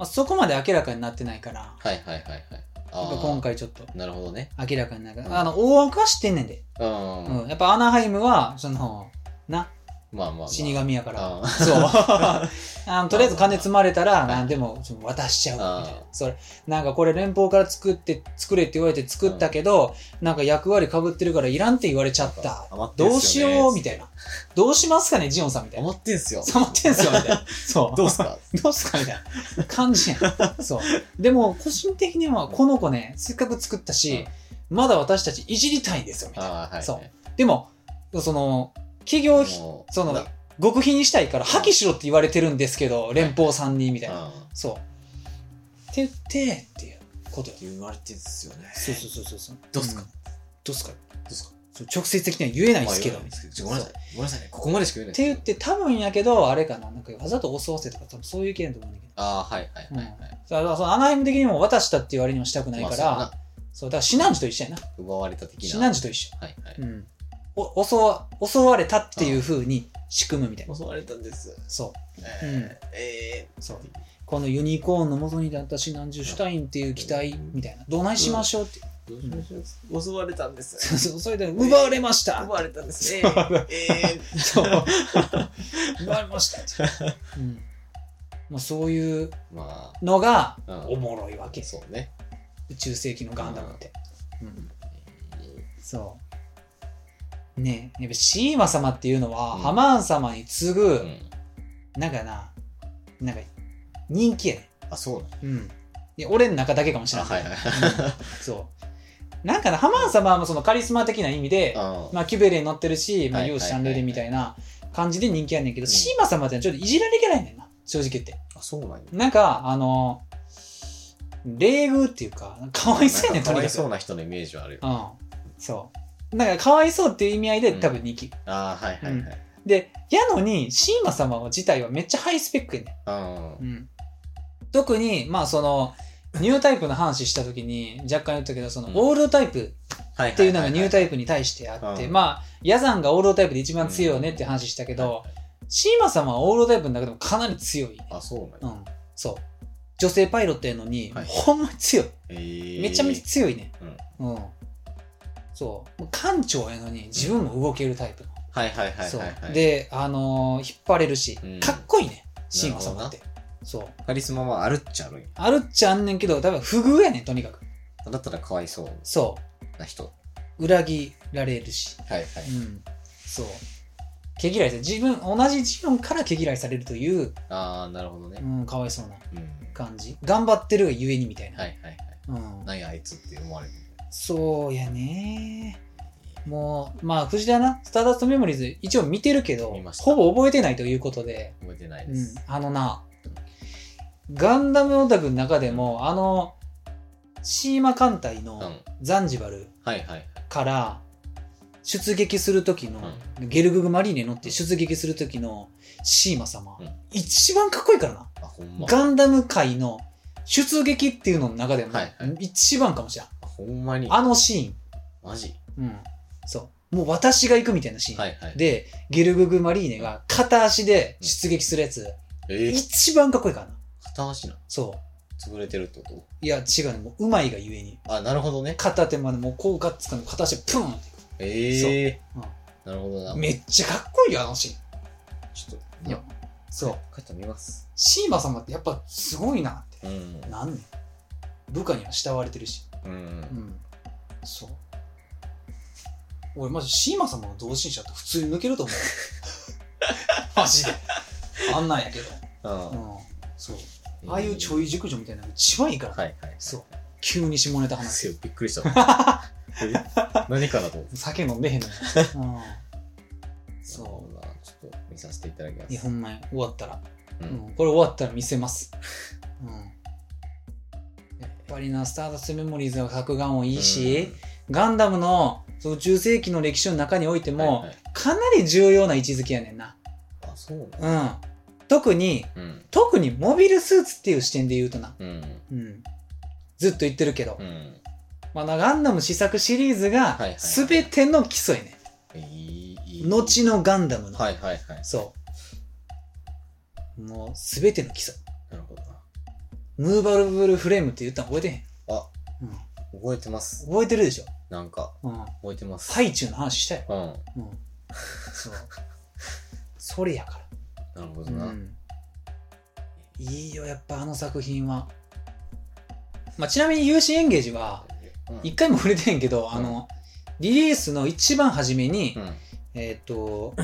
A: あ、そこまで明らかになってないから、やっ
B: はいはいはいはいあ
A: ぱ
B: ー
A: 今回ちょっと
B: なるほどね
A: 明らかになる。
B: うん
A: あの、大枠は知ってんねんで。
B: うん、
A: うん。やっぱアナハイムは、その、な、
B: まあまあ、まあ。
A: 死神やから。
B: あ
A: そう。 *laughs* あのとりあえず金積まれたら、
B: い
A: 何でもその渡しちゃうみたいな
B: あ。
A: それ、なんかこれ連邦から作って、作れって言われて作ったけど、なんか役割被ってるからいらんって言われちゃった。
B: 余ってんすよね
A: どうしようみたいな。どうしますかね、ジオンさんみたいな。
B: 余ってんすよ。
A: 溜まってんすよ、みたいな。 *laughs* そう。
B: どうすか
A: どうすかみたいな感じやん。 *laughs* そう。でも、個人的には、この子ね、せっかく作ったし、まだ私たちいじりたいんですよ、みたいな。
B: ああ、はい。
A: そうでも、その、企業ひ、
B: もう
A: その
B: な、
A: 極秘にしたいから、破棄しろって言われてるんですけど、連邦さんに、みたいな。
B: うん
A: そう。って言って、っていうことよ。
B: 言われてんすよね。
A: そうそうそうそうそう。
B: どうすか
A: んどうすか
B: うすか
A: そう直接的には言えないですけど。
B: まあ言わないですけどちょ
A: そう
B: ごめんなさい。ごめんなさいね。ここまでしか言えない
A: って
B: です
A: 言っ
B: けど。
A: て、多分やけど、あれかな、なんかわざと襲わせとか、多分そういう件だと思うんだけど。
B: ああ、はいはいはいはい。
A: だからそのアナハイム的にも渡したっていう割にもしたくない
B: まあ
A: か
B: そう
A: ら、
B: やな
A: そうだからシナンジと一緒やな。
B: 奪われた的な。
A: シナンジと一緒。
B: はいはい。
A: うん、お襲わ襲われたっていうふうに仕組むみたいな。
B: 襲われたんです。
A: そう。
B: えーえ
A: そうこのユニコーンの元にだったシナンジュシュタインっていう機体みたいな。どないしましょうって。 *laughs*
B: ーどうしましょう襲われたんです。
A: そうそうそれで奪われました
B: 奪われたんです。えーえー
A: そう。 *laughs* 奪われましたって。 *laughs* うんもうそういう
B: ま
A: のが
B: あ、
A: おもろいわけ。
B: そうね。
A: 中世紀のガンダムって。うんそう。ねえ、やっぱシーマ様っていうのは、
B: うん
A: ハマーン様に次
B: う
A: ぐ、
B: ん。
A: なんかな、なんか、人気やね。
B: あ、そうなの
A: うん。で俺の中だけかもしれない。
B: あはいはい
A: うんそう。なんかな、ハマーン様もそのカリスマ的な意味で、
B: あ *laughs* ー
A: まあ、キュベレに乗ってるし、まあ、
B: はいは
A: 容
B: いはいはい
A: 姿シャンレレみたいな感じで人気やねんけど、
B: うん
A: シーマ様ってちょっといじられてないねんな、正直言って。
B: あ、そうなんや。
A: なんか、あの、礼遇っていうか、かわいそうやねん、
B: か
A: とに
B: わ
A: か
B: い
A: く。
B: そうな人のイメージはあるよ。
A: うん。そう。だから、かわいそうっていう意味合いで、
B: うん
A: 多分人気。
B: ああ、はいはいはい。
A: で、やのに、シーマ様自体はめっちゃハイスペックやね
B: あ
A: ん。うん。特に、まあ、その、ニュータイプの話した時に、若干言ったけど、その、
B: うん
A: オールドタイプ
B: あ。っ
A: っていうのがニュータ
B: イ
A: イプに対してあって、
B: うん
A: まあ、ヤザンがオールドタイプで一番強いよねって話したけど、、シーマ様はオールドタイプの中でもかなり強い、ね。
B: あ、そうなん
A: う
B: や。
A: ん。そう。女性パイロットやのに、
B: はい
A: ほんまに強い。
B: えー
A: めちゃめちゃ強いね。うん。そう。もう艦長やのに自分も動けるタイプの。
B: はいはいはい
A: そう
B: はいはい。、
A: で、あのー引っ張れるし、
B: うん
A: かっこいいね、シーマ様って。そう。
B: カリスマはあるっちゃあるんや。
A: あるっちゃあんねんけど、多分不遇やねん、とにかく。
B: だったらかわいそ
A: そう
B: な人。は
A: う。裏切られるし。
B: いはい。
A: うん。そう。毛嫌いされ自分、同じ自分から毛嫌いされるという、
B: ああ、なるほど
A: う
B: ね。
A: ん、かわいそうな
B: うん。
A: 感じ。頑張ってるがゆえにみたいな。
B: はいはいはい。
A: うん。
B: 何やあいつって思われる。
A: そうやねもう、まあ、藤田な、スターダストメモリーズ一応見てるけど
B: 見ま、した
A: ほぼ覚えてないということで、
B: 覚えてないで
A: うん
B: す。、
A: あのな、ガンダムオタクの中でも、あの、シーマ艦隊
B: う
A: の
B: ん。
A: ザンジバル
B: はいはい。
A: から出撃する時の、ゲルググマリーネ乗って出撃する時のシーマ様、
B: うん
A: 一番かっこいいからな。
B: あ、ほんま。
A: ガンダム界の出撃っていうのの中でも、
B: はいはい
A: 一番かもしれん。
B: あほんまに。
A: あのシ
B: マジ。
A: ーン。うん。そう。もう私が行くみたいなシーン。
B: はいはい。、
A: で、ゲルググマリーネが片足で出撃するやつ、
B: えー、
A: 一番かっこいいからな。
B: 片足なの
A: そう。
B: 潰れてるってこ
A: いや、違うね。もう、うまいがゆえに。
B: とあ、なるほどね。
A: 片手までもう、こうガッツかの片足でプーンって
B: ええ
A: そう
B: なるほどな。
A: めっちゃかっこいいよ、あのシーン。
B: ちょっと、
A: いやそ
B: は
A: う
B: い。。帰って見ます。
A: シーマ様ってやっぱすごいなっ
B: うん
A: て。。なんねん。部下には慕われてるし。
B: う。
A: うんん。そう。俺、マジ、シーマ様の同心者って普通に抜けると
B: *laughs*
A: 思う。マジで。あんなんやけど。う
B: あ
A: ん。そう。ああいうちょい熟女みたいなのが一番いいから。
B: はいはい。
A: そう。急に下ネタ話す。
B: すよ。びっくりした。
A: *laughs*
B: え何かなと思って。。
A: 酒飲んでへんのに。うん。そう
B: ちょっと見させていただきま
A: う。いや、ほ
B: す。
A: んまに終わったら。
B: う
A: うん。これ終わったら見せます。うん、やっぱりな、スターダストメモリーズは作画もいいし、ガンダムのその中世紀の歴史の中において
B: うん、
A: も、
B: はいはい
A: かなり重要な位置づけやねんな。
B: あ、そうなの
A: うん。特に、
B: うん。
A: 特にモビルスーツっていう視点で言うとな。
B: うん。
A: うん。ずっと言ってるけど、
B: うん。
A: まあな、ガンダム試作シリーズ
B: はいはい
A: が
B: はい
A: 全ての基礎やね
B: いいいい。
A: ん。後のガンダムの。
B: はいはいはい。
A: そう。もう全ての基礎。
B: なるほどな。
A: ムーバルブルフレームって言ったの覚えてへん。
B: あ、
A: うん。
B: 覚えてます。
A: 覚えてるでしょ。
B: なんか、
A: うん。
B: 覚えてます。
A: ハイチュウの話したよ。
B: うん。
A: うん。そう。 *laughs* それやか
B: なるほど
A: ら、う
B: な。
A: ん、いいよやっぱあの作品は、まあ、ちなみに「有心エンゲージ」は
B: うん
A: 一回も触れてへんけど、あのリリースの一番初めに、
B: うん
A: えーっ、と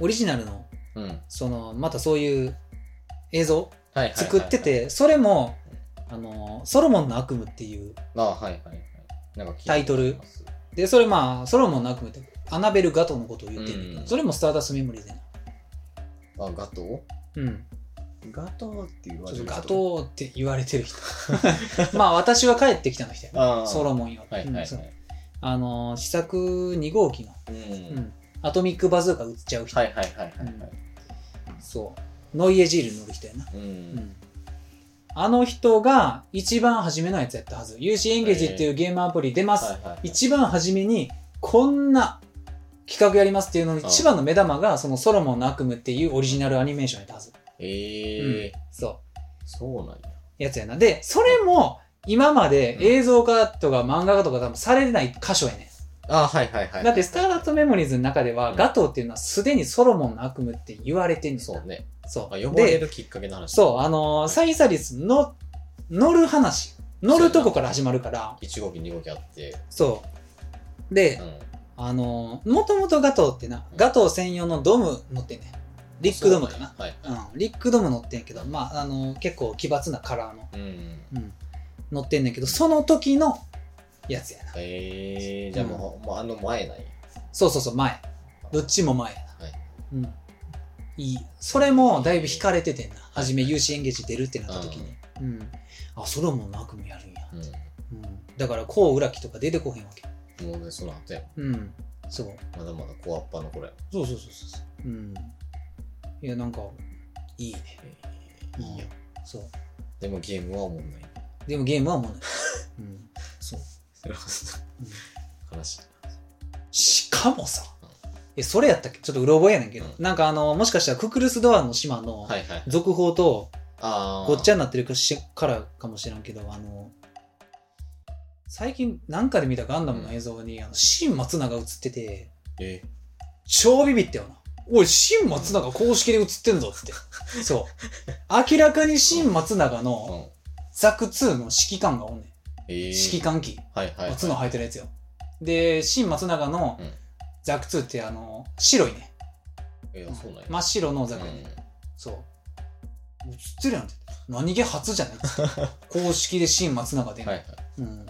A: オリジナルの
B: うん。はい
A: そのまたそういう映像
B: はいはいはい
A: 作って。てそれもあの「ソロモンの悪夢」っていう
B: ああはいはいはい。なんか聞いたこと
A: タイトル
B: あります
A: でそれまあソロモンの悪夢ってアナベル・ガトのことを言ってるんだけど、
B: うん
A: それもスターダストメモリーズやな
B: あ、ガトー
A: うん
C: ガトーって言わ
A: ち
C: れ
A: ょ
C: る
A: っと
C: 人
A: ガトーって言われてる人 *laughs* まあ私は帰ってきたの人やな
B: ああ。
A: ソロモンよ、
B: はいはいは
A: うん
B: い
A: そう。あのー試作2号機の、
B: うん
A: う。んアトミックバズーカ撃っちゃう人、
B: はいはいはいはいはい。
A: そうノイエジール乗る人やな、
B: う。
A: うんんあの人が一番初めのやつやったはず UC エンゲージっていうゲームアプリ出ます、
B: はいはい。
A: 一番初めにこんな企画やりますっていうのの一番の目玉がそのソロモンの悪夢っていうオリジナルアニメーションやったはず。
B: ええ。
A: そ
B: そうなんや。
A: う。やつやな。で、それも今まで映像化とか漫画化とか多分されてない箇所やね
B: ああはいはいはい。
A: ん。だってスターダストメモリーズの中では
B: うん
A: ガトーっていうのはすでにソロモンの悪夢って言われてんねんな。
B: そうね。
A: そ
B: あ
A: う。
B: 呼ばれ
A: で、
B: るきっかけの話。
A: そう、あのーサイサリスの乗る話。乗るとこから始まるから、
B: 1号機2号機あって。
A: そう。で、
B: うん。
A: あのー、もともとガトーってな、ガトー専用のドム乗ってんねん。リックドムかな。
B: そうね。
A: うん、リックドム乗ってんやけど、まあ、あのー、結構奇抜なカラーの、
B: はい。うん。
A: うん、乗ってんねんけど、その時のやつやな。
B: ええ、じゃあもう、もうあの前ない。
A: そうそうそう、前。どっちも前やな。
B: はい
A: うん。いい。それもだいぶ惹かれててんな。はじめ UC エンゲージ出るってなった時に。うん。あ、ソロモンの悪夢やるんや。
B: う
A: うん。だから、こう裏木とか出てこへんわけ。
B: ん。もうね、その後やん。
A: うん。そう。
B: まだまだ小アッパーの頃やん。
A: そうそうそうそう。うん。いや、なんか、いいね。
B: えーいいやん。
A: そう。
B: でもゲームは思んない。
A: でもゲームはもうない。 *laughs* うん。そう。
B: それはさ悲しい。
A: しかもさ
B: うん、
A: え、それやったっけちょっとうろ覚えやねんけど、
B: うん
A: なんかあの、もしかしたらククルスドアの島の
B: はいはい。
A: 続報と
B: ああ。
A: ごっちゃになってるかしからかもしれんけど、あの、最近なんかで見たガンダムの映像に、あの、新松永映ってて、
B: え
A: 超ビビったよな。おい、新松永公式で映ってんぞっつって。そう。明らかに新松永
B: ー。
A: の
B: うん。
A: ザク2の指揮官がおんねん。
B: ええ。
A: 指揮。官機。
B: はいはいはい。
A: 松の生えてるやつよ。で、新松永の
B: うん
A: ザク2ってあの、白いね。
B: いや、そうなんや。
A: 真っ白のザクやね。
B: う
A: そう。映ってるやんって。何気初じゃない
B: *laughs*
A: 公式で新松永で、
B: んはいはい。
A: うん。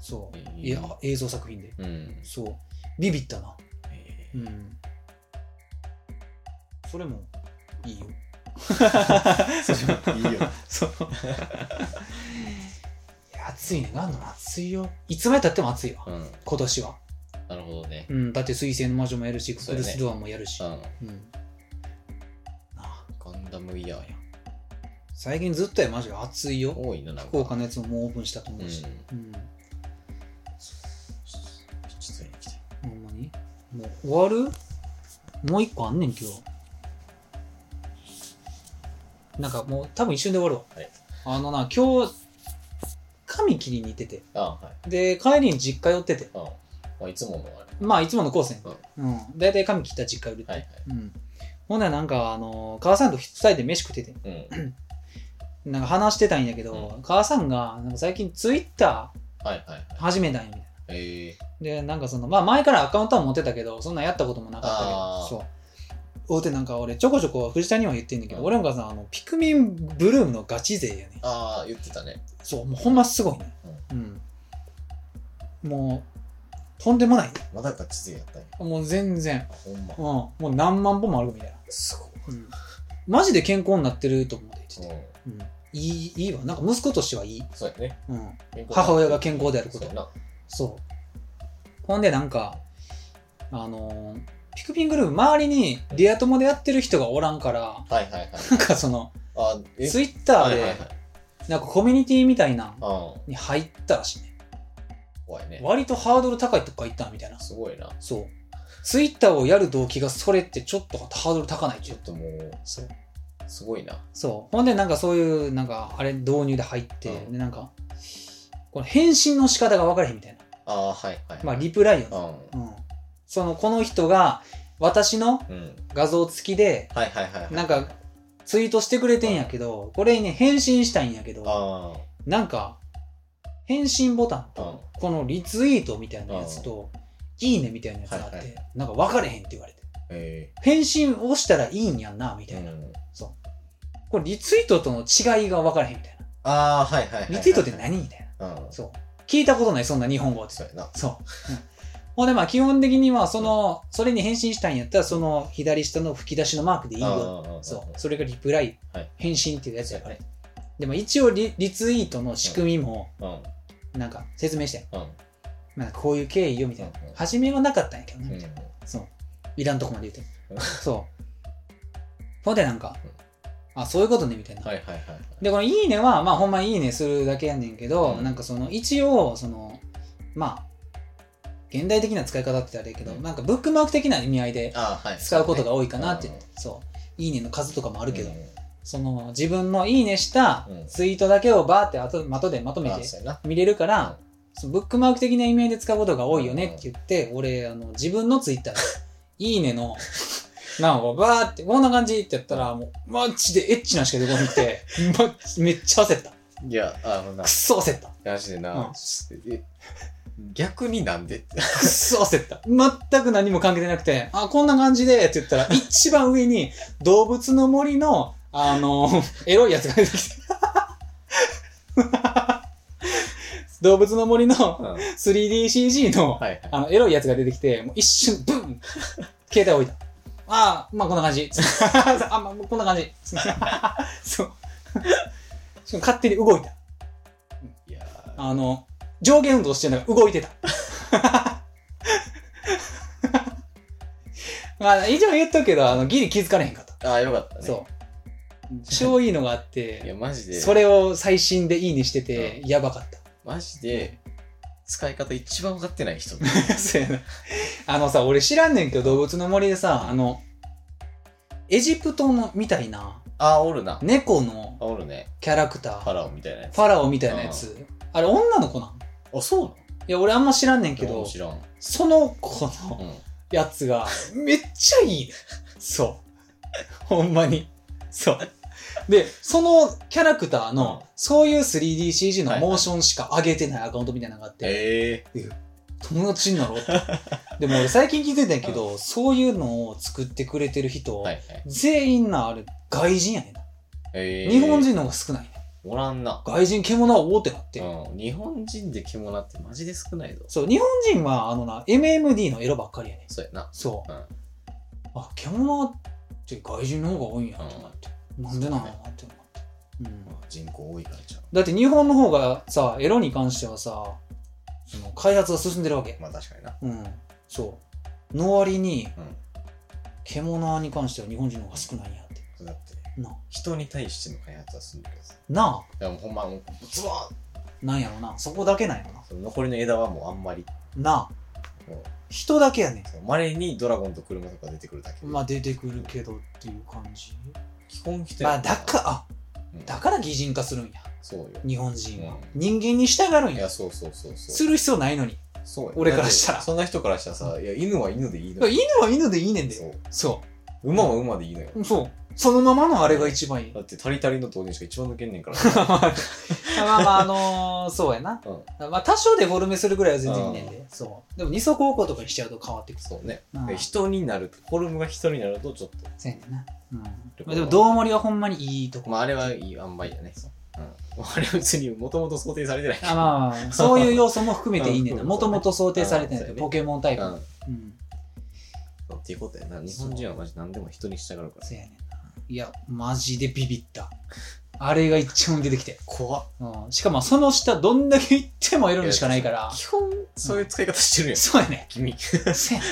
A: そう。
B: いい
A: いや、映像作品で。
B: うん。
A: そう。ビビったな。
B: え
A: う
B: ー
A: ん。それも、いいよ。
B: いいよ。
A: そう。いや、暑いね。ガンダム暑いよ。いつまでたっても暑いわ。
B: うん。
A: 今年は。
B: なるほどね。
A: うん、だって水星の魔女もやるし、ク
B: そ
A: ク
B: う
A: ル
B: やね
A: スドアンもやるし。
B: うん。
A: うんなあ
B: ガンダムイヤーや。
A: 最近ずっとや、マジで暑いよ。
B: 多いな、なんか。
A: 福岡のやつももうオープンしたと
B: う
A: 思
B: ん。
A: うし
B: ちょ。
A: うん。
B: っとそれに来て
A: ほんまにもう終わるもう一個あんねん、今日。なんかもう多分一瞬で終わるわ。
B: はい
A: あのな、今日、髪切りに行ってて。
B: あはい。
A: で、帰りに実家寄ってて。
B: うん。まあ、いつものあれ。
A: まあ、いつものコースね。うん。大体髪切ったら実家寄るって。
B: はいはい。
A: うん。ほんならなんか、あの、母さんと二人で飯食ってて。
B: うん。
A: なんか話してたんやけど、母さんがなんか最近ツイッタ
B: はいはいはい
A: ー。始めたんやみたいな。
B: ええ。
A: で、なんかその、まあ前からアカウントは持ってたけど、そんなんやったこともなかったけ
B: あ
A: どそ
B: ー、
A: う。おてなんか俺ちょこちょこ藤田には言ってんだけど、
B: うん
A: 俺も母さんあのピクミンブルームのガチ勢やね
B: ああ、言ってたね。
A: そうもうほんますごいねうん、もうとんでもないね
B: まだガチ勢やったんや。
A: もう全然
B: あほんま
A: うん。もう何万本もあるみたいな、
B: すごい。
A: うん、マジで健康になってると思うでって言って
B: うん。
A: うんいいいいわなんか息子としてはいい、
B: そうやね。
A: うん、母親が健康であること
B: そうやな。
A: そう。ほんでなんか、あのーピクピングループ周りにリア友でやってる人がおらんから、
B: はいはいはい。
A: なんかその、
B: あ、え
A: ツイッター
B: はいはい
A: で
B: はい、
A: なんかコミュニティみたいなん
B: あ
A: に入ったらしいね。
B: 怖いね。
A: 割とハードル高いとこ行ったみたいな。
B: すごいな。
A: そう。ツイッターをやる動機がそれってちょっとハードル高ないって
B: ち
A: い
B: ょ
A: う
B: っ。ともう、
A: そう。
B: すごいな。
A: そう。ほんでなんかそういう、なんかあれ導入で入って、
B: うん
A: でなんか、この返信の仕方が分からへんみたいな。
B: ああ、はいはい。
A: まあリプライをね
B: うん。
A: うん、そのこの人が私の
B: うん。
A: 画像付きで、
B: はいはいはいはい。
A: なんか、ツイートしてくれてんやけど、これにね、返信したいんやけど、
B: あ
A: なんか、返信ボタン
B: あ、うん。
A: と、このリツイートみたいなやつと、いいねみたいなやつがあって、
B: はい
A: なんか分かれへんって言われて。
B: え
A: 返信押したらいいんやんな、み
B: え
A: たいな。
B: うん
A: これリツイートとの違いが分からへんみたいな。
B: ああ、はいはいはいはい。
A: リツイートって何みたいな。
B: うん。
A: そう。聞いたことない、そんな日本語って
B: そうやな。
A: そう。うんほんでまあ基本的にはその、それに返信したいんやったらその左下の吹き出しのマークでいいよ。
B: ああ
A: そう。それがリプライ
B: はい、
A: 返信っていうやつや
B: や
A: から
B: ね。。
A: でも一応リリツイートの仕組みも
B: うん。
A: なんか説明して、
B: うん。
A: まあ、こういう経緯よみたいな
B: うんうん。
A: 初めはなかったんやけどね、み
B: う
A: たい
B: ん
A: な。そう。いらんとこまで言
B: う
A: うんて。そう。ほんでなんか
B: うん、
A: あ、そういうことねみたいな。
B: はいはいはいはい。
A: で、このいいねは、まあほんまいいねするだけやねんけど、
B: うん
A: なんかその一応、その、まあ、現代的な使い方ってあれやけど、
B: うん
A: なんかブックマーク的な意味合いで
B: ああ、はい。
A: 使うことが多いかなって、
B: うん
A: そう。いいねの数とかもあ
B: あ
A: るけど、その自分のいいねしたツイートだけをバーってあと後でまとめ
B: ああ、
A: て
B: そうやな。
A: 見れるから、
B: うん
A: そのブックマーク的な意味合いで使うことが多いよねって言って、俺あの自分のツイッター *laughs* で「いいね」のなんかバーってこんな感じってやったらもうマジでエッチなんしか出てこなく
B: *laughs*
A: てマジめっちゃ焦ったく
B: いや、あのな
A: っ、そ焦った
B: マジで
A: うん
B: な、え逆になんでって。
A: くっそ焦った全く何も関係なくて「あこんな感じで」って言ったら一番上に動物の森のあのエロいやつが出てきて動物の森
B: う
A: の
B: んはい
A: 3DCG の、
B: はい。
A: あの、エロいやつが出てきて、もう一瞬、ブン携帯置いた。ああ、まあこんな感じ。あ、まあこんな感じ。そう。しかも勝手に動いた。
B: いやー
A: あの、上下運動してるのが動いてた。 *laughs* まあ、以上言っとくけど、あの、ギリ気づかれへんかった。
B: ああ、よかったね。
A: そう。超いいのがあっ
B: いや、
A: て、
B: マジで、
A: それを最新でいいにしてて、やばかった。 *laughs*
B: マジで、使い方一番分かってない
A: *laughs*
B: 人。
A: そうやな。あのさ、俺知らんねんけど、動物の森でさ、あの、エジプトのみたいな、
B: ああ、おるな。
A: 猫の
B: あおるね。
A: キャラクタ
B: ファ
A: ー、
B: ラオみたいなやつ。
A: ファラオみたいなやつ、あれ女の子なん
B: あ、そうない
A: や、俺あんま知らんねん
B: の
A: けど
B: も、知らん。
A: その子
B: う
A: の
B: ん。
A: やつが、めっちゃいいね。そう。ほんまに。そう。で、そのキャラクターの
B: うん、
A: そういう 3DCG の
B: はいはい
A: モーションしか上げてないアカウントみたいなのがあって、
B: え
A: 友達になろう
B: *laughs*
A: ってでも俺最近気づいたんやけど、そういうのを作ってくれてる人、
B: え。はいはい。
A: 全員なあれ外人やねんな、
B: ええ。
A: 日本人の方が少ないね
B: おらんな。
A: 外人獣は大手なって、
B: うん。日本人で着物ってマジで少ないぞ。
A: そう日本人はあのな MMD のエロばっかりやねん
B: そうやな。
A: そう、
B: うん
A: あ獣って外人の方が多いんやと思って、なんでなのかなって思って、うん
B: まあ人口多いからじゃん。
A: だって日本の方がさエロに関してはさその開発が進んでるわけ
B: まあ確かにな。
A: うんそうの割に
B: うん。
A: 獣に関しては日本人の方が少ないんやって
B: そうだって、
A: な
B: 人に対しての開発はするんだけどさ。
A: な
B: でもうほんま、もうズワーン
A: あなんやろなそこだけなんやろな
B: その残りの枝はもうあんまり、
A: なあ
B: もう
A: 人だけやね
B: その稀にドラゴンと車とか出てくるだけで。
A: まあ出てくるけどっていう感じ
B: 基本人
A: ま
B: や
A: あだか、あ
B: うん
A: だから擬人化するんや
B: そうよ。
A: 日本人は、
B: うん
A: 人間に従うん
B: い
A: や
B: や、そうそうそうそ
A: す
B: う。
A: る必要ないのに
B: そうよ
A: 俺からしたら
B: だってそんな人からしたらさ、いや、犬は犬でいい
A: だから
B: のよ。
A: 犬は犬でいいねんだ
B: そ
A: よ
B: う。
A: そ
B: 馬は馬でいいのよ。
A: うそうそのままのあれが一番いい、
B: だって、タリタリの導入者が一番抜けんねんから。
A: ま
B: *laughs*
A: あまあまああのー *laughs* そうやな、まあ多少デフォルメするぐらいは全然いいねんで、そうでも二足歩行とかにしちゃうと変わってくる
B: そうね。
A: うん
B: で人になると、フォルムが人になるとちょっ
A: そうやねんな、うんま
B: と。
A: あ、でも道盛りはほんまにいいとこ
B: まあ、あれはいい、あんまりだね。うん。 *laughs* あれは別にもともと想定されてない。
A: あまあまあまあ、そういう要素も含めていいねんな。
B: うん
A: もともと想定されてないけ
B: うん
A: ど、ポケモンタイプ。
B: うん。
A: うん。
B: そうっていうことやな。日本人はマジ何でも人に従うから
A: そ。うやねんな。いや、マジでビビった。あれが一番出てきて。
B: 怖っ。
A: うん。しかも、その下、どんだけ行ってもエロいのしかないから。
B: 基本、そういう使い方してるやん。
A: そうやね
B: *laughs* 君。
A: ん。そうやねん。そうやね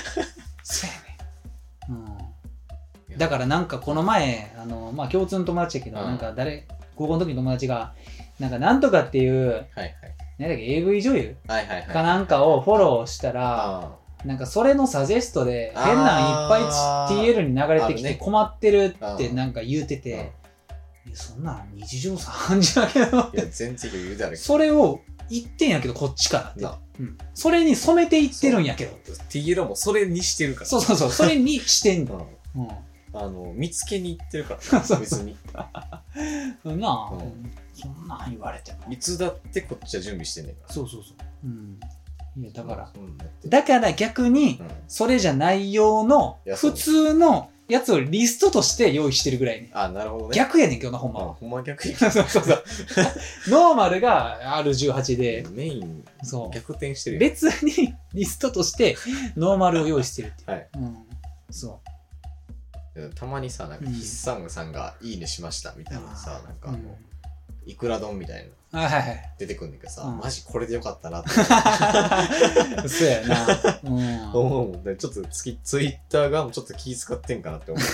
A: ん。うん。だから、なんか、この前、あの、まあ、共通の友達やけど、
B: うん
A: なんか、誰、高校の時の友達が、なんか、なんとかっていう、
B: ら、はいはい。
A: なんだっけ、AV 女優
B: はいはいはい。
A: かなんかをフォローしたら、
B: あ
A: なんかそれのサジェストで変なんいっぱい
B: あー
A: TL に流れてき
B: ある
A: て
B: ね
A: 困ってる
B: あ
A: って
B: ー
A: なんか言うてて、いやそんなん日常茶飯事だけど
B: いや、全然余裕であるけど。
A: それを1点やけどこっちからって
B: なあ、
A: うん、それに染めていってるんやけど
B: ティギロもそれにしてるから。
A: そうそうそうそれにしてんの、
B: う
A: うん
B: ん。あの、見つけに行ってるか
A: *laughs*
B: ら、
A: そう
B: 別に。
A: そんなあ、
B: うん
A: そんなん言われても
B: いつだってこっちは準備してんねんから。
A: そうそうそううんいやだから、
B: うん。だって
A: だから逆に
B: うん
A: それじゃない用の
B: いやそう
A: 普通のやつをリストとして用意してるぐらいね
B: あ、なるほどね。
A: 逆やねんけどなほんま
B: あ、
A: は
B: ほんま逆や。
A: *laughs* そうそうそうノーマルが R18 で
B: メイン
A: そう
B: 逆転してるやん。
A: 別にリストとしてノーマルを用意してるっていう。
B: はい
A: うん、そ
B: たまにさ、なんか、
A: うん
B: 筆算さんがいいねしましたみたいなさ
A: あ、ー
B: なん
A: う。
B: か
A: う
B: あ
A: ん
B: の、いくら丼みたいなの
A: あはい
B: *laughs*
A: はい
B: 出てくんねんけどさ、
A: うん
B: マジこれでよかったなって
A: はい。そうやな。うん。
B: 思うもんね。ちょっとツイツイッターがもうちょっと気使ってんかなって思う。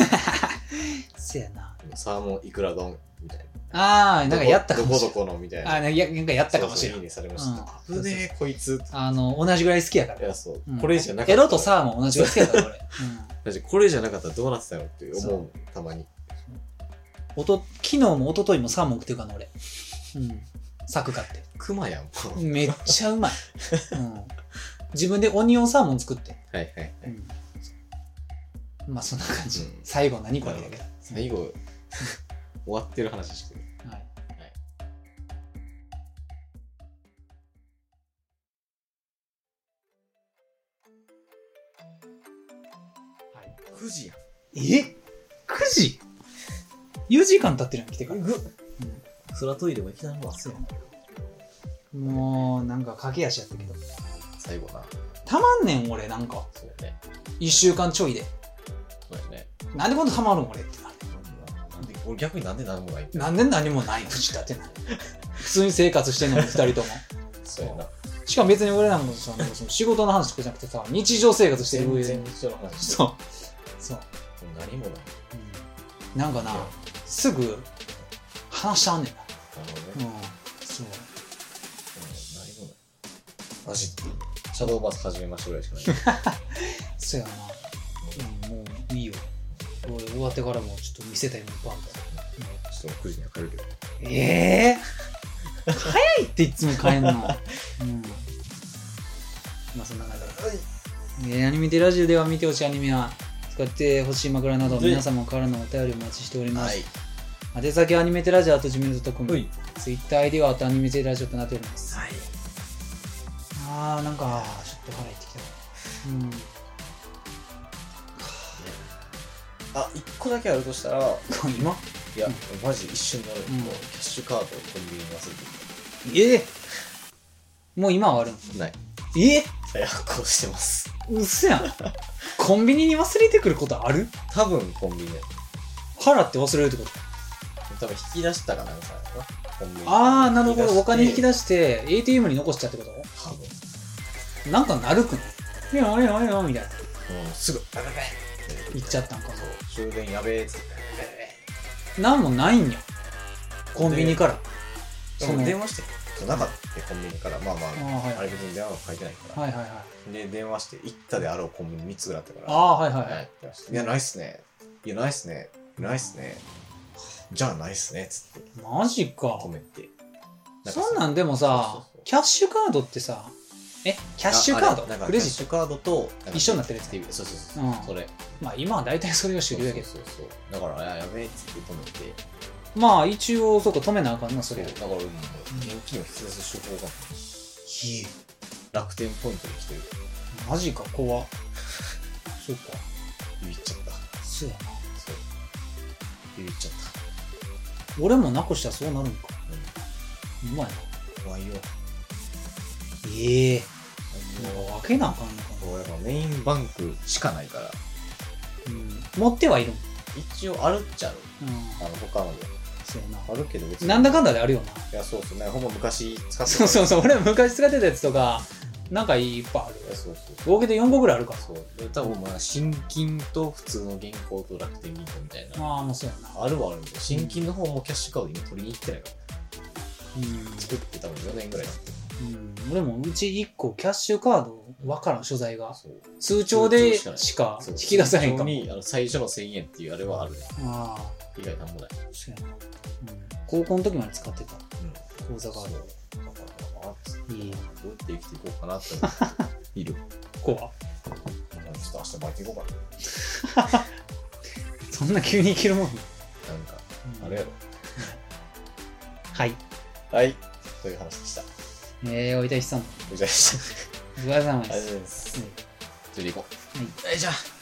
A: そうやな。
B: サーモンいくら丼みたいな。
A: ああ、なんかやったか
B: ど
A: も
B: こ
A: し
B: ど
A: れない。
B: このみたい
A: あー
B: な。
A: なんかやなんかやったかもしれ
B: そうそういい
A: ない。
B: ねされました。
A: うん
B: 危ねえ、こいつ。
A: あの、同じぐらい好きやか
B: い
A: ら。
B: や、そう
A: うん。
B: これじゃなかった
A: エ
B: ら。
A: ロとサーモン同じぐらい好きや
B: *laughs*
A: から、俺。
B: マジこれじゃなかったらどうなってたのって思うもんたまに。
A: うんおと昨日も一昨日もサーモン食ってるからな、俺。うん。サク買って。
B: クマやん、もう
A: めっちゃうまい。うん。自分でオニオンサーモン作って。
B: はいはいはい。
A: まあそんな感じ、
B: うん
A: 最後何これだけど、
B: 最後、終わってる話してる。
A: はい
B: 9時や
A: え9時 ?4 時間経ってるの来てから、
B: ぐ空トイレも行きなの忘れ
A: もうなんか駆け足やったけど
B: 最後な。
A: たまんねん俺なんか
B: そうやね。
A: 1週間ちょいで
B: そうやね。
A: なんでこんなたまるん俺ってなる
B: なんで、俺逆になんで何もないんだ
A: なんで何もないのちだってな *laughs* 普通に生活してんのに2人とも
B: そうやな。
A: しかも別に俺なんかさなんかその仕事の話とかじゃなくてさ日常生活してる
B: 全
A: 上
B: 然
A: で
B: 日常の話して
A: そうそう
B: る。何もない。
A: うんなんかな、すぐ話しちゃうねんな。
B: なるほどね。
A: うん。そう。
B: 何もない。マジシャドーバース始めましたぐらいしかない。
A: そうやな。うん、もういいよ。俺終わってからもちょっと見せたいもんいっぱい
B: ちょっと9時には帰るけど。
A: あんだええ早いっていつも帰ん
B: *laughs*
A: の。うん。まあそんな感じで。えーアニメテラジオでは見てほしいアニメは使ってほしい枕など皆様からのお便りお待ちしております。
B: はい。
A: 宛先はアニメテラジオとジメルドットコム
B: はい。
A: ツイッター ID はアニメテラジオとなっております。あーなんかちょっと腹減ってきたうん
B: あ、1個だけあるとしたら、
A: これ今
B: いや、マジ一瞬なる、
A: うん
B: もうキャッシュカードをコンビニに忘
A: え
B: れ
A: えもう今はあるん
B: てない。
A: ええ
B: 再発行してます。
A: うそやんコンビニに忘れてくることある
B: 多分コンビニや。
A: 払って忘れるってこと
B: 多分引き出したかなんかやな。コンビニ。
A: ああなるほどお金引き
B: し
A: 出して ATM に残しちゃってこと
B: て。多分。
A: なんかなるくないいやいやいやみたいな
B: うん、すぐ、やべやべ
A: 言っちゃったんか
B: そう、終電やべえっつって。
A: なんもないんやコンビニから
B: で
A: その
B: も電話して、そうなかったよコンビニから。まあま
A: あー
B: あ、
A: はい
B: あれ別に電話は書いてないから。
A: はいはいはい
B: で、電話して、行ったであろうコンビニ3つぐらいあったから。
A: ああーはいはいは
B: はいい、いや、ないっすね。いや、ないっすね。ないっすね。じゃあ、ないっすね。つって、
A: マジか
B: 止めて。
A: そんなんでもさ
B: そうそうそう
A: キャッシュカードってさえキャッシュカ
B: ああれな
A: ー
B: ん
A: ド
B: かク
A: ク
B: レ
A: レ
B: ジ
A: ジ
B: ッ
A: ッ
B: トカードと、なんか
A: 一緒になってるやつ
B: っていうそうそう
A: ト
B: そうう。
A: ん
B: それ。
A: まあ今は大体それが主流やけど
B: そうそうそう。だから、あやべえっつって止めて。
A: まあ一応そうか止めなあかんなそ
B: そう
A: れ
B: だから、もう現金を引き出す手法が
A: ひえ
B: 楽天ポイントに来てる。
A: マジか怖っそうか
B: ビビっちゃった。
A: そうやな
B: そう。ビビっちゃっ
A: 俺もなくしたらそうなるんか
B: た。う。
A: うまいなん
B: 怖いよ。
A: ええ
B: 怖いよ
A: なんか分けなあかんのか
B: そうやっぱメインバンクしかないから、
A: な、うん、持ってはいるん
B: 一応あるっちゃう。
A: うん
B: あの、他ので。
A: そうや
B: あるけど別
A: ななんだかん
B: だ
A: だであるよない
B: やそうそうねほぼ昔使ってた
A: そうそう
B: う
A: そう俺昔使ってたやつとかなんかいっぱいある
B: いやそうそう
A: 合計で4個ぐらいあるから
B: そうで多分まあ新金と普通の現行と楽天銀行みたいな
A: ああもうそうやな
B: あるはあるんで新金の方もキャッシュカード今取りに行ってないから
A: うん
B: 作って多分4年ぐらい経ってる
A: うん、俺もうち1個キャッシュカード分からん所在が
B: そう
A: 通帳で
B: 通帳
A: し
B: し
A: か
B: そう
A: 引き出せへん
B: 非常
A: かも
B: にあの最初の1000円っていうあれはあるね
A: ああ
B: 以外なんもない、
A: そうやな、うん、高校の時まで使ってた口座
B: だ
A: カ
B: から
A: ー
B: だからな
A: ドいい
B: どうやって生きていこうかなって思っている
A: 子は
B: ちょっと明日バイト行こうか
A: そんな急にいけるもん、
B: ななんか
A: うん
B: あれやろ
A: はい
B: はいという話でした
A: えー、おいたしさん
B: お疲れ様でした
A: お疲れ様
B: あ
A: で
B: りがと
A: す
B: うございます
A: うん
B: それで行こう
A: はい
B: はいじゃあ